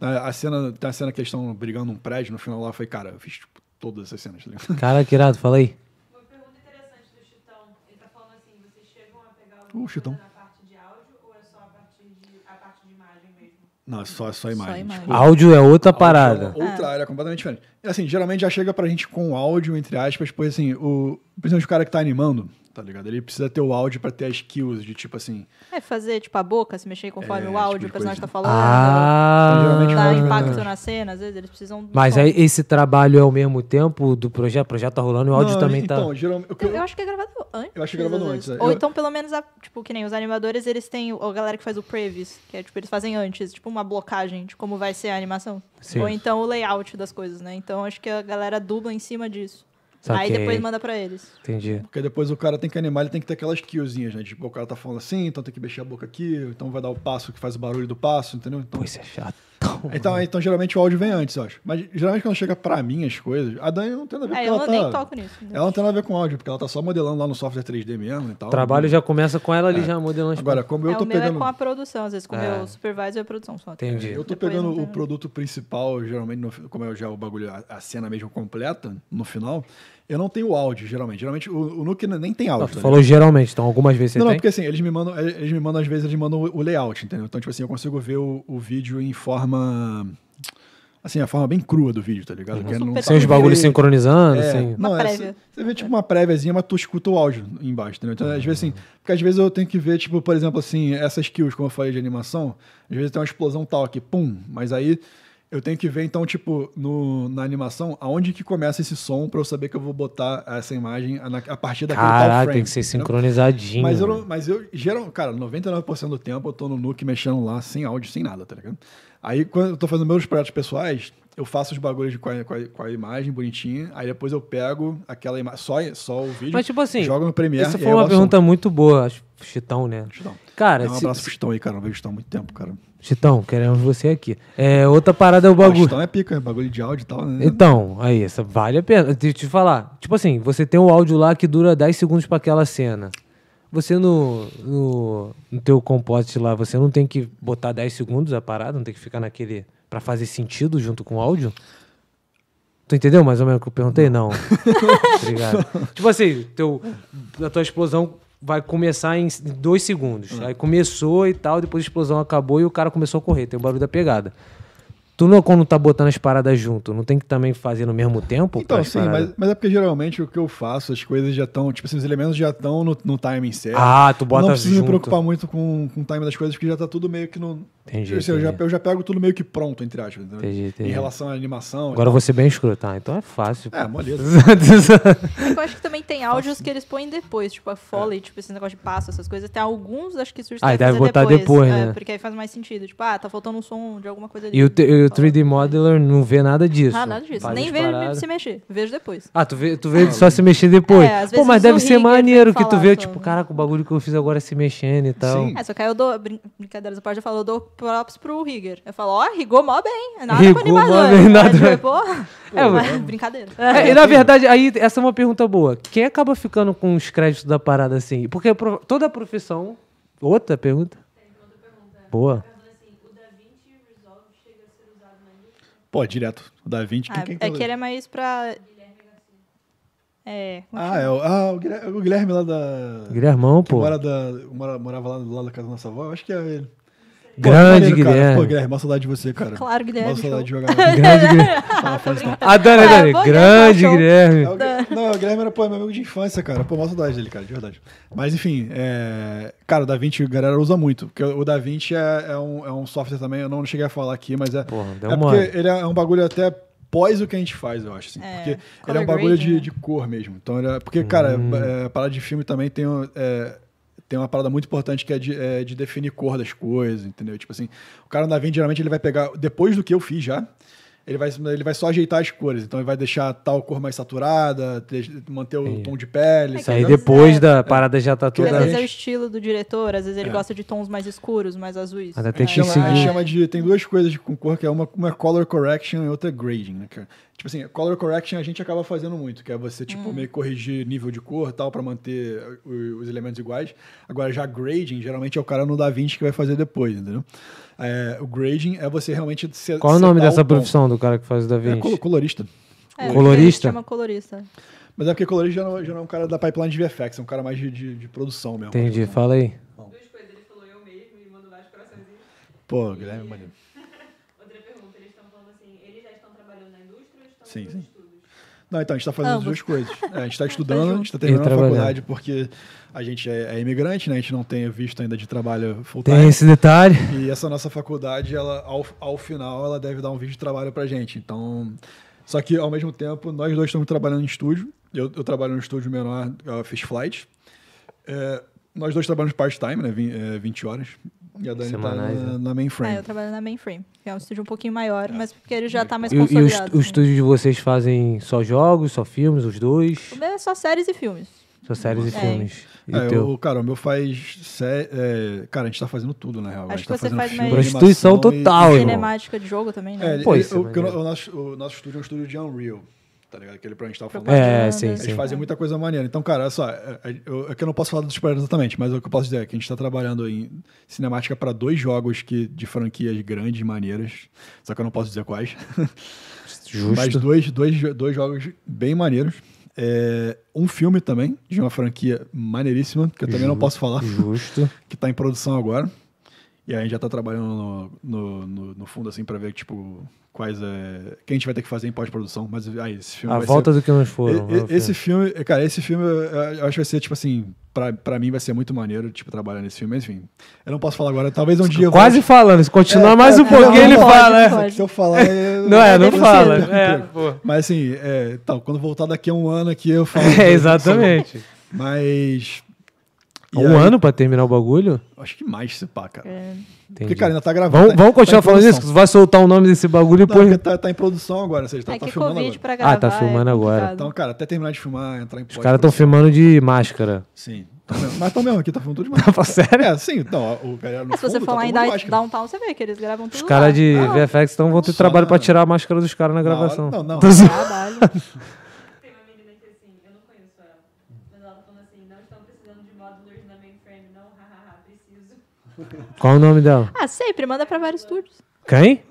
B: A, a cena, tem a cena que eles estão brigando num prédio, no final lá foi, cara, eu fiz tipo, todas essas cenas, tá ligado? [laughs]
A: Cara, que irado, fala aí.
D: Uma pergunta interessante do Chitão. Ele tá falando assim, vocês chegam a pegar alguma
B: Ô, Chitão.
D: coisa na parte de áudio ou é só
C: só a partir de, a parte de imagem mesmo?
B: Não, é só, só imagem.
E: imagem. Ah.
B: Tipo,
A: Áudio é outra parada.
B: Outra, outra área completamente diferente. E, assim, geralmente já chega pra gente com áudio, entre aspas, pois assim, o, principalmente o cara que tá animando, tá ligado? Ele precisa ter o áudio pra ter as skills de tipo assim.
E: É fazer, tipo, a boca, se mexer conforme
B: É,
E: o
B: esse tipo
E: áudio, o
B: de
E: personagem
B: coisa.
E: tá falando.
A: Ah,
B: Geralmente
E: Dar
B: Ah,
E: impacto
B: verdade.
E: na cena, às vezes eles precisam. do
A: mas
E: som.
A: aí esse trabalho é ao mesmo tempo do projeto, o projeto tá rolando e o áudio
B: Não,
A: também
B: então,
A: tá.
B: geralmente. o que
E: Eu,
B: eu-
E: eu acho que é gravado antes.
B: Eu acho que é gravado
E: às
B: antes,
E: vezes.
B: é.
E: Ou
B: Eu-
E: então, pelo menos, a- tipo, que nem os animadores, eles têm. Ou a galera que faz o previs, que é tipo, eles fazem antes, tipo, uma blocagem de como vai ser a animação.
A: Sim.
E: Ou então o layout das coisas, né? Então acho que a galera dubla em cima disso. Aí
A: Saquei.
E: depois manda pra eles.
A: Entendi.
B: Porque depois o cara tem que animar, ele tem que ter aquelas skillzinhas, né? Tipo, o cara tá falando assim, então tem que mexer a boca aqui, então vai dar o passo que faz o barulho do passo, entendeu? Então,
A: Pô, isso é chato.
B: então, então, geralmente o áudio vem antes, eu acho. Mas geralmente quando chega pra mim as coisas, a Dani não tem nada a ver
E: É,
B: porque
E: eu
B: ela
E: não- nem
B: tá.
E: toco nisso. né?
B: Ela não tem nada a ver com áudio, porque ela tá só modelando lá no software 3D mesmo e tal.
A: O trabalho já começa com ela ali, já modelando as
B: É. Agora, como tá- eu
E: é,
B: tô
E: o meu
B: pegando.
E: é com a produção, às vezes, com o
A: É.
E: meu supervisor e a produção só. tá?
A: Entendi.
B: Eu tô
E: Depois não
B: pegando
E: tem
B: o
E: nada.
B: produto principal, geralmente, no- como é já o bagulho, a, a cena mesmo completa, no final, eu não tenho áudio, geralmente. Geralmente o, o Nuke nem tem áudio.
A: Ah, tu
B: tá
A: falou geralmente, então algumas vezes você
B: não, não,
A: tem.
B: porque assim, eles me mandam, eles me mandam, às vezes, eles mandam o o layout, entendeu? Então, tipo assim, eu consigo ver o, o vídeo em forma. Assim, a forma bem crua do vídeo, tá ligado? Que não
E: Super
B: tá
A: Sem os
E: porque-
A: Uhum. bagulhos
B: feito.
A: sincronizando,
B: É,
A: assim.
B: não,
E: Uma
B: é,
E: prévia.
B: você- Você vê tipo uma préviazinha, mas tu escuta o áudio embaixo, entendeu? Então, às vezes assim, porque às vezes eu tenho que ver, tipo, por exemplo, assim, essas kills, como eu falei, de animação, às vezes tem uma explosão tal aqui, pum, mas aí eu tenho que ver, então, tipo, no, na animação, aonde que começa esse som pra eu saber que eu vou botar essa imagem a, na- a partir daquele tal
A: Caraca,
B: frame.
A: tem que ser
B: entendeu?
A: sincronizadinho.
B: Mas eu,
A: mano.
B: não, mas eu geral, cara, 99% do tempo eu tô no Nuke mexendo lá sem áudio, sem nada, tá ligado? Aí quando eu tô fazendo meus projetos pessoais, eu faço os bagulhos de- com a, com a- com a imagem bonitinha, aí depois eu pego aquela imagem, só, só o vídeo,
A: Mas, tipo assim,
B: jogo no Premiere
A: Essa
B: e
A: foi
B: aí eu
A: uma
B: boto som.
A: pergunta muito boa, acho. Chitão, né?
B: Chitão.
A: Cara,
B: Dá um
A: se-
B: abraço pro Chitão aí, cara, não vejo o Chitão há muito tempo, cara.
A: Chitão, queremos você aqui. É, outra parada é o
B: O
A: bagulho.
B: Chitão é pica, é bagulho de áudio e tal, né?
A: Então, aí, essa vale a pena. Deixa eu te falar. Tipo assim, você tem um áudio lá que dura 10 segundos pra aquela cena. Você no, no, no teu compote lá, você não tem que botar 10 segundos a parada, não tem que ficar naquele. pra fazer sentido junto com o áudio? Tu entendeu mais ou menos o que eu perguntei? Não.
B: [laughs]
A: Obrigado. Tipo assim, teu, a tua explosão vai começar em s- dois segundos.
B: Hum.
A: Aí começou e tal, depois a explosão acabou e o cara começou a correr, tem o barulho da pegada. Tu não, quando tá botando as paradas junto, não tem que também fazer no mesmo tempo?
B: Então,
A: as
B: sim,
A: paradas?
B: mas, mas é porque geralmente o que eu faço, as coisas já estão, tipo assim, os elementos já estão no, no timing certo.
A: Ah, tu bota
B: Não preciso
A: junto.
B: me preocupar muito com, com o timing das coisas, porque já tá tudo meio que no.
A: Entendi,
B: Ou seja, Eu, já,
A: entendi.
B: eu já pego tudo meio que pronto, entre aspas, entendeu?
A: Entendi, entendi.
B: Em relação à animação.
A: Agora eu vou ser bem escroto, tá? Então é fácil.
B: É, moleza.
E: É que Eu acho que também tem áudios que eles põem depois, tipo a Foley, tipo esse negócio de passo, essas coisas. Tem alguns, acho que surge
A: É. Ah,
E: que
A: deve
E: fazer
A: botar depois,
E: é,
A: né?
E: Porque aí faz mais sentido. Tipo, ah, tá faltando um som de alguma coisa ali.
A: [laughs] e o, te- e o 3D Modeler não vê nada disso.
E: Ah, nada disso.
A: Faz
E: Nem
A: as
E: vejo
A: paradas.
E: se mexer. Vejo depois.
A: Ah, tu vê, tu vê só se mexer depois.
E: É, às
A: Pô,
E: vezes
A: mas
E: o
A: deve ser
E: Rigger vem
A: maneiro que tu
E: falar
A: vê,
E: só.
A: tipo, caraca, o bagulho que eu fiz agora é se mexendo e tal.
B: Sim.
E: É, só que aí eu dou, brin- brincadeiras à parte, eu falo, eu dou props pro Rigger. Eu falo, ó, rigou mó bem. É Nada
A: Rigou
E: com animador.
A: mó bem,
E: Aí
A: nada- [laughs]
E: eu falei, Pô,
A: É,
E: mas brincadeira.
A: É, e na verdade, aí, essa é uma pergunta boa. Quem acaba ficando com os créditos da parada assim? Porque pro- toda profissão. Outra pergunta? Boa.
B: Pô, direto. O Da Vinci,
E: Ah,
B: quem, quem
E: é que ele é mais pra... É, como
B: Ah, é o, ah, o Guilher- o Guilherme lá da.
A: Guilhermão,
B: que
A: pô.
B: Mora da, mora, morava lá do lado da casa da nossa avó, eu acho que é ele. Pô,
A: Grande
B: maneiro, cara. Pô,
A: Guilherme.
B: Guilherme, mó saudade de você, cara.
E: Claro, Guilherme,
B: Mó saudade de jogar.
E: [laughs]
A: Grande Guilherme. [laughs] A Dani,
E: Ah,
A: Dani.
E: vou
A: Grande
E: ganhar,
B: É, o
A: Guilherme.
B: Guilherme- Não, o Guilherme era pô, meu amigo de infância, cara. Pô, mó saudade dele, cara, de verdade. Mas enfim, é... cara, o Da Vinci a galera usa muito. Porque o Da Vinci é, é um, é um software também, eu não cheguei a falar aqui, mas é.
A: Porra, deu
B: é
A: uma-
B: porque ele é um bagulho até pós o que a gente faz, eu acho. Assim,
E: É,
B: porque ele é
E: color
B: um bagulho
E: grading, né?
B: de, de cor mesmo. Então, ele é- porque, cara, é, é, parada de filme também tem. um, é, tem uma parada muito importante que é de, é de definir cor das coisas, entendeu? Tipo assim, o cara na Vinci geralmente ele vai pegar, depois do que eu fiz já, ele vai, ele vai só ajeitar as cores. Então ele vai deixar tal cor mais saturada, de- manter o tom de pele.
A: Isso aí
E: às
B: entendeu?
E: vezes
A: depois
E: é-
A: da parada já tá
E: Porque às
A: toda. É.
E: vezes é o
B: Exatamente.
E: estilo do diretor, às vezes ele gosta de tons mais escuros, mais azuis. É.
A: Mas até
E: Aí-
A: que
B: chama,
A: seguir.
B: chama de. Tem duas coisas com cor, que é uma, uma é color correction e outra é grading, né, cara? Tipo assim, color correction a gente acaba fazendo muito, que é você, tipo,
A: Hum.
B: meio que corrigir nível de cor e tal, pra manter uh, o- os elementos iguais. Agora, já grading, geralmente é o cara no Da Vinci que vai fazer depois, entendeu? É, o grading é você um realmente. se-
A: Qual é o nome
B: setar
A: dessa
B: tom.
A: profissão do cara que faz o Da
B: É colo-
A: Vinci?
B: colorista.
E: É,
A: Colorista?
E: Chama colorista.
B: Mas é porque colorista já não, já não é um cara da pipeline de VFX, é um cara mais de, de, de produção mesmo.
A: Entendi, fala aí.
C: Duas coisas, ele falou eu mesmo e mandou
D: os coraçõezinhos.
B: Pô, Guilherme é Maneiro.
D: Outra pergunta, eles estão falando assim, eles já estão trabalhando na indústria ou estão
B: Sim,
D: nos
B: sim.
D: estudos?
B: Não, então, a gente está fazendo as
E: Ambos.
B: duas
E: Tá
B: coisas.
E: [laughs]
B: É, a gente está estudando, a gente está
A: E
B: terminando a
A: trabalhando.
B: faculdade porque a gente é, é imigrante, né? A gente não tem visto ainda de trabalho full
A: Tem
B: time.
A: esse detalhe.
B: E essa nossa faculdade, ela, ao, ao final, ela deve dar um vídeo de trabalho pra gente. Então, só que ao mesmo tempo, nós dois estamos trabalhando em estúdio. Eu, eu trabalho num estúdio menor, eu fiz flight. É, nós dois trabalhamos part-time, né? Vin- é, 20 horas. E a Dani
A: Semanais,
B: tá na,
A: né?
B: na
E: Ah,
B: mainframe.
E: eu trabalho na mainframe, que é um estúdio um pouquinho maior, mas porque ele já tá mais
A: E, e o,
E: consolidado.
A: est- o estúdio de vocês fazem só jogos, só filmes, os dois?
E: O meu é só séries e filmes.
A: Só séries e
E: É.
A: filmes. E
B: É,
A: o teu?
B: o, cara, o meu faz. sé- é, cara, a gente tá fazendo tudo, na real.
E: Acho
B: a gente
E: que
B: tá
E: você
B: fazendo
E: faz
B: filme,
E: mais-
A: Prostituição
B: animação e-
A: total, Ah, irmão.
E: Cinemática de jogo também,
B: É,
E: né?
B: ele-
A: Pô,
B: ele-
A: isso é
B: o, porque o,
A: maneiro.
B: nosso, o nosso estúdio é um estúdio de Unreal, tá ligado? Aquele pra gente tava
A: É,
B: falando.
A: sim,
E: Propagandas.
A: sim.
B: Eles fazem muita coisa maneira. Então, cara, olha só, é, é, eu, é que eu não posso falar dos projetos exatamente, mas o que eu posso dizer é que a gente tá trabalhando em cinemática pra dois jogos que, de franquias grandes, maneiras, só que eu não posso dizer quais. Mas
A: Justo.
B: dois, dois, dois jogos bem maneiros. É, um filme também, de uma franquia maneiríssima, que eu também não
A: Ju-
B: posso falar
A: Justo.
B: que tá em produção agora. E aí a gente já tá trabalhando no, no, no- no fundo, assim, pra ver, tipo, quais é. O que a gente vai ter que fazer em pós-produção. Mas aí, esse filme.
A: A
B: vai
A: volta
B: ser...
A: do que nós foram.
B: E- e- Esse filme, cara, esse filme eh, eu acho que vai ser, tipo assim, pra, pra mim vai ser muito maneiro, tipo, trabalhar nesse filme, mas enfim. Eu não posso falar agora, talvez um dia eu
A: [laughs] Quase falando, se continuar mais um
E: é,
A: pouquinho,
E: não,
A: ele
E: pode,
A: fala.
E: pode.
A: é.
B: Se eu falar. eu-
A: Não é, não
E: Deve
A: fala.
E: ser.
A: É, pô.
B: Mas assim, é, então, quando voltar daqui a um ano aqui, eu falo.
A: [laughs] É, exatamente.
B: Mas. e
A: Um
B: aí-
A: ano pra terminar o bagulho?
B: Acho que mais se pá, cara.
E: É,
A: Entendi.
B: Porque, cara, ainda tá gravando.
A: Vamos,
B: tá-
A: vamos
B: tá em
A: continuar falando
B: produção.
A: isso? Tu vai soltar o nome desse bagulho e
B: Não, porque
A: põe.
B: tá, tá em produção agora, ou seja, tá,
E: é
B: tá
E: que
B: filmando
E: Covid
B: agora.
E: pra gravar.
A: tá filmando
E: é
A: agora.
E: complicado.
B: Então, cara, até terminar de filmar, entrar em
A: Os caras estão filmando de máscara. [laughs]
B: Sim. Tão mesmo. Mas estão mesmo aqui, tá filmando tudo demais.
A: Fala sério?
B: É, sim. Não, o galera no
E: Mas É, se você
B: fundo
E: for
B: tá
E: lá em
B: tomando
E: Down-
B: máscara.
E: Downtown, você vê que eles gravam tudo
A: Os caras de
E: lá. Ah,
A: VFX então vão ter
B: Só
A: trabalho
B: na-
A: pra tirar a máscara dos caras na
B: Na hora- tá
A: gravação.
B: Não, não.
E: Trabalho.
D: Tem uma menina que assim, eu não conheço ela, mas ela tá falando assim, não estão precisando de módulos na mainframe, não, hahaha, preciso.
A: Qual o nome dela?
E: Ah, sempre, manda pra vários estúdios.
A: Quem?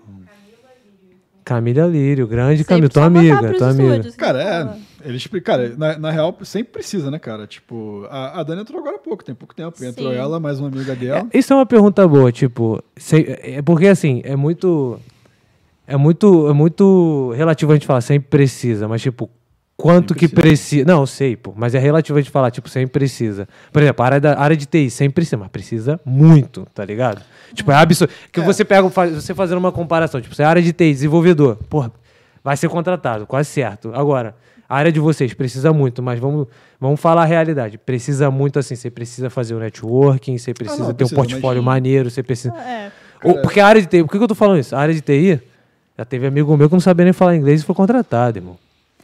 A: Camila Lírio, grande Camila,
E: Sempre
A: tua
E: só mandar
A: amiga,
E: pros
A: tua amiga.
E: estúdios, né?
B: Cara,
E: Fala.
B: é. Eles, pre- cara, na, na real, sempre precisa, né, cara? Tipo, a, a Dani entrou agora há pouco, tem pouco tempo. Entrou
E: Sim.
B: ela, mais uma amiga dela.
A: É, Isso é uma pergunta boa, tipo, se- é porque assim, é muito é muito é muito relativo a gente falar sempre precisa, mas tipo, quanto
B: Sempre
A: que precisa? Não, eu sei, pô, mas é relativo a gente falar, tipo, sempre precisa. Por exemplo, a área, da, a área de TI sempre precisa, mas precisa muito, tá ligado? Tipo, é absurdo. Que
B: É.
A: você pega, faz- você fazendo uma comparação, tipo, se a área de TI, desenvolvedor, porra, vai ser contratado, quase certo. Agora, a área de vocês precisa muito, mas vamos, vamos falar a realidade. Precisa muito, assim, você precisa fazer o networking, você precisa ter
B: Ah, precisa,
A: um portfólio maneiro, você precisa...
E: É.
A: Ou- porque a área de TI, por que que eu tô falando isso? A área de TI, já teve amigo meu que não sabia nem falar inglês e foi contratado, irmão.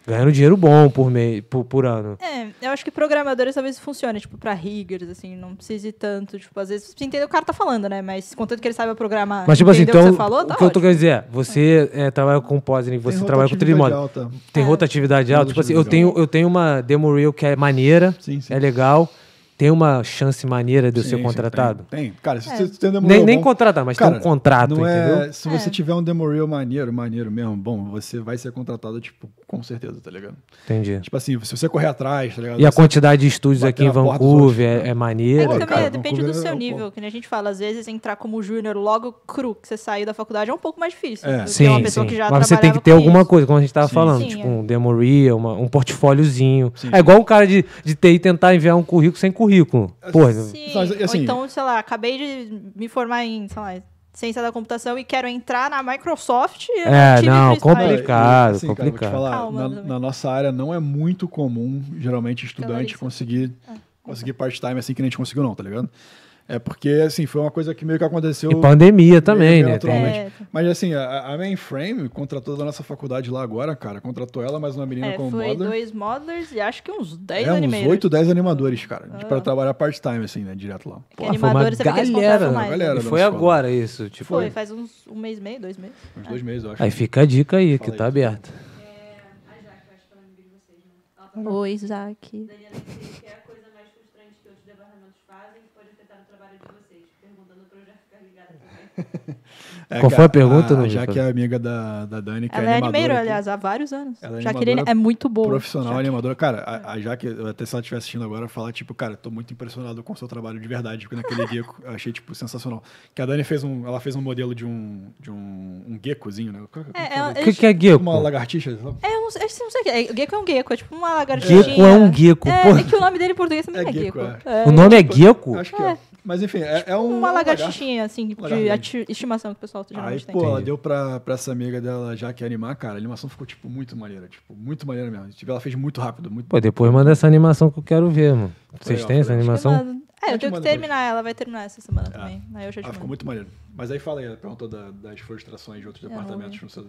A: Ganhando dinheiro bom por, mei, por, por ano.
E: É, eu acho que programadores talvez funcione, tipo, pra riggers, assim, não precise tanto, tipo, às vezes você entender o que o cara tá falando, né? Mas contanto que ele saiba
B: Ah,
E: programar,
A: Mas, tipo assim,
E: entendeu o
A: então,
E: que você falou, tá
A: o que eu tô
E: ótimo.
A: querendo dizer é, você é, trabalha com Posner, você
B: Tem
A: trabalha com
B: rotatividade
A: 3D Model,
B: alta. É.
A: tem rotatividade alta. Tipo assim, eu tenho, eu tenho uma demo reel que é maneira,
B: Sim, sim.
A: é legal, tem uma chance maneira de eu
B: Sim,
A: ser
B: sim,
A: contratado.
B: Tem, tem. Cara, se
E: É.
B: você tem um demo
A: Nem,
B: reel
A: nem
B: bom-
A: contratar, mas tem um contrato,
B: não é-
A: entendeu?
B: Se você tiver um demo reel maneiro, maneiro mesmo, bom, você vai ser contratado, tipo, com certeza, tá ligado?
A: Entendi.
B: Tipo assim, se você correr atrás, tá ligado?
A: E a
B: Você-
A: quantidade de estúdios
B: bater
A: aqui em
B: na porta dos
A: Vancouver
B: outros,
A: é, é
E: É,
A: maneira.
E: que
B: Olha,
E: também
B: cara,
E: depende
B: Vancouver
E: do
B: é
E: seu
B: um
E: nível,
B: ponto.
E: que nem a gente fala, às vezes entrar como júnior logo cru, que você saiu da faculdade, é um pouco mais difícil. do que uma
A: Sim,
E: pessoa
A: sim.
E: que já
A: Mas você tem que
E: trabalhava
A: ter
E: com
A: alguma
E: isso.
A: coisa, como a gente tava
B: Sim.
A: falando,
E: Sim,
A: tipo
E: é.
A: um demo reel, uma- um portfóliozinho.
B: Sim.
A: É igual um cara de, de TI tentar enviar um currículo sem currículo. Porra,
E: Sim,
B: Mas, assim-
E: ou então, sei lá, acabei de me formar em, sei lá, ciência da computação e quero entrar na Microsoft. e eu
A: É,
E: tive
A: não,
E: isso.
A: complicado.
E: Aí,
B: Cara, assim, cara, vou te
A: complicado.
B: falar,
E: Calma,
B: na- na,
E: Domingo.
B: nossa área não é muito comum, geralmente, estudante
E: Valoriza.
B: conseguir,
E: Ah,
B: conseguir part-time assim que nem a gente conseguiu, não, tá ligado? É porque, assim, foi uma coisa que meio que aconteceu.
A: e pandemia também,
B: meio
A: né? Tem-
B: naturalmente.
E: É.
B: Mas assim, a, a mainframe contratou da nossa faculdade lá agora, cara. Contratou ela mais uma menina
E: É,
B: como
E: foi
B: modeler.
E: dois modelers e acho que uns 10
B: É, uns
E: animeiros.
B: 8, 10 animadores, cara.
E: Ah.
B: Pra trabalhar part-time, assim, né? Direto lá.
E: Que
A: Pô, Ah, foi uma
E: animadores, você vê que eles
A: galera,
E: contratam
A: né?
E: mais. né?
B: Galera.
A: E
B: da
A: foi
B: escola.
A: agora isso, tipo.
E: Foi, faz uns um mês e meio, dois meses.
B: Uns dois meses, eu acho.
A: Aí fica a dica aí, que
B: Fala
A: tá
B: aí.
A: aberta.
E: Oi, Isaac.
D: Daniela disse que é a coisa mais frustrante que outros departamentos fazem que pode afetar o trabalho de vocês. Perguntando pra eu já ficar ligada também.
B: É,
A: Qual foi a pergunta,
B: a,
A: Nuno?
B: Já que é amiga da, da Dani, que
E: Ela
B: é
E: é
B: animadora,
E: animeira,
B: aqui,
E: aliás, há vários anos.
B: Ela é
E: Jaqueline
B: animadora
E: é muito boa.
B: profissional,
E: Jaque-
B: animadora. Cara, a,
E: É.
B: a Jaque, eu até se ela estiver assistindo agora, falar, tipo, cara, tô muito impressionado com o seu trabalho de verdade, porque naquele dia eu [laughs] achei, tipo, sensacional. Que a Dani fez um, ela fez um modelo de um, de um, um geckozinho, né? Qual que
E: É, ela-
A: O que, que é
B: é?
A: gecko?
B: Uma lagartixa, sabe?
E: É, eu não sei, eu não sei o que é. Gecko é um gecko, é tipo uma lagartixinha.
A: Gecko é um gecko,
E: É,
A: porra.
E: é que o nome dele em português também
B: É
E: é,
B: gecko,
E: gecko.
B: é.
E: É.
A: O nome é gecko?
B: Acho que é. Mas enfim, é, é um.
E: Tipo, Uma
B: um lagarto.
E: lagartixinha, assim, de
B: lagarto grande.
E: ati- estimação que o pessoal tá
B: Aí,
E: geralmente tem.
B: pô, ela
A: Entendi.
B: deu pra, pra essa amiga dela já que animar, cara. A animação ficou, tipo, muito maneira. Tipo, muito maneira mesmo. Tipo, ela fez muito rápido. Muito...
A: Pô, depois manda essa animação que eu quero ver, mano. Vocês
B: Legal,
A: têm essa
B: legal.
A: animação?
E: Mano, É,
B: Eu
E: eu
B: te
E: tenho que
B: mando
E: terminar, ela vai terminar essa semana também. Aí eu já te
B: Ah, ficou
E: mando.
B: muito maneiro. Mas aí fala aí, ela perguntou da- das frustrações de outros
E: Eu não
B: departamentos. Não sei,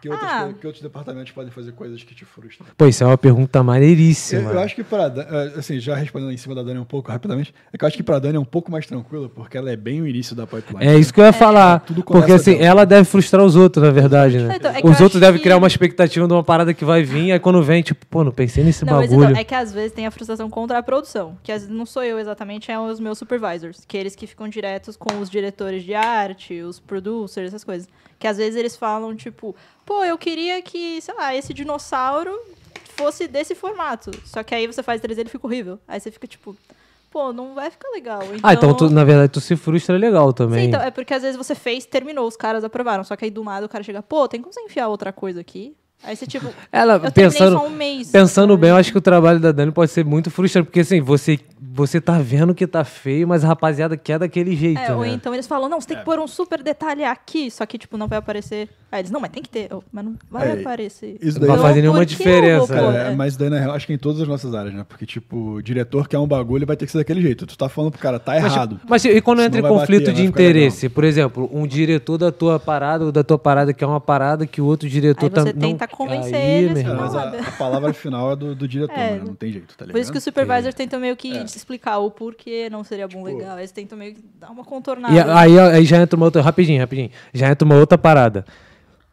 B: que, outras
E: É Ah.
B: co- que outros departamentos podem fazer coisas que te frustram?
A: Pô, isso é uma pergunta
B: Eu,
A: maneiríssima.
B: eu acho que pra Da- eh, assim, já respondendo em cima da Dani um pouco rapidamente, é que eu acho que pra Dani é um pouco mais tranquila, porque ela é bem o início da pipeline.
A: É isso que eu ia falar.
B: tudo começa
A: porque assim,
B: dela.
A: ela deve frustrar os outros, na verdade, né?
E: Então, é que eu
A: os
E: acho
A: outros devem
E: que-
A: criar uma expectativa de uma parada que vai vir, aí quando vem, tipo, pô, não pensei nesse
E: Não, mas
A: bagulho.
E: então, é que às vezes tem a frustração contra a produção, que às vezes não sou eu exatamente, é os meus supervisors, que eles que ficam diretos com os diretores de arte, os producers, essas coisas. Que às vezes eles falam, tipo, pô, eu queria que, sei lá, esse dinossauro fosse desse formato. Só que aí você faz 3D e ele fica horrível. Aí você fica, tipo, pô, não vai ficar legal.
A: Ah, então tu- na verdade tu se frustra legal também.
E: Sim, então, é porque às vezes você fez, terminou, os caras aprovaram. Só que aí do nada o cara chega, pô, tem como você enfiar outra coisa aqui? Aí você, tipo,
A: Ela,
E: eu terminei
A: pensando,
E: só um mês.
A: pensando
E: sabe?
A: bem, eu acho que o trabalho da Dani pode ser muito frustrante, porque assim, você, você tá vendo que tá feio, mas a rapaziada quer daquele jeito,
E: É, ou
A: né?
E: então eles falam, não, você tem que pôr um super detalhe aqui, só que, tipo, não vai aparecer. Aí eles, não, mas tem que ter. Eu, mas não vai
B: É,
E: aparecer.
B: isso
A: Não
B: daí-
A: vai fazer
E: Então,
A: nenhuma
E: por que eu vou
A: diferença, né?
E: pôr?
B: Cara, é, mas daí na real, acho que em todas as nossas áreas, né? Porque, tipo, o diretor quer um bagulho vai ter que ser daquele jeito. Tu tá falando pro cara, tá
A: Mas, tipo,
B: errado.
A: mas e quando
B: Senão
A: entra em
B: vai bater,
A: conflito
B: vai
A: de
B: ficar
A: interesse? Por exemplo, um diretor da tua parada ou da tua parada que é uma parada que o outro diretor
E: Aí você
A: também.
E: tenta convencer
A: Aí,
E: ele,
A: meu
E: assim,
B: É,
A: irmão.
B: mas a, a palavra final é do, do diretor,
E: É.
B: né? Não tem jeito, tá ligado?
E: Por isso que o supervisor tenta meio
B: É.
E: que explicar o porquê não seria bom
B: Tipo,
E: legal. Eles tentam meio que dar uma contornada.
A: E a- aí, aí já entra uma outra. Rapidinho, rapidinho. Já entra uma outra parada.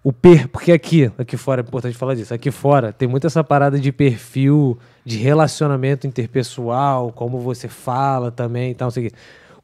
A: O per, porque aqui, aqui fora, é importante falar disso. Aqui fora tem muito essa parada de perfil, de relacionamento interpessoal, como você fala também e tal, não sei o quê.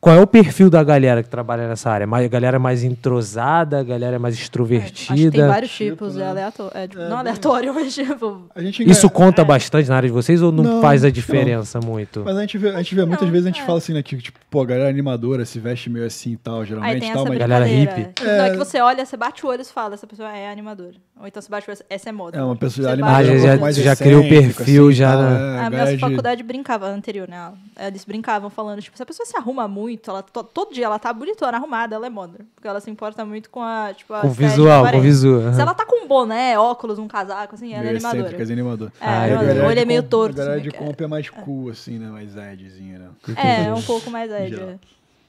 A: Qual é o perfil da galera que trabalha nessa área? Mais, a galera é mais entrosada, a galera é mais
E: Acho que tem
A: extrovertida.
E: vários tipos, é aleatório. É, tipo,
B: Tipo, É,
E: não
B: bem-
E: aleatório, [laughs] mas tipo.
B: A gente
A: Isso
B: engra-
A: conta bastante na área de vocês ou não,
B: Não,
A: faz a
B: acho que não.
A: diferença muito?
B: Mas a gente vê, a gente vê muitas
E: não,
B: vezes a gente
E: é.
B: fala assim, né? Que, tipo, pô, a galera animadora se veste meio assim e tal, geralmente
E: Aí tem
B: e
E: essa
B: tal, mas
A: Galera
E: brincadeira.
A: hippie.
E: Que, Não, é
B: É.
E: que você olha, você bate o olho e você fala, essa pessoa é animadora. Ou então você bate o olho, essa é moda.
B: é uma pessoa
E: Você
A: Ah, já-
B: animadora. um
E: bate o
A: já-
B: pouco
E: olho,
B: mais
A: já criou o
B: excêntrica,
A: perfil,
B: assim,
A: já,
B: tal,
A: né?
B: é,
E: A
B: galera
E: minha
B: de-
E: faculdade brincava, a anterior, né? Eles brincavam falando, tipo, se a pessoa se arruma muito, ela to- todo dia ela tá bonitona, arrumada, ela é moda. Porque ela se importa muito com a, tipo, a
A: Com o
E: estética
A: visual, com o
E: aparente.
A: visual. aham.
E: Se ela tá com um boné, óculos, um casaco, assim, ela é
B: Meio
E: animadora.
B: excêntricas, animador.
E: É,
A: Ah,
B: E a
A: animadora.
B: galera
E: O olho
B: de
E: é meio
B: comp-
E: torto,
B: A galera
E: assim,
B: de
E: cara.
B: comp é mais cool, assim, né? Mais edzinha, né?
A: assim.
E: É, é um pouco mais
B: Em geral.
E: édia.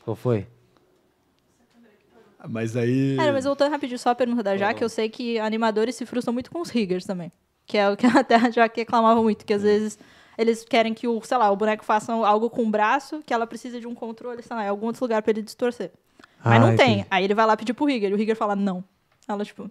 A: Qual foi?
B: Mas aí...
E: Cara, mas voltando rapidinho, só a pergunta da Jaque, eu sei que animadores se frustram muito com os riggers também. Que é o que [laughs] até a Jaque reclamava muito, que às vezes eles querem que o, sei lá, o boneco faça algo com o braço, que ela precisa de um controle, sei lá, em algum outro lugar pra ele distorcer. Mas
A: Ah,
E: não tem.
A: entendi.
E: Aí ele vai lá pedir pro rigger, e o rigger fala não. Ela, tipo,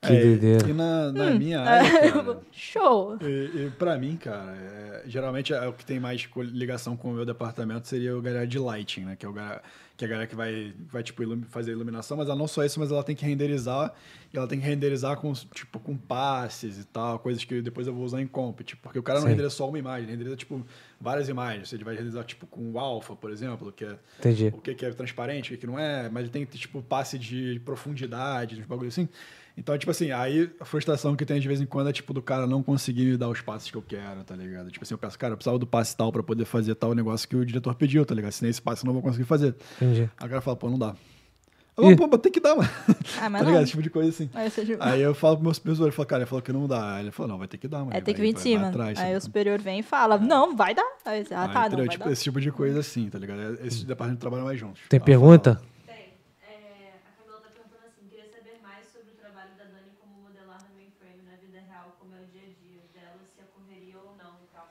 A: Que
B: É,
A: doideira.
B: E na, na
E: Hum. [laughs]
B: minha
E: Ah,
B: área, cara,
E: show!
B: E, e pra mim, cara, é, geralmente é o que tem mais co- ligação com o meu departamento seria o galera de lighting, né? Que é, o galera, que é a galera que vai, vai tipo, ilumi- fazer a iluminação, mas ela não só isso, mas ela tem que renderizar, e ela tem que renderizar com, os- tipo, com passes e tal, coisas que depois eu vou usar em comp, tipo, porque o cara não
A: Sim.
B: renderiza só uma imagem, ele renderiza, tipo, várias imagens. Ele vai renderizar, tipo, com o alpha, por exemplo, que é
A: Entendi.
B: o que, que é transparente, o que, que não é, mas ele tem que ter, tipo, passe de profundidade, uns bagulho assim. Então, tipo assim, aí a frustração que tem de vez em quando é, tipo, do cara não conseguir me dar os passes que eu quero, tá ligado? Tipo assim, eu peço, cara, eu precisava do passe tal pra poder fazer tal negócio que o diretor pediu, tá ligado? Se nem esse passe eu não vou conseguir fazer.
A: Entendi.
B: Aí o cara fala, pô, não dá. Eu,
A: Ih.
B: pô, mas tem que dar, mano.
E: Ah,
B: [laughs] tá
E: mas
B: ligado?
E: não.
B: Esse tipo de coisa assim.
E: Aí você, tipo,
B: Aí eu falo pro meu supervisor, ele fala, cara, ele falou que não dá. Aí Ele falou, não, vai ter que dar, mano.
E: é, tem que
B: Vai-
E: vir
B: vai-
E: de cima.
B: vai atrás,
E: aí
B: sabe?
E: o superior vem e fala, não, vai dar. Aí você, ah,
B: Aí,
E: tá, não,
B: entendeu?
E: vai
B: tipo,
E: dar.
B: esse tipo de coisa assim, tá ligado? Esse departamento trabalha mais juntos. Tá
A: Tem
B: Aí eu falo,
A: pergunta?
D: Tem. É, a Camila tá perguntando assim: queria saber mais sobre o trabalho da Dani como modelar no mainframe na vida real, como é o dia a dia dela, se é correria ou não e tal.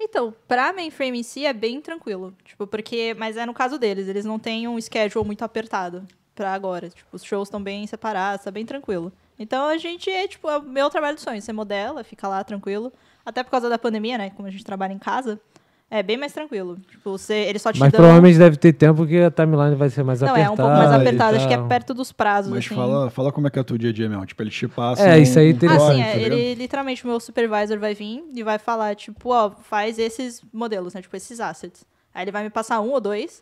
E: Então, pra mainframe em si é bem tranquilo. Tipo, porque. Mas é no caso deles, eles não têm um schedule muito apertado pra agora. Tipo, os shows estão bem separados, tá bem tranquilo. Então a gente é, tipo, é o meu trabalho de sonho. Você modela, fica lá tranquilo. Até por causa da pandemia, né? Como a gente trabalha em casa, É bem mais tranquilo. Tipo, você, ele só te
A: Mas
E: dá.
A: provavelmente deve ter tempo que a timeline vai ser mais
E: Não,
A: apertada.
E: é um pouco mais
A: e
E: apertado. Acho que é
A: tal.
E: perto dos prazos,
B: Mas
E: assim.
B: fala, fala como é que é o teu dia a dia mesmo. Tipo, eles te passam.
A: É, isso aí
B: um
A: tem-
E: Ah,
A: Olha,
E: sim,
B: tá
E: é,
B: ligado?
E: ele literalmente, o meu supervisor vai vir e vai falar, tipo, ó, faz esses modelos, né? Tipo, esses assets. Aí ele vai me passar um ou dois.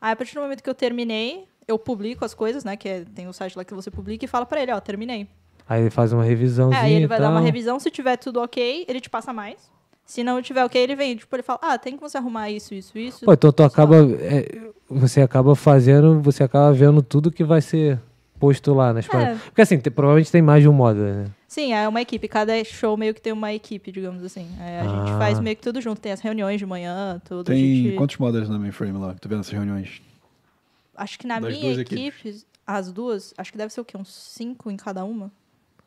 E: Aí, a partir do momento que eu terminei, eu publico as coisas, né? Que é- tem um site lá que você publica e fala pra ele, ó, terminei.
A: Aí ele faz uma revisãozinha.
E: É, aí ele vai
A: e
E: dar uma
A: tal.
E: revisão, se tiver tudo ok, ele te passa mais. Se não tiver ok, ele vem, tipo, ele fala, ah, tem como você arrumar isso, isso, isso.
A: Pô, então tu acaba. é, você acaba fazendo, você acaba vendo tudo que vai ser posto lá nas
E: É.
A: paradas. Porque assim, te- provavelmente tem mais de um modo, né?
E: Sim, é uma equipe. Cada show meio que tem uma equipe, digamos assim. É, a gente
A: Ah.
E: faz meio que tudo junto. Tem as reuniões de manhã, tudo. a
B: Tem
E: gente-
B: quantos modders na mainframe lá? que Tu vê nessas reuniões?
E: Acho que na
B: Das
E: minha
B: duas
E: equipe,
B: equipes?
E: as duas, acho que deve ser o quê? Uns cinco em cada uma?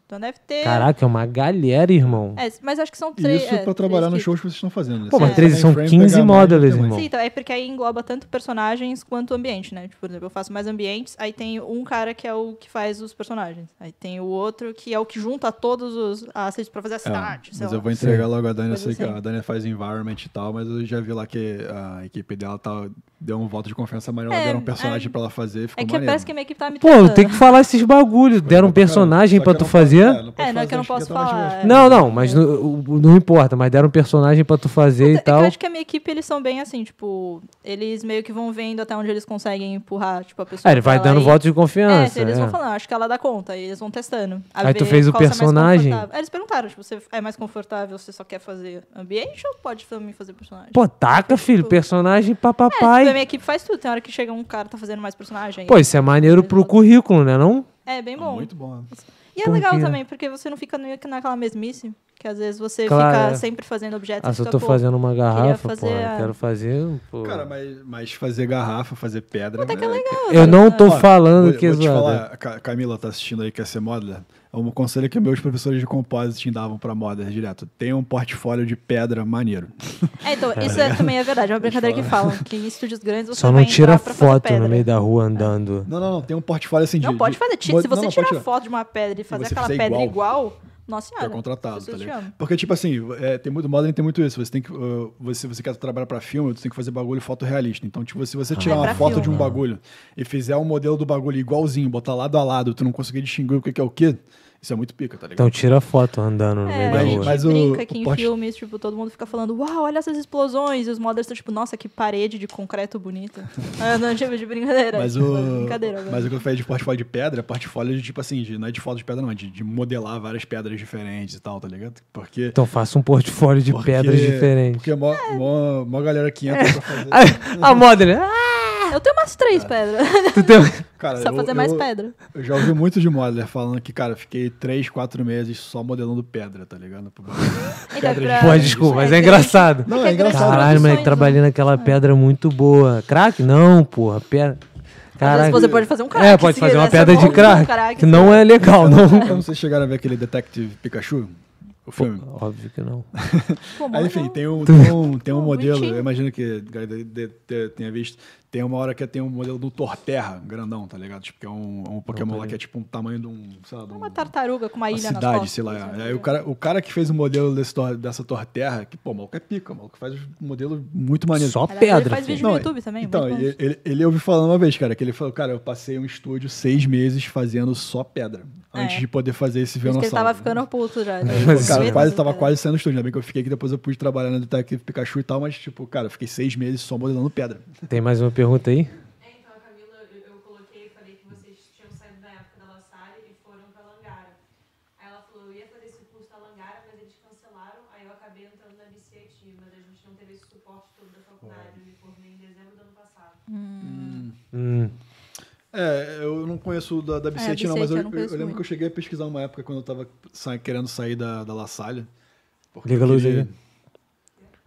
E: Então deve ter.
A: Caraca, é uma galera, irmão.
E: É, mas acho que são
B: E
E: três.
B: isso
E: é,
B: pra
E: três
B: trabalhar nos
E: equipes.
B: shows que vocês estão fazendo. né?
A: Pô, mas
B: Você
A: três
B: pega
A: são
B: mainframe,
A: 15
B: pega mais,
A: modders,
B: tem mais.
A: irmão.
E: Sim, então é porque aí engloba tanto personagens quanto ambiente, né? Tipo, por exemplo, eu faço mais ambientes, aí tem um cara que é o que faz os personagens. Aí tem o outro que é o que junta todos os assets pra fazer a
B: É,
E: cidade. sei
B: mas
E: lá.
B: eu vou entregar logo a Dani, eu
E: Coisa
B: sei que
E: assim.
B: a Dani faz environment e tal, mas eu já vi lá que a equipe dela tá, deu um voto de confiança maior,
E: É,
B: deram um personagem pra ela fazer, ficou
E: É que
B: maneiro.
E: parece que a minha equipe tá me
A: Pô,
E: tratando.
A: tem que falar esses bagulho. Deram um
B: Pra caramba,
A: personagem
B: só
A: pra
B: que
A: tu
B: eu não posso-
A: fazer.
E: É, não é que eu não
B: fazer, acho já tá
E: posso
B: mais
E: falar,
B: longe.
E: é.
A: Não, não, mas não, o- não importa, mas deram um personagem pra tu fazer
E: Puta,
A: e
E: É que
A: tal.
E: eu acho que a minha equipe, eles são bem assim, tipo, eles meio que vão vendo até onde eles conseguem empurrar, tipo, a pessoa.
A: É, ele vai
E: pra lá
A: dando
E: e-
A: voto de
E: É,
A: confiança.
E: se eles
A: é.
E: vão falando, acho que ela dá conta, e eles vão testando. a
A: Aí tu
E: ver
A: fez o
E: qual você é mais
A: personagem?
E: confortável. Aí eles perguntaram, tipo, você é mais confortável, você só quer fazer ambiente ou pode também fazer personagem?
A: Pô, taca, filho, personagem
E: Tipo, é, tipo, a
A: papapai.
E: minha equipe faz tudo, tem hora que chega um cara tá fazendo mais personagem.
A: Pô, isso é maneiro pro currículo, né? Não?
E: É, bem bom.
B: Muito bom. né?
E: E é
A: Por
E: legal
A: quê?
E: também, porque você não fica meio que naquela mesmice, que às vezes você
A: Claro, é.
E: fica sempre fazendo objetos.
A: Ah,
E: e
A: se eu
E: fica,
A: tô
E: pô,
A: fazendo uma garrafa, pô,
E: fazer
A: eu
E: a-
A: quero fazer. um, Pô.
B: Cara, mas, mas fazer garrafa, fazer pedra...
E: Puta que é
B: né?
E: legal.
A: eu
E: né?
A: não tô
B: Ó,
A: falando
B: vou,
A: que é
B: vou te
A: zoada.
B: falar, a Ca- Camila tá assistindo aí, quer ser modeler. É um conselho que meus professores de compositing davam pra modeler direto. Tem um portfólio de pedra maneiro.
A: [laughs]
E: É, então, isso
A: né?
E: é, também é verdade, é uma brincadeira que falam, que em estúdios grandes você
A: Só
E: vai
A: não tira
E: entrar pra fazer
A: foto
E: pedra.
A: no meio da rua andando.
B: Não, não, não. Tem um portfólio assim de...
E: Não pode
B: de-
E: fazer. ti-
B: Mo-
E: Se
B: não,
E: você
B: não, pode
E: tirar
B: tirar.
E: foto de uma pedra e fazer
B: você
E: aquela
B: fizer
E: pedra igual, nossa senhora. é
B: Tá contratado,
E: as
B: tá
E: pessoas te
B: ligado?
E: amam.
B: Porque, tipo assim, é, tem muito modeling, tem muito isso. Você tem que. uh, você, você quer trabalhar pra filme, você tem que fazer bagulho fotorrealista. Então, tipo, se você tirar
E: É,
B: uma
E: pra
B: foto de um
E: filme.
B: bagulho e fizer um modelo do bagulho igualzinho, botar lado a lado, tu não conseguir distinguir o que que é o quê, isso é muito pica, tá ligado?
A: Então tira foto andando no
E: É,
A: meio
E: a
A: da
E: gente
A: rua.
B: Mas o-
E: brinca que
B: o
E: em
B: porte-
E: filmes, tipo, todo mundo fica falando, uau, olha essas explosões. E os modders estão tipo, nossa, que parede de
B: [laughs]
E: concreto bonita. ah, não, tipo, de brincadeira.
B: mas
E: tipo,
B: o,
E: Brincadeira agora.
B: mas o que eu falei de portfólio de pedra é portfólio de, tipo assim, de- não é de foto de pedra, não, é de, de modelar várias pedras diferentes e tal, tá ligado? Porque.
A: Então faça um portfólio de
B: porque-
A: pedras diferentes.
B: Porque mó, mó, mó galera que entra
E: É.
B: pra fazer.
A: A model, [laughs] ah,
E: Eu tenho umas três pedras.
A: tu tem... um-
B: Cara,
E: [laughs] Só
B: Tá. eu-
E: fazer mais
B: eu-
E: pedra.
B: Eu já ouvi muito de modeler falando que, cara, fiquei 3, 4 meses só modelando pedra, tá ligado? Pro bagulho.
E: Então,
B: de-
E: pra-
A: Pô, desculpa, mas é
E: grande-
A: engraçado.
B: Não, é
E: porque grandes
B: engraçado.
A: Caralho,
E: produções,
A: mas
E: né?
A: trabalhei naquela pedra muito boa. Crack? Não, porra. Pedra.
E: Às vezes
A: Caraca.
E: você pode fazer um crack.
A: é, pode
E: se
A: fazer uma
E: quiser,
A: pedra
E: você
A: de
E: monta um
A: crack, que não é legal, [laughs]
B: Eu
E: [laughs]
A: não.
B: não sei se chegaram a ver aquele Detective Pikachu, o filme.
A: Óbvio que não.
E: Pô, mó
B: Aí, enfim,
E: legal.
B: tem um, tem um, tem um
E: Pô,
B: modelo,
E: bonitinho.
B: eu imagino que a galera de- de- de- tenha visto. Tem uma hora que tem um modelo do Torterra, grandão, tá ligado? Tipo, que é um, um Pokémon lá que é tipo um tamanho de um, sei lá, de um,
E: Uma tartaruga com uma
B: uma
E: ilha nas
B: cidade,
E: costas. assim, né?
B: sei lá.
E: por exemplo.
B: Aí o cara, o cara que fez o modelo desse tor- dessa Torterra, que, pô, maluco é pica, maluco faz um modelo muito maneiro.
A: Só
E: Aliás, Ele
A: pedra.
E: faz
A: filho.
E: vídeo no
B: Não,
E: YouTube também.
B: Então,
E: muito bom.
B: ele, ele, ele ouviu falando uma vez, cara, que ele falou, cara, eu passei um estúdio seis meses fazendo só pedra.
E: É.
B: Antes de poder fazer esse
E: Diz
B: violão.
E: que ele tava ficando
B: [laughs]
E: puto já. né?
A: Mas
B: Tipo, Cara,
E: é
A: Sim.
B: eu quase, tava quase saindo do estúdio. Ainda bem que eu fiquei aqui, depois eu pude trabalhar no Detective Pikachu e tal, mas, tipo, cara, eu fiquei seis meses só modelando pedra.
A: Tem mais uma pergunta aí?
D: É, então, a Camila, eu, eu coloquei e falei que vocês tinham saído da época da La Salle e foram pra Langara. Aí ela falou, eu ia fazer esse curso da Langara, mas eles cancelaram, aí eu acabei entrando na BCIT, mas a gente não teve esse suporte todo da faculdade, eu me formei em dezembro do ano passado.
A: Hum.
B: É, eu não conheço o da, da Bicete,
E: É, a
B: não, mas
E: Bicete
B: eu, eu-
E: eu não
B: eu
E: conheço
B: lembro
E: muito.
B: que eu cheguei a pesquisar uma época quando eu tava sa- querendo sair da, da La Salle. porque
A: Liga a
B: eu
A: luz
B: queria-
A: aí.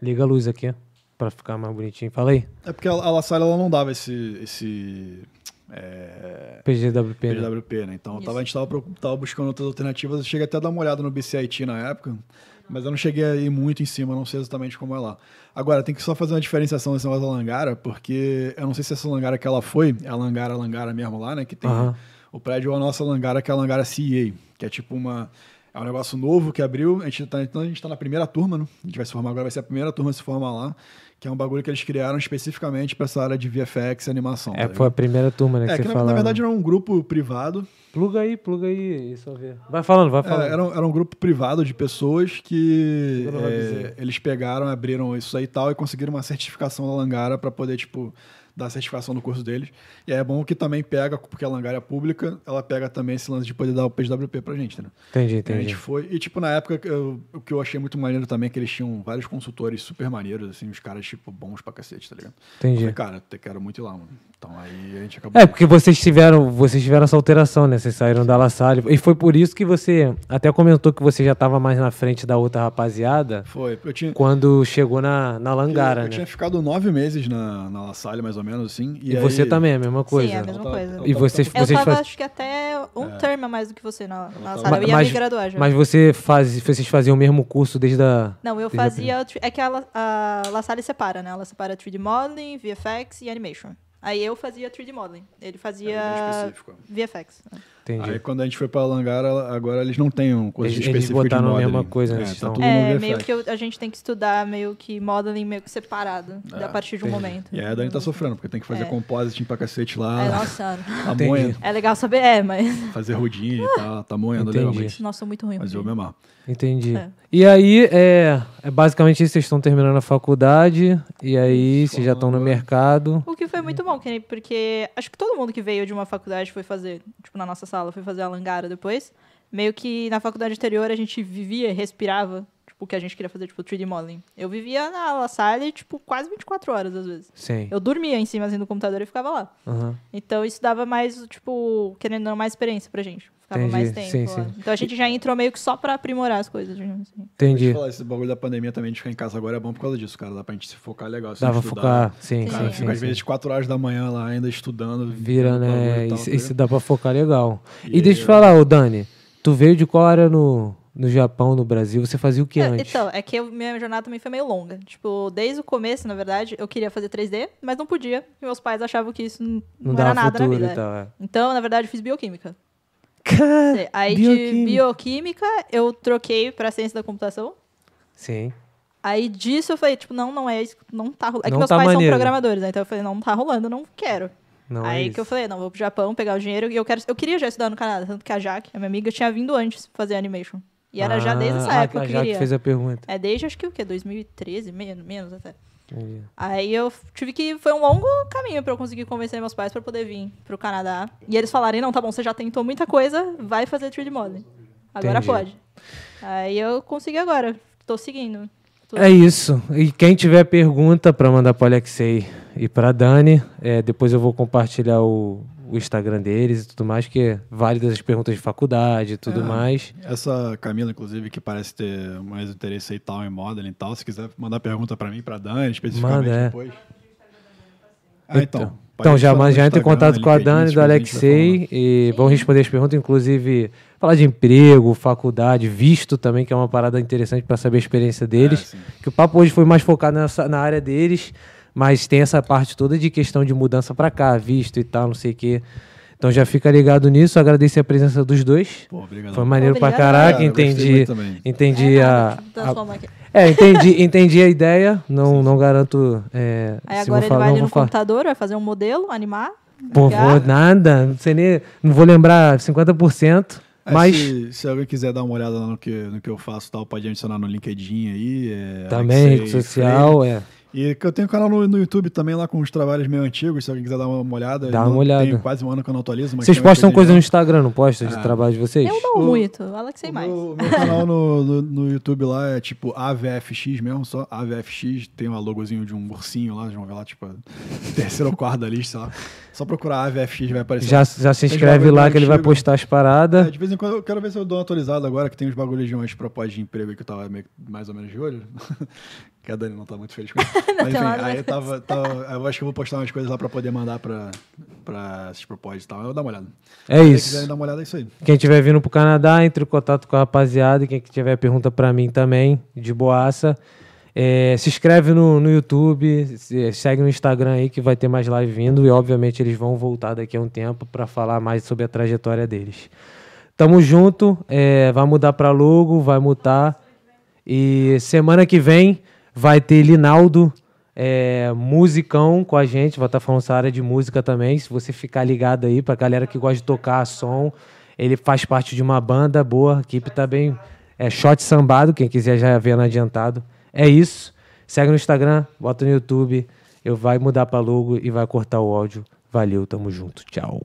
A: Liga a luz aqui, pra ficar mais bonitinho. Fala aí.
B: É porque a, a La Salle ela não dava esse. esse é,
A: PGWP. né?
B: PWP, né? Então eu tava, a gente tava, procu- tava buscando outras alternativas. Eu cheguei até a dar uma olhada no BCIT na época, mas eu não cheguei a ir muito em cima, não sei exatamente como é lá. Agora, tem que só fazer uma diferenciação nesse negócio da Langara, porque eu não sei se essa Langara que ela foi, é a Langara Langara mesmo lá, né? Que tem
A: Aham.
B: o prédio ou a nossa Langara, que é a Langara CEA, que é tipo uma. É um negócio novo que abriu. A gente tá, então a gente tá na primeira turma, né? A gente vai se formar agora, vai ser a primeira turma a se formar lá. Que é um bagulho que eles criaram especificamente pra essa área de VFX e animação.
A: É,
B: tá
A: foi a primeira turma, né?
B: ligado?
A: Que
B: é,
A: você
B: que na,
A: falava.
B: na verdade era um grupo privado.
A: Pluga aí, pluga aí e só vê. Vai falando, vai
B: É,
A: falando.
B: era, um- era um grupo privado de pessoas que
A: Eu não vou
B: é,
A: dizer.
B: eles pegaram, abriram isso aí e tal e conseguiram uma certificação da Langara para poder, tipo, dar a certificação do curso deles. E aí é bom que também pega, porque a Langara é pública, ela pega também esse lance de poder dar o PWP pra gente, né?
A: Entendi,
B: A gente
A: entendi.
B: foi. E, tipo, na época, eu- o que eu achei muito maneiro também é que eles tinham vários consultores super maneiros, assim, os caras, tipo, bons pra cacete, tá ligado? Eu
A: Entendi.
B: falei, cara, eu quero muito ir lá, mano. Então aí a gente acabou.
A: É, porque vocês tiveram, vocês tiveram essa alteração, né? Vocês saíram da La Salle. E foi por isso que você até comentou que você já tava mais na frente da outra rapaziada
B: Foi. Eu tinha.
A: quando chegou na, na Langara,
B: eu
A: né?
B: tinha ficado nove meses na, na La Salle, mais ou menos, assim. E,
A: E, você
B: aí-
A: também, é a mesma coisa.
E: Sim, é a mesma
B: Então,
E: coisa.
B: então,
A: E vocês,
E: Eu
A: vocês
E: tava,
A: faz-
E: acho que até um
B: É.
E: termo a mais do que você na, na
B: tava-
E: sala. Tá, Eu ia
A: Mas-
E: me graduar já.
A: Mas você faz, vocês faziam o mesmo curso desde a.
E: Não, eu
A: Desde a
E: fazia. outro- É que a, La- a La Salle separa, né? Ela separa 3D Modeling, VFX e Animation. Aí eu fazia 3D Modeling. Ele fazia
B: É, bem específico.
E: VFX. né?
A: Entendi.
B: Aí quando a gente foi pra Langara, agora eles não têm um coisa
A: Eles- eles
B: específica
A: botaram a
B: de modeling.
A: mesma coisa, né?
B: é,
A: Eles
B: tá
A: estão-
B: tudo
E: É,
B: no
E: meio
B: VFX.
E: que eu- a gente tem que estudar meio que modeling meio que separado, a partir de um momento.
B: É, E aí a Dani tá sofrendo, porque tem que fazer
E: É.
B: compositing pra cacete
E: É,
B: lá,
E: nossa,
B: tá
A: Entendi.
B: moendo,
E: é legal saber, é, mas.
B: fazer rodinha e tal, tá moendo
A: Entendi.
B: legal, mas,
E: Nossa, sou muito ruim.
B: mas eu me amar.
A: Entendi.
E: É.
A: E aí, é, é basicamente isso, vocês estão terminando a faculdade, e aí vocês já estão no mercado.
E: O que foi muito bom, que nem- porque acho que todo mundo que veio de uma faculdade foi fazer, tipo, na nossa sala, foi fazer a Langara depois. Meio que na faculdade anterior a gente vivia, e respirava, tipo, o que a gente queria fazer, tipo, 3D modeling. Eu vivia na La Salle, tipo, quase 24 horas às vezes.
A: Sim.
E: Eu dormia em cima assim, do computador e ficava lá.
A: Aham.
E: Então isso dava mais, tipo, querendo ou não, mais experiência pra gente. Ficava
A: Entendi.
E: mais tempo.
A: Sim,
E: lá.
A: sim.
E: Então a gente já entrou meio que só pra aprimorar as coisas, digamos assim.
B: Deixa eu
A: Entendi.
B: falar, esse bagulho da pandemia também de ficar em casa agora é bom por causa disso, cara. Dá pra gente se focar legal. assim,
A: Dá pra
B: estudar.
A: focar. Sim,
E: Sim.
B: Cara,
A: sim,
B: fica
A: sim.
B: às
A: sim.
B: vezes 4 horas da manhã lá ainda estudando.
A: Vira,
B: vendo bagulho
A: né?
B: e tal,
A: Isso,
B: tá
A: isso
B: ligado?
A: dá pra focar legal. E
B: E-
A: deixa eu te falar, ô Dani, tu veio de qual área no, no Japão, no Brasil? Você fazia o que
E: É,
A: antes?
E: Então, é que eu- minha jornada também foi meio longa. Tipo, desde o começo, na verdade, eu queria fazer 3D, mas não podia, porque meus pais achavam que isso n- não,
A: não dava
E: era nada na
A: futuro
E: vida.
A: e tal. é.
E: Então, na verdade, eu fiz bioquímica.
A: Cara,
E: É, Aí de
A: Bioquímica.
E: bioquímica, eu troquei pra ciência da computação.
A: Sim.
E: Aí disso eu falei, tipo, não, não é isso, não tá rolando. É que
A: Não
E: meus
A: tá
E: pais
A: maneiro.
E: são programadores, né? Então eu falei, não, não tá rolando, eu não quero.
A: Não é
E: Aí que
A: isso.
E: eu falei, não, vou pro Japão pegar o dinheiro. E eu quero. Eu queria já estudar no Canadá, tanto que a Jaque, a minha amiga, tinha vindo antes fazer animation. E era já desde essa
A: Ah,
E: época
A: a
E: que eu
A: Jaque
E: queria.
A: fez a pergunta.
E: É desde acho que o quê? 2013, menos, menos até.
A: Entendi.
E: Aí eu tive que. Foi um longo caminho pra eu conseguir convencer meus pais pra poder vir pro Canadá. E eles falarem: não, tá bom, você já tentou muita coisa, vai fazer 3D modeling. Agora
A: Entendi.
E: pode. Aí eu consegui agora. Tô seguindo. Tô-
A: É isso. E quem tiver pergunta para mandar para Alexei e para Dani, é, depois eu vou compartilhar o, o Instagram deles e tudo mais, que é válidas as perguntas de faculdade e tudo mais.
B: Essa Camila, inclusive, que parece ter mais interesse aí tal em modeling e tal, se quiser mandar pergunta pra mim, pra Dani, especificamente
A: Manda, é.
B: depois. Ah, então.
A: Então, já, mas já entra em
B: Instagram,
A: contato com a
B: LinkedIn,
A: Dani, do
B: especificamente, vai
A: Alexei, e vão responder as perguntas, inclusive falar de emprego, faculdade, visto também, que é uma parada interessante para saber a experiência deles.
B: Ah, sim.
A: que o papo hoje foi mais focado nessa, na área deles, mas tem essa parte toda de questão de mudança para cá, visto e tal, não sei o quê. Então já fica ligado nisso, agradecer a presença dos dois.
B: Pô, obrigado.
A: Foi maneiro pra
E: Obrigada.
A: caraca,
B: Cara, eu gostei
A: entendi.
B: muito também.
A: Entendi
E: É
A: a.
E: nada, transforma aqui.
A: a- É, entendi, entendi a ideia. Não, não garanto. É,
E: Aí
A: se vou
E: agora ele
A: falar-
E: vai
A: não
E: ali no
A: vou falar.
E: computador, vai fazer um modelo, animar.
A: Pô,
E: ligar.
A: vou nada. Não sei nem. Não vou lembrar 50%.
B: É,
A: Mas
B: se, se alguém quiser dar uma olhada lá no que, no que eu faço e tal, pode adicionar no LinkedIn aí. é,
A: também,
B: Alexei
A: rede social, é.
B: Freire. E que eu tenho um canal no, no YouTube também lá com uns trabalhos meio antigos, se alguém quiser dar uma, uma olhada.
A: Dá
B: eu
A: uma
B: não-
A: olhada.
B: Tem quase um ano que eu não atualizo. Mas
A: Vocês
B: tem Ah. um
A: postam coisa no
B: episódio-
A: Instagram, não postam de trabalho de vocês?
E: Eu não
B: O-
E: muito, o Alex tem mais.
B: O meu, meu canal no, no, no YouTube lá é tipo AVFX mesmo, só AVFX. Tem uma logozinho de um ursinho lá, de uma lá, tipo, terceiro ou quarto da lista, sei lá. Só procurar AVFX vai aparecer.
A: Já,
B: lá.
A: já se
B: Tem uns
A: inscreve
B: bagulho
A: lá que ele vai
B: antigo.
A: postar as paradas.
B: É, de vez em quando eu quero ver se eu dou uma atualizada agora, que tem uns bagulhos de umas propostas de emprego aí que eu tava meio, que mais ou menos de olho. [laughs] que a Dani não tá muito feliz
E: [laughs]
B: com isso. Mas enfim,
E: nada
B: aí eu tava, tava- Eu acho que eu vou postar umas coisas lá pra poder mandar pra, pra essas propostas e tal. Eu vou dar uma olhada.
A: É
B: Se vocês quiserem
A: isso.
B: dar uma olhada, é isso aí.
A: Quem tiver vindo pro Canadá, entre em contato com a rapaziada. E quem que tiver pergunta pra mim também, de boaça. É, se inscreve no, no YouTube, se- segue no Instagram aí que vai ter mais live vindo. E obviamente eles vão voltar daqui a um tempo pra falar mais sobre a trajetória deles. Tamo junto. é, vai mudar pra logo, vai mutar. E semana que vem vai ter Linaldo, é, musicão com a gente. Vai estar falando essa área de música também. Se você ficar ligado aí, pra galera que gosta de tocar som, ele faz parte de uma banda boa. A equipe tá bem. É shot sambado. Quem quiser já ver no adiantado. É isso. Segue no Instagram, bota no YouTube. Eu vai mudar pra logo e vai cortar o áudio. Valeu, tamo junto. Tchau.